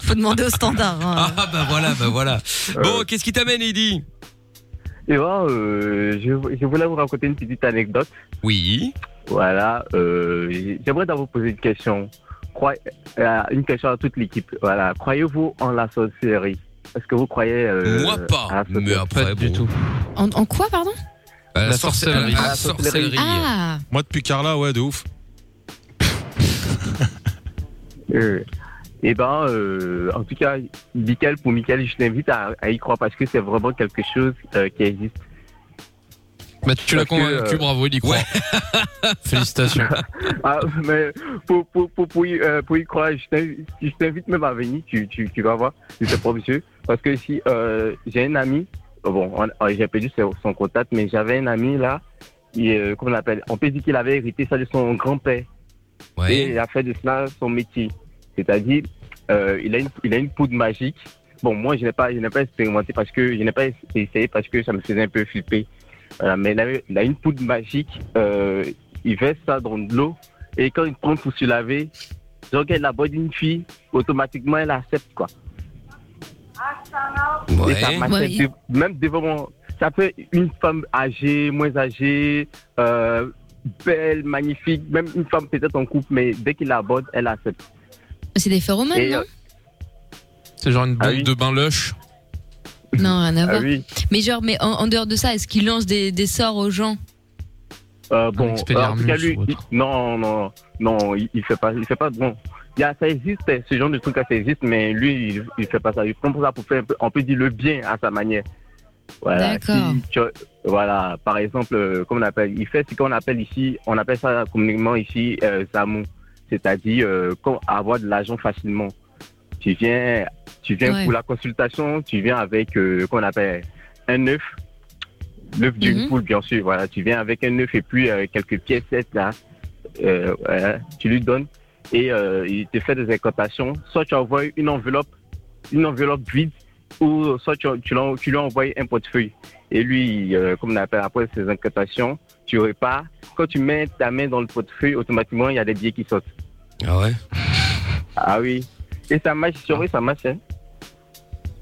Faut demander au standard. hein. Ah bah voilà, bah voilà Euh. Bon, qu'est-ce qui t'amène Eddy Et voilà, euh, je, je voulais vous raconter une petite anecdote. Oui. Voilà, euh, j'aimerais d'abord poser une question. Croy- euh, une question à toute l'équipe. Voilà, croyez-vous en la sorcellerie Est-ce que vous croyez euh, Moi pas, à la sorcellerie mais après, Euh, du tout. En, en quoi, pardon À la La sorcellerie. sorcellerie. À la sorcellerie. Ah Moi depuis Carla, ouais, de ouf. Euh, Eh ben, euh, en tout cas, Michael, pour Michael, je t'invite à, à y croire parce que c'est vraiment quelque chose euh, qui existe. Bah, tu l'as Parce que, convaincu, euh, bravo, il y croit. Félicitations. Ah, mais pour, pour, pour, pour y, euh, pour y croire, je t'invite- je t'invite même à venir, tu, tu, tu vas voir, je te promets. Parce que si euh, j'ai un ami, euh, bon, on- j'ai perdu son son contact, mais j'avais un ami là, il, euh, comment on l'appelle On peut dire qu'il avait hérité ça de son grand-père. Et il a fait de cela son métier. C'est-à-dire, euh, il, a une, il a une poudre magique. Bon, moi, je n'ai pas, je n'ai pas expérimenté parce que je n'ai pas essayé parce que ça me faisait un peu flipper. Voilà, mais il a, il a une poudre magique. euh, il verse ça dans de l'eau et quand il prend pour se laver, genre quand il aborde une fille, automatiquement, elle accepte quoi. Ah, Et ça m'achète Ouais. de- même devant mon- Ça peut être une femme âgée, moins âgée, euh, belle, magnifique, même une femme peut-être en couple, mais dès qu'il aborde, elle accepte. C'est des phéromones, Et, non euh, C'est genre une Ah bombe de bain lush. Non, Ah rien à voir. oui. Mais genre, mais en, en dehors de ça, est-ce qu'il lance des, des sorts aux gens euh, bon, expédient euh, en tout cas, armus lui, ou il- non, non, non, il, il fait pas, il fait pas. Bon, il y a, ça existe, ce genre de truc, ça existe, mais lui, il, il fait pas ça. Il prend pour ça pour faire, un peu- on peut dire le bien à sa manière. Voilà. D'accord. Si tu- voilà. Par exemple, euh, comme on appelle, il fait ce qu'on appelle ici, on appelle ça communément ici euh, Zamou. C'est-à-dire euh, qu'on- avoir de l'argent facilement. Tu viens, tu viens Ouais. pour la consultation, tu viens avec euh, qu'on appelle un œuf, l'œuf d'une Mhm. poule, bien sûr. Voilà, tu viens avec un œuf et puis euh, quelques pièces là. Euh, voilà, tu lui donnes et euh, il te fait des incantations. Soit tu envoies une enveloppe, une enveloppe vide, ou soit tu, tu, l'en- tu lui envoies un portefeuille. Et lui, euh, comme on appelle après ces incantations, tu repars. Quand tu mets ta main dans le portefeuille, automatiquement, il y a des billets qui sautent. Ah ouais Ah oui. Et ça marche, sur ça marche. hein.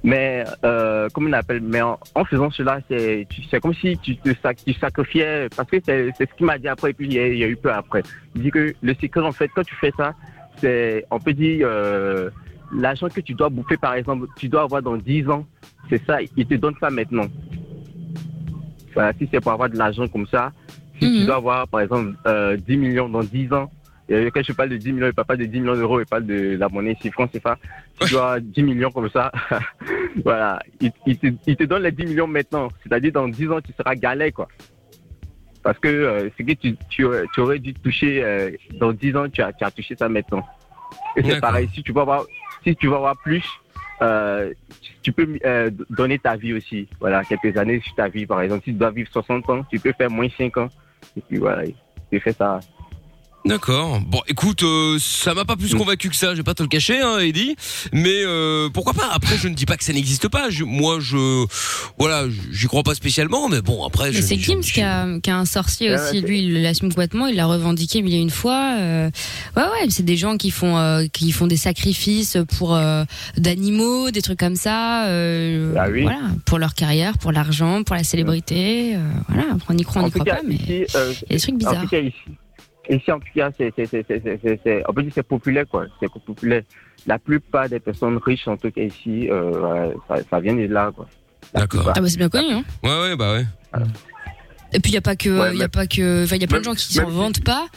Mais, euh, comment on appelle, mais en, en faisant cela, c'est tu- c'est comme si tu te sac- tu sacrifiais, parce que c'est c'est ce qu'il m'a dit après, et puis il y, a- il y a eu peu après. Il dit que le secret, en fait, quand tu fais ça, c'est, on peut dire, euh, l'argent que tu dois bouffer, par exemple, tu dois avoir dans 10 ans, c'est ça, il te donne ça maintenant. Voilà, Bah, si c'est pour avoir de l'argent comme ça, si tu dois avoir, par exemple, euh, 10 millions dans 10 ans, et euh, quand je parle de 10 millions, il parle pas de 10 millions d'euros, il parle de la monnaie, 6 francs, c'est ça. Si tu dois 10 millions comme ça, voilà, il, il te, il te donne les 10 millions maintenant. C'est-à-dire, dans 10 ans, tu seras galet, quoi. Parce que euh, ce que tu, tu, aurais- tu aurais dû toucher euh, dans 10 ans, tu as, tu as touché ça maintenant. Et c'est pareil, si tu vas avoir, si tu vas avoir plus, euh, tu- tu peux euh, donner ta vie aussi. Voilà, quelques années sur ta vie, par exemple. Si tu dois vivre 60 ans, tu peux faire moins 5 ans. Et puis voilà, tu fais ça. D'accord. Bon, écoute, euh, ça m'a pas plus Mm. convaincu que ça. Je vais pas te le cacher, hein, Eddie. Mais euh, pourquoi pas Après, je ne dis pas que ça n'existe pas. Je- moi, je, voilà, j'y crois pas spécialement. Mais bon, après, Mais je, c'est Gims qui a, qui a un sorcier Ouais, aussi. ouais, Lui, il l'assume complètement. Il l'a revendiqué mille et une fois. euh, Ouais, ouais. C'est des gens qui font euh, qui font des sacrifices pour euh, d'animaux, des trucs comme ça. euh, Bah oui. Voilà, pour leur carrière, pour l'argent, pour la célébrité. euh, voilà. Après, on y croit, on En n'y tout croit cas, pas, mais ici, euh, il y a des trucs En bizarres. tout cas, ici, ici, en tout cas, c'est, c'est, c'est, c'est, c'est, c'est, c'est- on peut dire que c'est populaire, quoi. C'est populaire. La plupart des personnes riches, en tout cas, ici, euh, ouais, ça, ça vient de là, quoi. D'accord. Ah bah, c'est bien connu. Hein. Ouais, ouais, bah ouais. Et puis il y a pas que, Ouais, il y a même- pas que, enfin il y a plein de gens qui s'en vantent pas.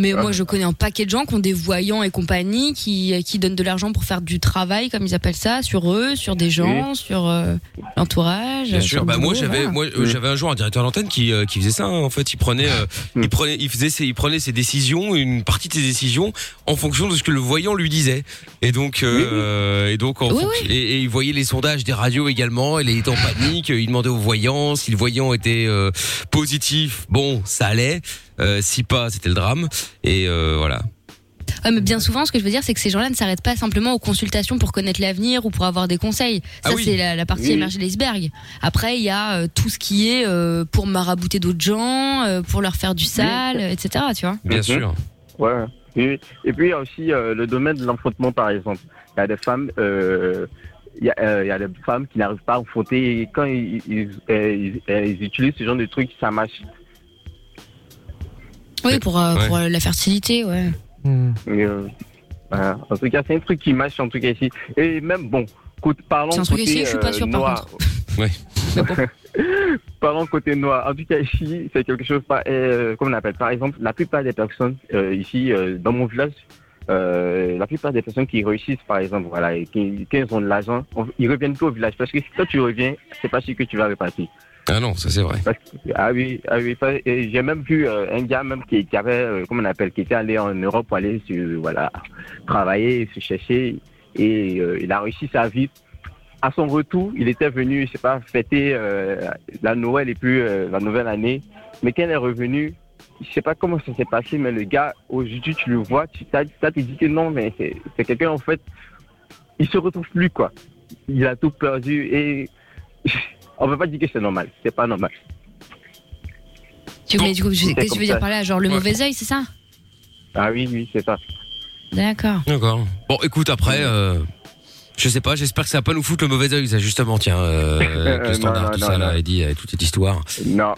Mais Ouais. moi, je connais un paquet de gens qui ont des voyants et compagnie qui, qui donnent de l'argent pour faire du travail, comme ils appellent ça, sur eux, sur des gens, sur euh, l'entourage. Bien sur sûr. le Bah moi boulot, j'avais voilà. moi euh, j'avais un jour un directeur d'antenne qui euh, qui faisait ça. hein. En fait, il prenait euh, il prenait il faisait ses, il prenait ses décisions une partie de ses décisions en fonction de ce que le voyant lui disait. Et donc euh, et donc en fonction- Et, et il voyait les sondages des radios également. Il était en panique. Il demandait au voyant si le voyant était euh, positif. Bon, ça allait. Euh, si pas, c'était le drame. Et euh, voilà. Ouais, Ah, mais bien souvent, ce que je veux dire, c'est que ces gens-là ne s'arrêtent pas simplement aux consultations pour connaître l'avenir ou pour avoir des conseils. Ça, Ah oui. c'est la, la partie Oui. émergée de l'iceberg. Après, il y a euh, tout ce qui est euh, pour marabouter d'autres gens, euh, pour leur faire du sale, euh, etc. Tu vois Bien sûr. Mhm. Ouais. Et, et puis, il y a aussi euh, le domaine de l'enfantement, par exemple. Il y a des femmes, euh, il y, a, euh, il y a des femmes qui n'arrivent pas à enfanter. Et quand ils, ils, euh, ils- euh, ils utilisent ce genre de truc, ça marche. Oui, pour, euh, Ouais. pour euh, la fertilité, ouais. Hmm. Mais, euh, voilà. En tout cas, c'est un truc qui marche en tout cas ici. Et même bon, côté- parlons C'est un truc côté, essayé, je suis pas euh, sûre, par noir. Parlons côté noir. En tout cas, ici, c'est quelque chose, pas, euh, comment on appelle, par exemple, la plupart des personnes euh, ici, euh, dans mon village, euh, la plupart des personnes qui réussissent, par exemple, voilà, et qui, qui ont de l'argent, on- ils reviennent plus au village. Parce que si toi tu reviens, c'est pas sûr que tu vas repartir. Ah non, ça c'est vrai. Parce que- ah oui, ah oui parce- et j'ai même vu euh, un gars même qui, qui avait, euh, comment on appelle, qui était allé en Europe pour aller se, voilà, travailler, se chercher, et euh, il a réussi sa vie. À son retour, il était venu, je sais pas, fêter euh, la Noël et puis euh, la nouvelle année. Mais quand il est revenu, je sais pas comment ça s'est passé, mais le gars, aujourd'hui, tu le vois, tu t'as, t'as te dit que non, mais c'est, c'est quelqu'un, en fait, il se retrouve plus, quoi. Il a tout perdu et on peut pas dire que c'est normal. C'est pas normal. Tu, mais du coup, je- C'est qu'est-ce que tu comme veux dire ça. par là Genre le Ouais. mauvais oeil, c'est ça Ah oui, oui, c'est ça. D'accord. D'accord. Bon, écoute, après, euh, je sais pas, j'espère que ça va pas nous foutre le mauvais oeil, ça, justement, tiens, euh, avec Non, le standard, non, tout non, ça, non. là, Eddie, avec toute cette histoire. Non.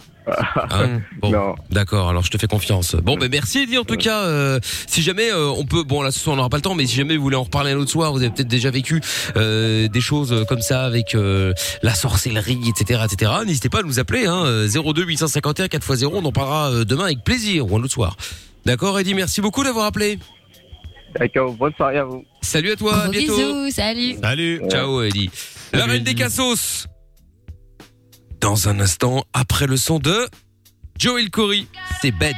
Hein bon, d'accord, alors je te fais confiance. Bon, ben merci Eddie, en tout cas, euh, si jamais euh, on peut, bon là ce soir on n'aura pas le temps, mais si jamais vous voulez en reparler un autre soir, vous avez peut-être déjà vécu euh, des choses euh, comme ça avec euh, la sorcellerie, etc., etc., n'hésitez pas à nous appeler, hein, euh, 02 851 4x0, on en parlera euh, demain avec plaisir, ou un autre soir. D'accord Eddie, merci beaucoup d'avoir appelé. D'accord, bonne soirée à vous. Salut à toi, à Gros bientôt. bisous, salut. Salut. Ciao, Ellie. La reine des cassos. Dans un instant, après le son de Joel Corey, c'est Bed.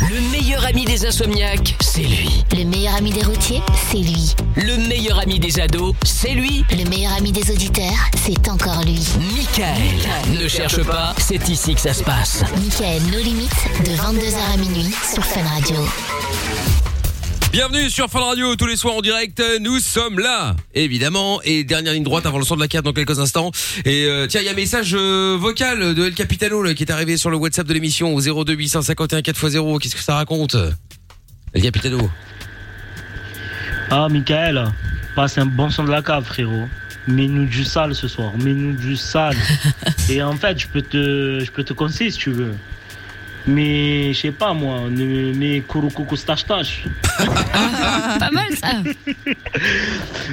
Le meilleur ami des insomniaques, c'est lui. Le meilleur ami des routiers, c'est lui. Le meilleur ami des ados, c'est lui. Le meilleur ami des auditeurs, c'est encore lui. Michael. Ne cherche pas, c'est ici que ça se passe. Michael, nos limites, de 22h à minuit sur Fun Radio. Bienvenue sur Fun Radio, tous les soirs en direct, nous sommes là, évidemment, et dernière ligne droite avant le son de la carte dans quelques instants. Et euh, tiens, il y a un message euh, vocal de El Capitano là, qui est arrivé sur le WhatsApp de l'émission au 02 851 4x0, qu'est-ce que ça raconte El Capitano Ah, Michael, passe un bon son de la cave, frérot. Mets-nous du sale ce soir, mets-nous du sale. Et en fait, je peux te, je peux te conseiller si tu veux. Mais je sais pas moi, ne mets Kouroukoukou Stache Tache. Pas mal ça.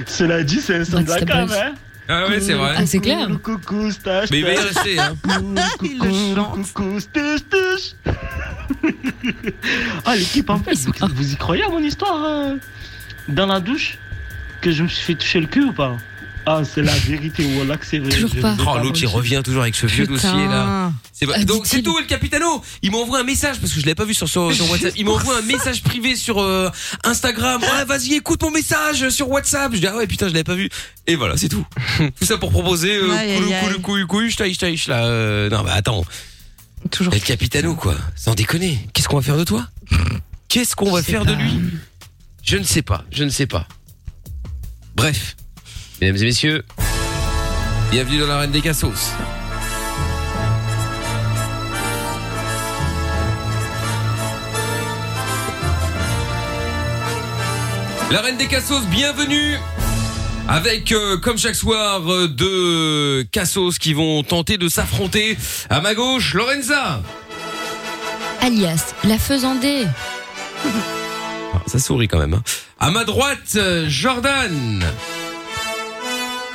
Cela dit, c'est un son de la cave, hein. Ah ouais, c'est vrai. Ah, c'est clair. Coucou, Stache. Mais il va y rester, hein. Coucou, Stache Tache. Ah, l'équipe, en fait, vous, vous y croyez à mon histoire euh, Dans la douche Que je me suis fait toucher le cul ou pas Ah, c'est la vérité, voilà que c'est vrai. je vous ai Oh, l'autre, menti. il revient toujours avec ce vieux Putain. dossier là. C'est vrai. Ah, Donc c'est tout, El Capitano. Il m'envoie un message parce que je l'avais pas vu sur, sur, sur WhatsApp. Il m'envoie un message privé sur euh, Instagram. Ouais, vas-y, écoute mon message sur WhatsApp. Je dis ah ouais, putain, je l'avais pas vu. Et voilà, c'est tout. tout ça pour proposer euh, Aïe, aïe, coulou, aïe. coulou, couille, couille, je taille, je taille, je là. Euh, non, bah attends. Toujours. El Capitano quoi. Sans déconner. Qu'est-ce qu'on va faire de toi Qu'est-ce qu'on va faire de lui Je ne sais pas. Je ne sais pas. Bref, mesdames et messieurs, bienvenue dans la reine des cassos. La reine des cassos, bienvenue avec, euh, comme chaque soir, euh, deux cassos qui vont tenter de s'affronter. À ma gauche, Lorenza. Alias, la faisandée. ça sourit quand même. À ma droite, euh, Jordan.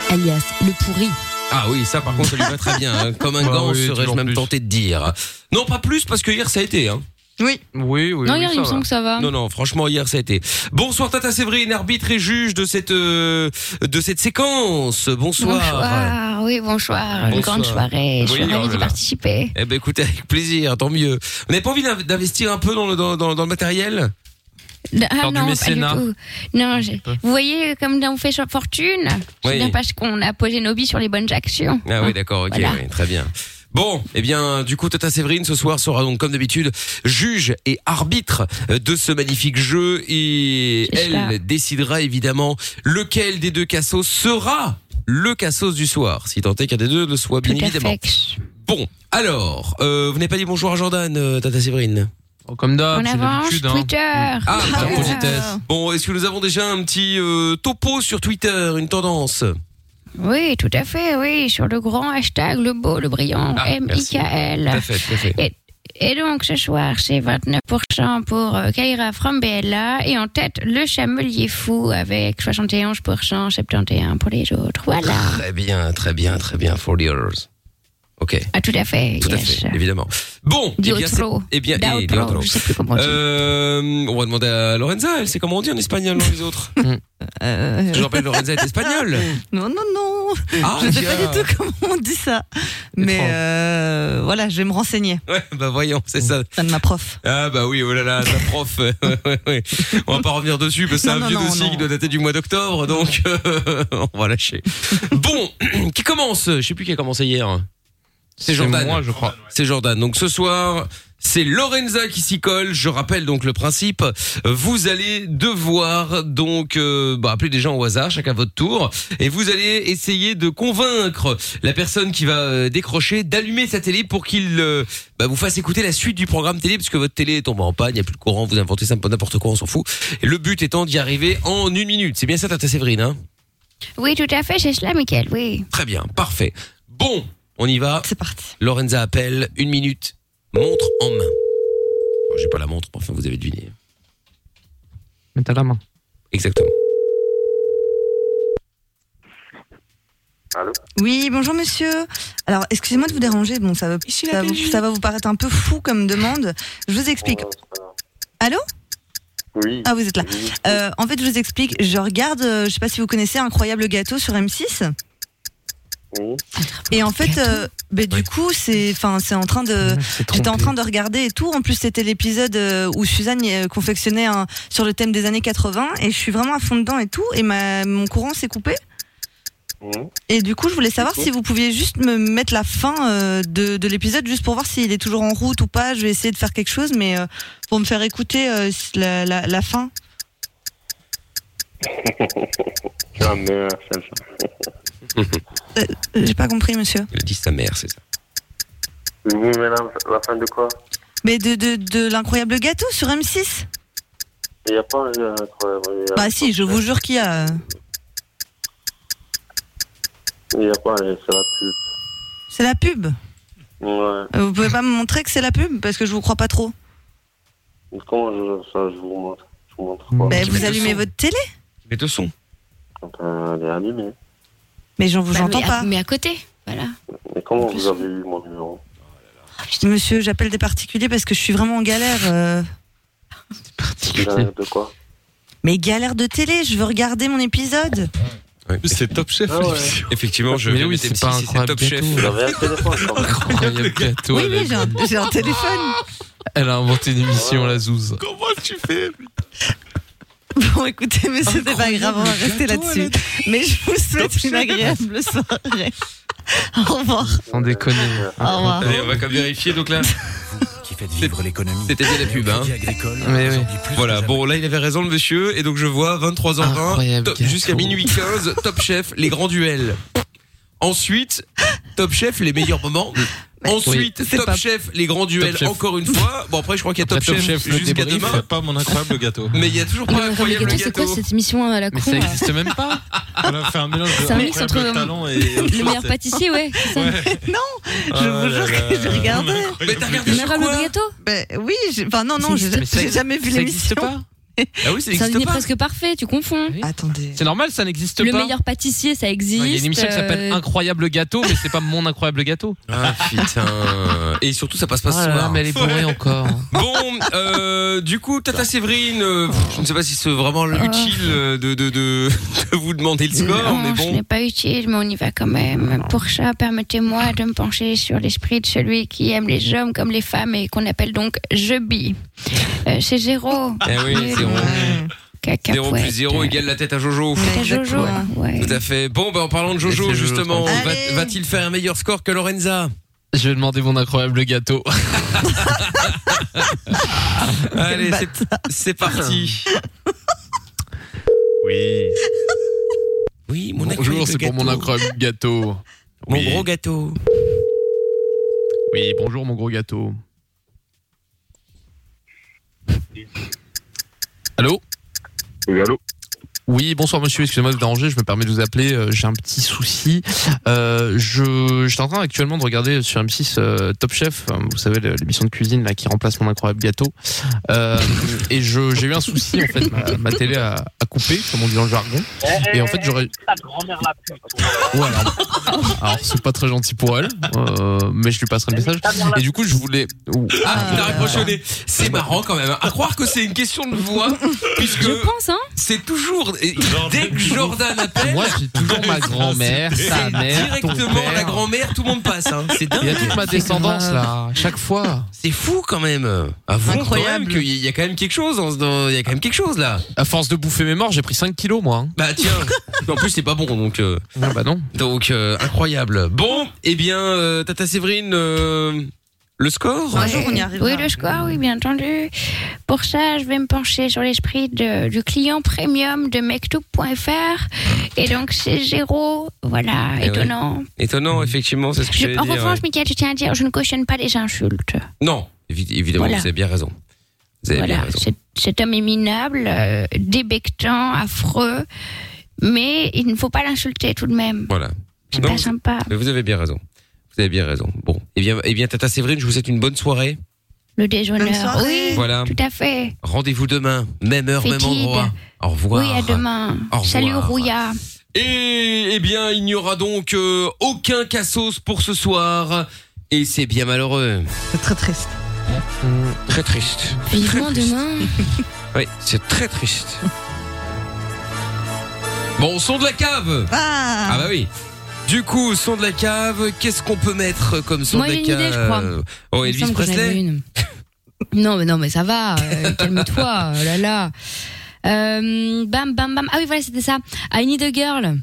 Alias, le pourri. Ah oui, ça par contre, ça lui va très bien. hein. Comme un Bah gant, oui, serais-je toujours même plus. tenté de dire. Non, pas plus, parce que hier, ça a été. Hein. Oui. Oui, oui. Non, oui, hier, il ça me va. semble que ça va. Non, non, franchement, hier, ça a été. Bonsoir, Tata Séverine, arbitre et juge de cette, euh, de cette séquence. Bonsoir. Bonsoir, oui, bonsoir. Une Bonsoir. grande soirée. Je suis Oui, oh ravie là d'y là. participer. Eh ben, écoutez, avec plaisir, tant mieux. Vous n'avez pas envie d'in- d'investir un peu dans le, dans, dans- dans le matériel Faire du Ah non, mécénat. pas du tout. Non, j'ai- vous voyez euh, comme on fait sur fortune. Oui. C'est bien parce qu'on a posé nos billes sur les bonnes actions. Ah oui, d'accord, ok, Hein, Voilà. oui, très bien. Bon, eh bien, du coup, Tata Séverine ce soir sera donc comme d'habitude juge et arbitre de ce magnifique jeu et elle décidera évidemment lequel des deux cassos sera le cassos du soir, si tant est qu'un des deux le soit bien Tout à évidemment. fait. Bon, alors, euh, vous n'avez pas dit bonjour à Jordan, euh, Tata Séverine. comme On avance, Twitter. Ah, Twitter. Bon, est-ce que nous avons déjà un petit euh, topo sur Twitter, une tendance Oui, tout à fait, oui, sur le grand hashtag, le beau, le brillant, Ah, merci. M-I-K-L. Tout à fait, tout à fait. Et Et donc ce soir, c'est 29% pour euh, Kaira Frambella et en tête le chamelier fou avec 71%, 71 pour les autres. Voilà. Très bien, très bien, très bien. For the others. Ok. Ah, tout à fait. Tout à yes. Oh, fait, évidemment. Bon, eh bien, c'est- Diotro. eh bien, eh, Diotro, Diotro. je sais plus comment on dit. Euh, on va demander à Lorenza, elle sait comment on dit en espagnol, non, les autres. Euh, Je vous rappelle, Lorenza est espagnole. Euh, Non, non, non. Ah, je sais pas tiens. du tout comment on dit ça. Mais euh, voilà, je vais me renseigner. Ouais, bah voyons, c'est ça. Ça de ma prof. Ah bah oui, oh là là, ta prof. ouais, ouais, ouais. On va pas revenir dessus parce que c'est Non, un non, vieux non, dossier qui doit dater du mois d'octobre, donc euh, on va lâcher. Bon, qui commence Je sais plus qui a commencé hier. C'est C'est Jordan. moi, je crois. C'est Jordan. Donc ce soir, c'est Lorenza qui s'y colle. Je rappelle donc le principe. Vous allez devoir donc euh, bah, appeler des gens au hasard, chacun votre tour, et vous allez essayer de convaincre la personne qui va euh, décrocher d'allumer sa télé pour qu'il euh, bah, vous fasse écouter la suite du programme télé, puisque votre télé est tombée en panne, il n'y a plus de courant, vous inventez ça n'importe quoi, on s'en fout. Et le but étant d'y arriver en une minute. C'est bien ça, Tata Séverine, hein Oui, tout à fait, c'est cela, Michael, oui. Très bien, parfait. Bon, on y va. C'est parti. Lorenza appelle, une minute, montre en main. Bon, J'ai pas la montre, mais enfin vous avez deviné. Mais t'as la main. Exactement. Oui, bonjour monsieur. Alors, excusez-moi de vous déranger. Bon, ça va, ça, va- ça va vous paraître un peu fou comme demande. Je vous explique. Allô Oui. Ah, vous êtes là. Euh, en fait, je vous explique. Je regarde, euh, je sais pas si vous connaissez Incroyable Gâteau sur M6. Oui. Et en fait, euh, ben, du coup, c'est, enfin, c'est en train de, j'étais en train de regarder et tout. En plus, c'était l'épisode euh, où Suzanne euh, confectionnait un, sur le thème des années 80 et je suis vraiment à fond dedans et tout. Et ma, mon courant s'est coupé. Et du coup, je voulais savoir si vous pouviez juste me mettre la fin euh, de, de l'épisode, juste pour voir s'il est toujours en route ou pas. Je vais essayer de faire quelque chose, mais euh, pour me faire écouter euh, la, la, la fin. Tu as meur, celle-là. Euh, J'ai pas compris, monsieur. Elle dit sa mère, c'est ça. Oui, mais là, la fin de quoi Mais de, de, de l'incroyable gâteau sur M6 Il n'y a pas un euh, lien incroyable. il y a- Bah si, je vous jure qu'il y a... euh, Il n'y a pas un lien, c'est la pub. C'est la pub. Ouais. Euh, Vous pouvez pas me montrer que c'est la pub parce que je vous crois pas trop. Mais Comment je, ça, je vous montre Je vous montre quoi Bah, vous allumez votre télé Mais de son. Euh, elle est allumée. Mais j'en vous Bah, entends mais à- pas. Mais à côté, voilà. Mais comment vous avez eu mon numéro Oh, Monsieur, j'appelle des particuliers parce que je suis vraiment en galère. euh, Galère de quoi Mais galère de télé, je veux regarder mon épisode. C'est Top Chef. Ah Effectivement, je Mais viens oui, de c'est mettre pas M6, incroyable Top Chef. du tout. Vous avez un téléphone, Incroyable gâteau. Oui, elle, oui, j'ai a... un, j'ai un téléphone. elle a inventé une émission, la zouze. Comment tu fais Bon, écoutez, mais Oh, c'était pas grave, on va rester là-dessus. Mais je vous souhaite une agréable soirée. Au revoir. Sans déconner. Ah, revoir. Allez, on va comme vérifier donc là. Qui fait vivre l'économie. C'était bien la pub, hein. Voilà, bon là il avait raison le monsieur et donc je vois 23h20 Incroyable top- jusqu'à gâteau. minuit 15 Top Chef les grands duels. Ensuite Top Chef les meilleurs moments. Ensuite Oui. C'est Top pas- Chef les grands duels Top Chef. encore une fois. Bon après je crois qu'il y a Top, Après, Top Chef, Chef, le jusqu'à débrief, demain. Pas mon incroyable gâteau. Mais il y a toujours pas incroyable gâteau, le c'est quoi gâteau. cette émission hein, à la con Mais ça là existe même pas. On a fait un mélange de C'est un mix entre euh, incroyable talent et autre le chose, meilleur c'est- pâtissier, ouais. c'est ça. Je vous jure que j'ai regardé. Mais t'as regardé sur quoi gâteau Ben oui, j'ai- enfin non, non, j'ai Mais ça- j'ai jamais vu ça l'émission. existe pas Ah oui, ça C'est un dîner n'existe pas. presque parfait, tu confonds. Attendez. C'est normal, ça n'existe pas. Le meilleur pâtissier, ça existe. Non, Il y a une émission qui s'appelle euh, Incroyable Gâteau, mais c'est pas mon incroyable gâteau. Ah putain. Et surtout ça passe pas Ah ce là là, soir. mais elle est bourrée Ouais. encore. Bon, euh, du coup, Tata Séverine, euh, pff, je ne sais pas si c'est vraiment utile euh, de, de, de, de vous demander le score, mais Non, ce Ah, bon. n'est pas utile, mais on y va quand même. Pour ça, permettez-moi de me pencher sur l'esprit de celui qui aime les hommes comme les femmes et qu'on appelle donc je bi. Euh, c'est zéro. Eh oui, Nul. zéro. Cacahuète. 0 plus 0 égale la tête à Jojo. à Jojo, ouais. Tout à fait. Bon, ben en parlant de Jojo, C'est Jojo, justement, tranquille. va- va-t-il faire un meilleur score que Lorenza Je vais demander mon incroyable gâteau. Ah, Allez, c'est- c'est parti. Oui. Oui, mon Bonjour, c'est pour mon incroyable gâteau. Mon Oui. gros gâteau. Oui, bonjour mon gros gâteau. Allô Oui, allô Oui, bonsoir monsieur, excusez-moi de vous déranger, je me permets de vous appeler, euh, j'ai un petit souci. Euh, je j'étais en train actuellement de regarder sur M6 euh, Top Chef, euh, vous savez le- l'émission de cuisine là qui remplace mon incroyable gâteau. Euh, et je j'ai eu un souci en fait, ma, ma télé a, a coupé, comme on dit dans le jargon. Et en fait, j'aurais Ta grand-mère la pute. Ouais, alors, alors, c'est pas très gentil pour elle, euh, mais je lui passerai le message. Et du coup, je voulais. Ouh. euh, Ah, il t'a raccroché au nez. C'est marrant quand même. À croire que c'est une question de voix, puisque Je pense, hein. c'est toujours et dès que Jordan appelle. Ah, Moi, j'ai toujours ma grand-mère, sa c'est mère, ton Directement père. la grand-mère, tout le monde passe. Hein. C'est dingue. Il y a toute ma descendance là, à chaque fois. C'est fou quand même. Avouons quand même qu'il y a- il y a quand même quelque chose. dans ce- dans- Il y a quand même quelque chose là. À force de bouffer mes morts, j'ai pris 5 kilos moi. hein. Bah tiens. en plus, c'est pas bon donc. euh, bah non. Donc euh, incroyable. Bon, eh bien, euh, Tata Séverine, euh, le score. Oui, le score, oui, bien entendu. Pour ça, je vais me pencher sur l'esprit de- du client premium de Mektoub.fr. Et donc, c'est zéro. Voilà, Eh ouais. étonnant. Étonnant, effectivement, c'est ce que Je- je, en dire. revanche, ouais. Mickaël, je tiens à dire, je ne cautionne pas les insultes. Non, évi- évidemment, Voilà. vous avez bien raison. Vous avez Voilà, bien raison. cet, cet homme est minable, euh, débectant, affreux, mais il ne faut pas l'insulter tout de même. Voilà. C'est Non, pas sympa. mais vous avez bien raison. Vous avez bien raison. Bon, eh bien, eh bien, Tata Séverine, je vous souhaite une bonne soirée. Le déshonneur, soirée. oui, Voilà. tout à fait. Rendez-vous demain, même heure, même Fétide. endroit. Au revoir. Oui, à demain. Au revoir. Salut, Rouya. Et eh bien, il n'y aura donc euh, aucun cassos pour ce soir. Et c'est bien malheureux. C'est très triste. Très triste. Vivement demain. Oui, c'est très triste. Bon, son de la cave Ah, bah oui Du coup, son de la cave, qu'est-ce qu'on peut mettre comme son Moi, de la j'ai une cave idée, je crois. Oh, Il me Elvis semble que j'en avais Presley une. Non, mais non, mais ça va. euh, Calme-toi. oh là là. Euh, bam, bam, bam. Ah oui, voilà, c'était ça. I Need a Girl.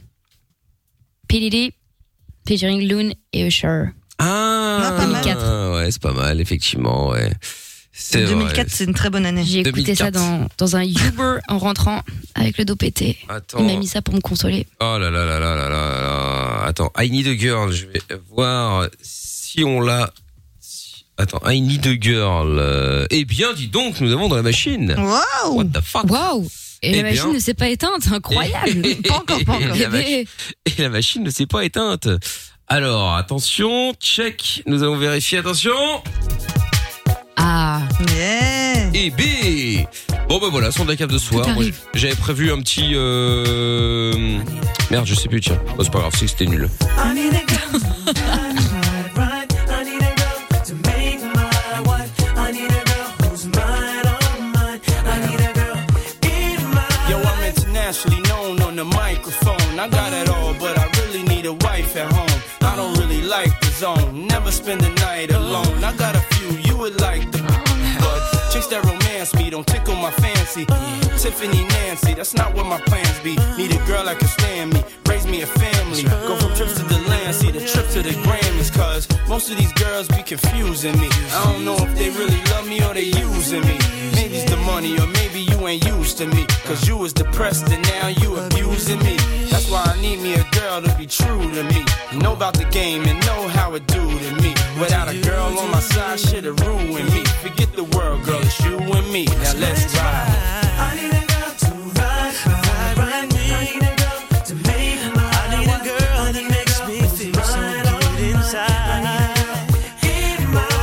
PDD, featuring Loon et Usher. Ah, ouais, c'est pas mal, effectivement, ouais. C'est vrai. 2004, c'est une très bonne année. J'ai écouté ça 2004. dans- Dans un Uber en rentrant avec le dos pété. Attends. Il m'a mis ça pour me consoler. Oh là là là là là là là. Attends, I need a girl. Je vais voir si on l'a. si- Attends, I need a girl. euh, Eh bien, dis donc, nous avons dans la machine. Wow What the fuck Waouh Et, Eh la bien. machine ne s'est pas éteinte, c'est incroyable Pas encore, pas encore. Eh, Et la Bébé. Et la machine ne s'est pas éteinte. Alors, attention, check. Nous allons vérifier, attention. Ah Et B. Bon, ben voilà, son de la cave de soir. Eh. Tout Moi, arrive. J'avais prévu un petit. euh, Merde, je sais plus, tiens. Bon, c'est pas grave, c'est que c'était nul. I need a girl. I need a ride. I need a girl to make my wife. I need a girl who's mine, all mine. I need a girl in my Yo, I'm internationally known on the microphone. I got it all, but I really need a wife at home. I don't really like the zone. Never spend the night alone. I got a few you would like the but chicks that romance me don't tickle my fancy. Tiffany Nancy, that's not what my plans be. Need a girl that can stand me, raise me a family. Go from trips to the land, see the trip to the Grammys, cause most of these girls be confusing me. I don't know if they really love me or they using me. Maybe it's the money, or maybe you ain't used to me. Cause you was depressed and now you abusing me. That's why I need me a girl to be true to me. Know about the game and know how it do to me. Without a girl on my side, shit'll ruin me. Forget the world, girl, it's you and me. Now let's ride. I need a girl to ride, ride, ride me. I need a girl to make my I need a girl that makes me feel so good inside. I need a girl in my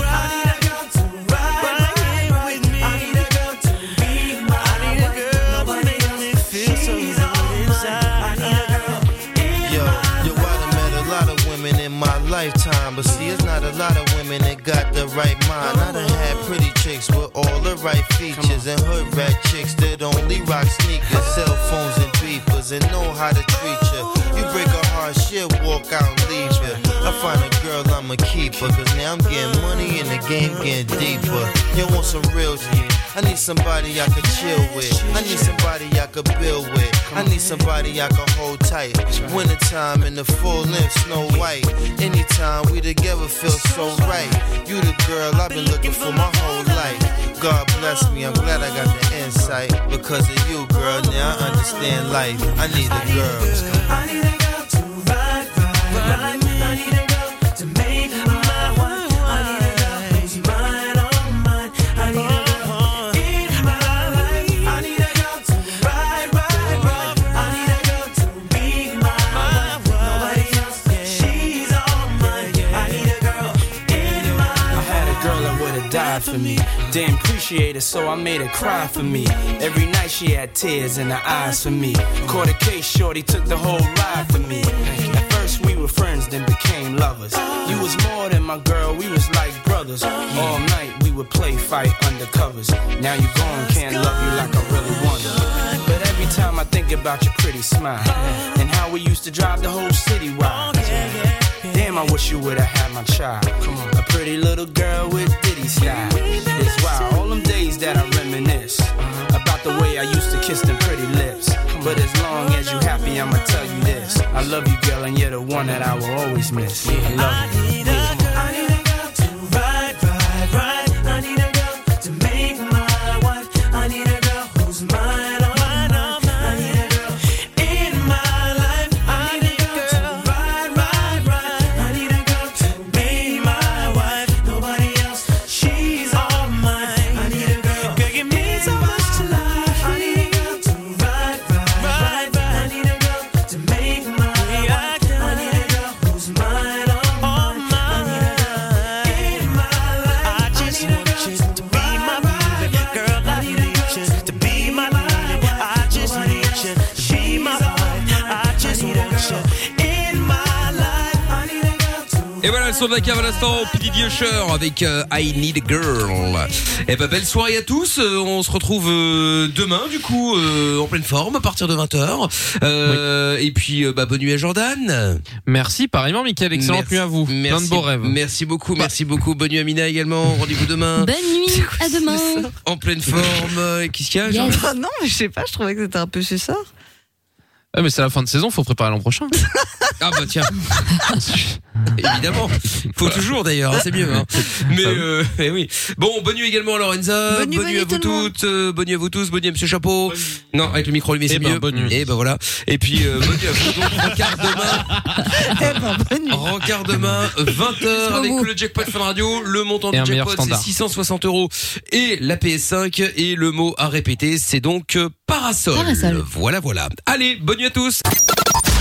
world. I need a girl to ride, ride, ride with me. I need a girl to be my I need a girl to make me feel so good inside. I need a girl Yo, yo, I done met a lot of women in my lifetime, but see, it's not a lot of women that got the right mind. I done had pretty chicks with all the right features, and hood rat chicks that only rock sneakers, cell phones and beepers, and know how to treat ya. You break a heart, shit, walk out and leave ya. I find a girl, I'ma keep her, cause now I'm getting money and the game getting deeper. You want some real shit? I need somebody I could chill with. I need somebody I could build with. I need somebody I could hold tight. Wintertime in the full length, snow white. Anytime we together feels so right. You the girl I've been looking for my whole life. God bless me, I'm glad I got the insight. Because of you, girl, now I understand life. I need the girls. I need a girl to ride, ride, ride me. I need a girl to make my wife. I need a girl who's mine, all mine. I need a girl in my life. I need a girl to ride, ride, ride for me. Didn't appreciate her, so I made her cry for me. Every night she had tears in her eyes for me. Caught a case, shorty took the whole ride for me. At first we were friends, then became lovers. You was more than my girl, we was like brothers. All night we would play fight undercovers. Now you gone, can't love you like I really wanna. But every time I think about your pretty smile and how we used to drive the whole city wild. Damn, I wish you would've had my child. Come on, a pretty little girl with ditty style. It's wild, all them days that I reminisce about the way I used to kiss them pretty lips. But as long as you happy, I'ma tell you this: I love you, girl, and you're the one that I will always miss. I love you. I need a girl to ride, ride, ride. I need a girl to make my wife. I need a girl who's mine, oh, mine, oh, mine. I need a girl in my life. I need a girl to ride, ride, ride. I need a girl to be my wife. Nobody else, she's all mine. I need a girl, girl, give me so much to life. I need a girl to ride, ride, ride. I need a girl to make my wife. I need a girl who's mine, oh, mine. I need a girl in my life. I just want you to be my baby, girl. I need you to be my baby. I just need you to be my wife. I just want you in my life. I need a girl to Et voilà le son de la cave à l'instant, Piddy Usher avec euh, I Need a Girl. Et ben belle soirée à tous, euh, on se retrouve euh, demain du coup euh, en pleine forme à partir de 20h. Et puis euh, bah, bonne nuit à Jordan. Merci, pareillement, Mickaël. Excellente Merci- nuit à vous. Plein merci- de beaux rêves. Merci beaucoup, merci beaucoup. Bonne nuit à Mina également, rendez-vous demain. Bonne nuit, à demain. En pleine forme, Euh, et qu'est-ce qu'il y a Jordan Ah non, mais je sais pas, je trouvais que c'était un peu suceur. Ah, mais c'est la fin de saison, faut préparer l'an prochain. Ah bah tiens. Évidemment. Faut toujours d'ailleurs, hein, c'est mieux. hein. Mais euh, eh oui. Bon, bonne nuit également à Lorenza. Bonne nuit, à vous toutes. euh, Bonne nuit à vous tous. Bonne nuit à Monsieur Chapeau. Non, avec le micro allumé, c'est mieux. Bonne nuit. Et ben voilà. Et puis euh, bonne nuit à vous. Donc, rencard demain. Rencard demain, 20h avec le jackpot Fun Radio. Le montant Et du un meilleur jackpot, c'est standard. 660 euros. Et la PS5. Et le mot à répéter, c'est donc euh, parasol. Parasol. Voilà, voilà. Allez, bonne nuit à tous.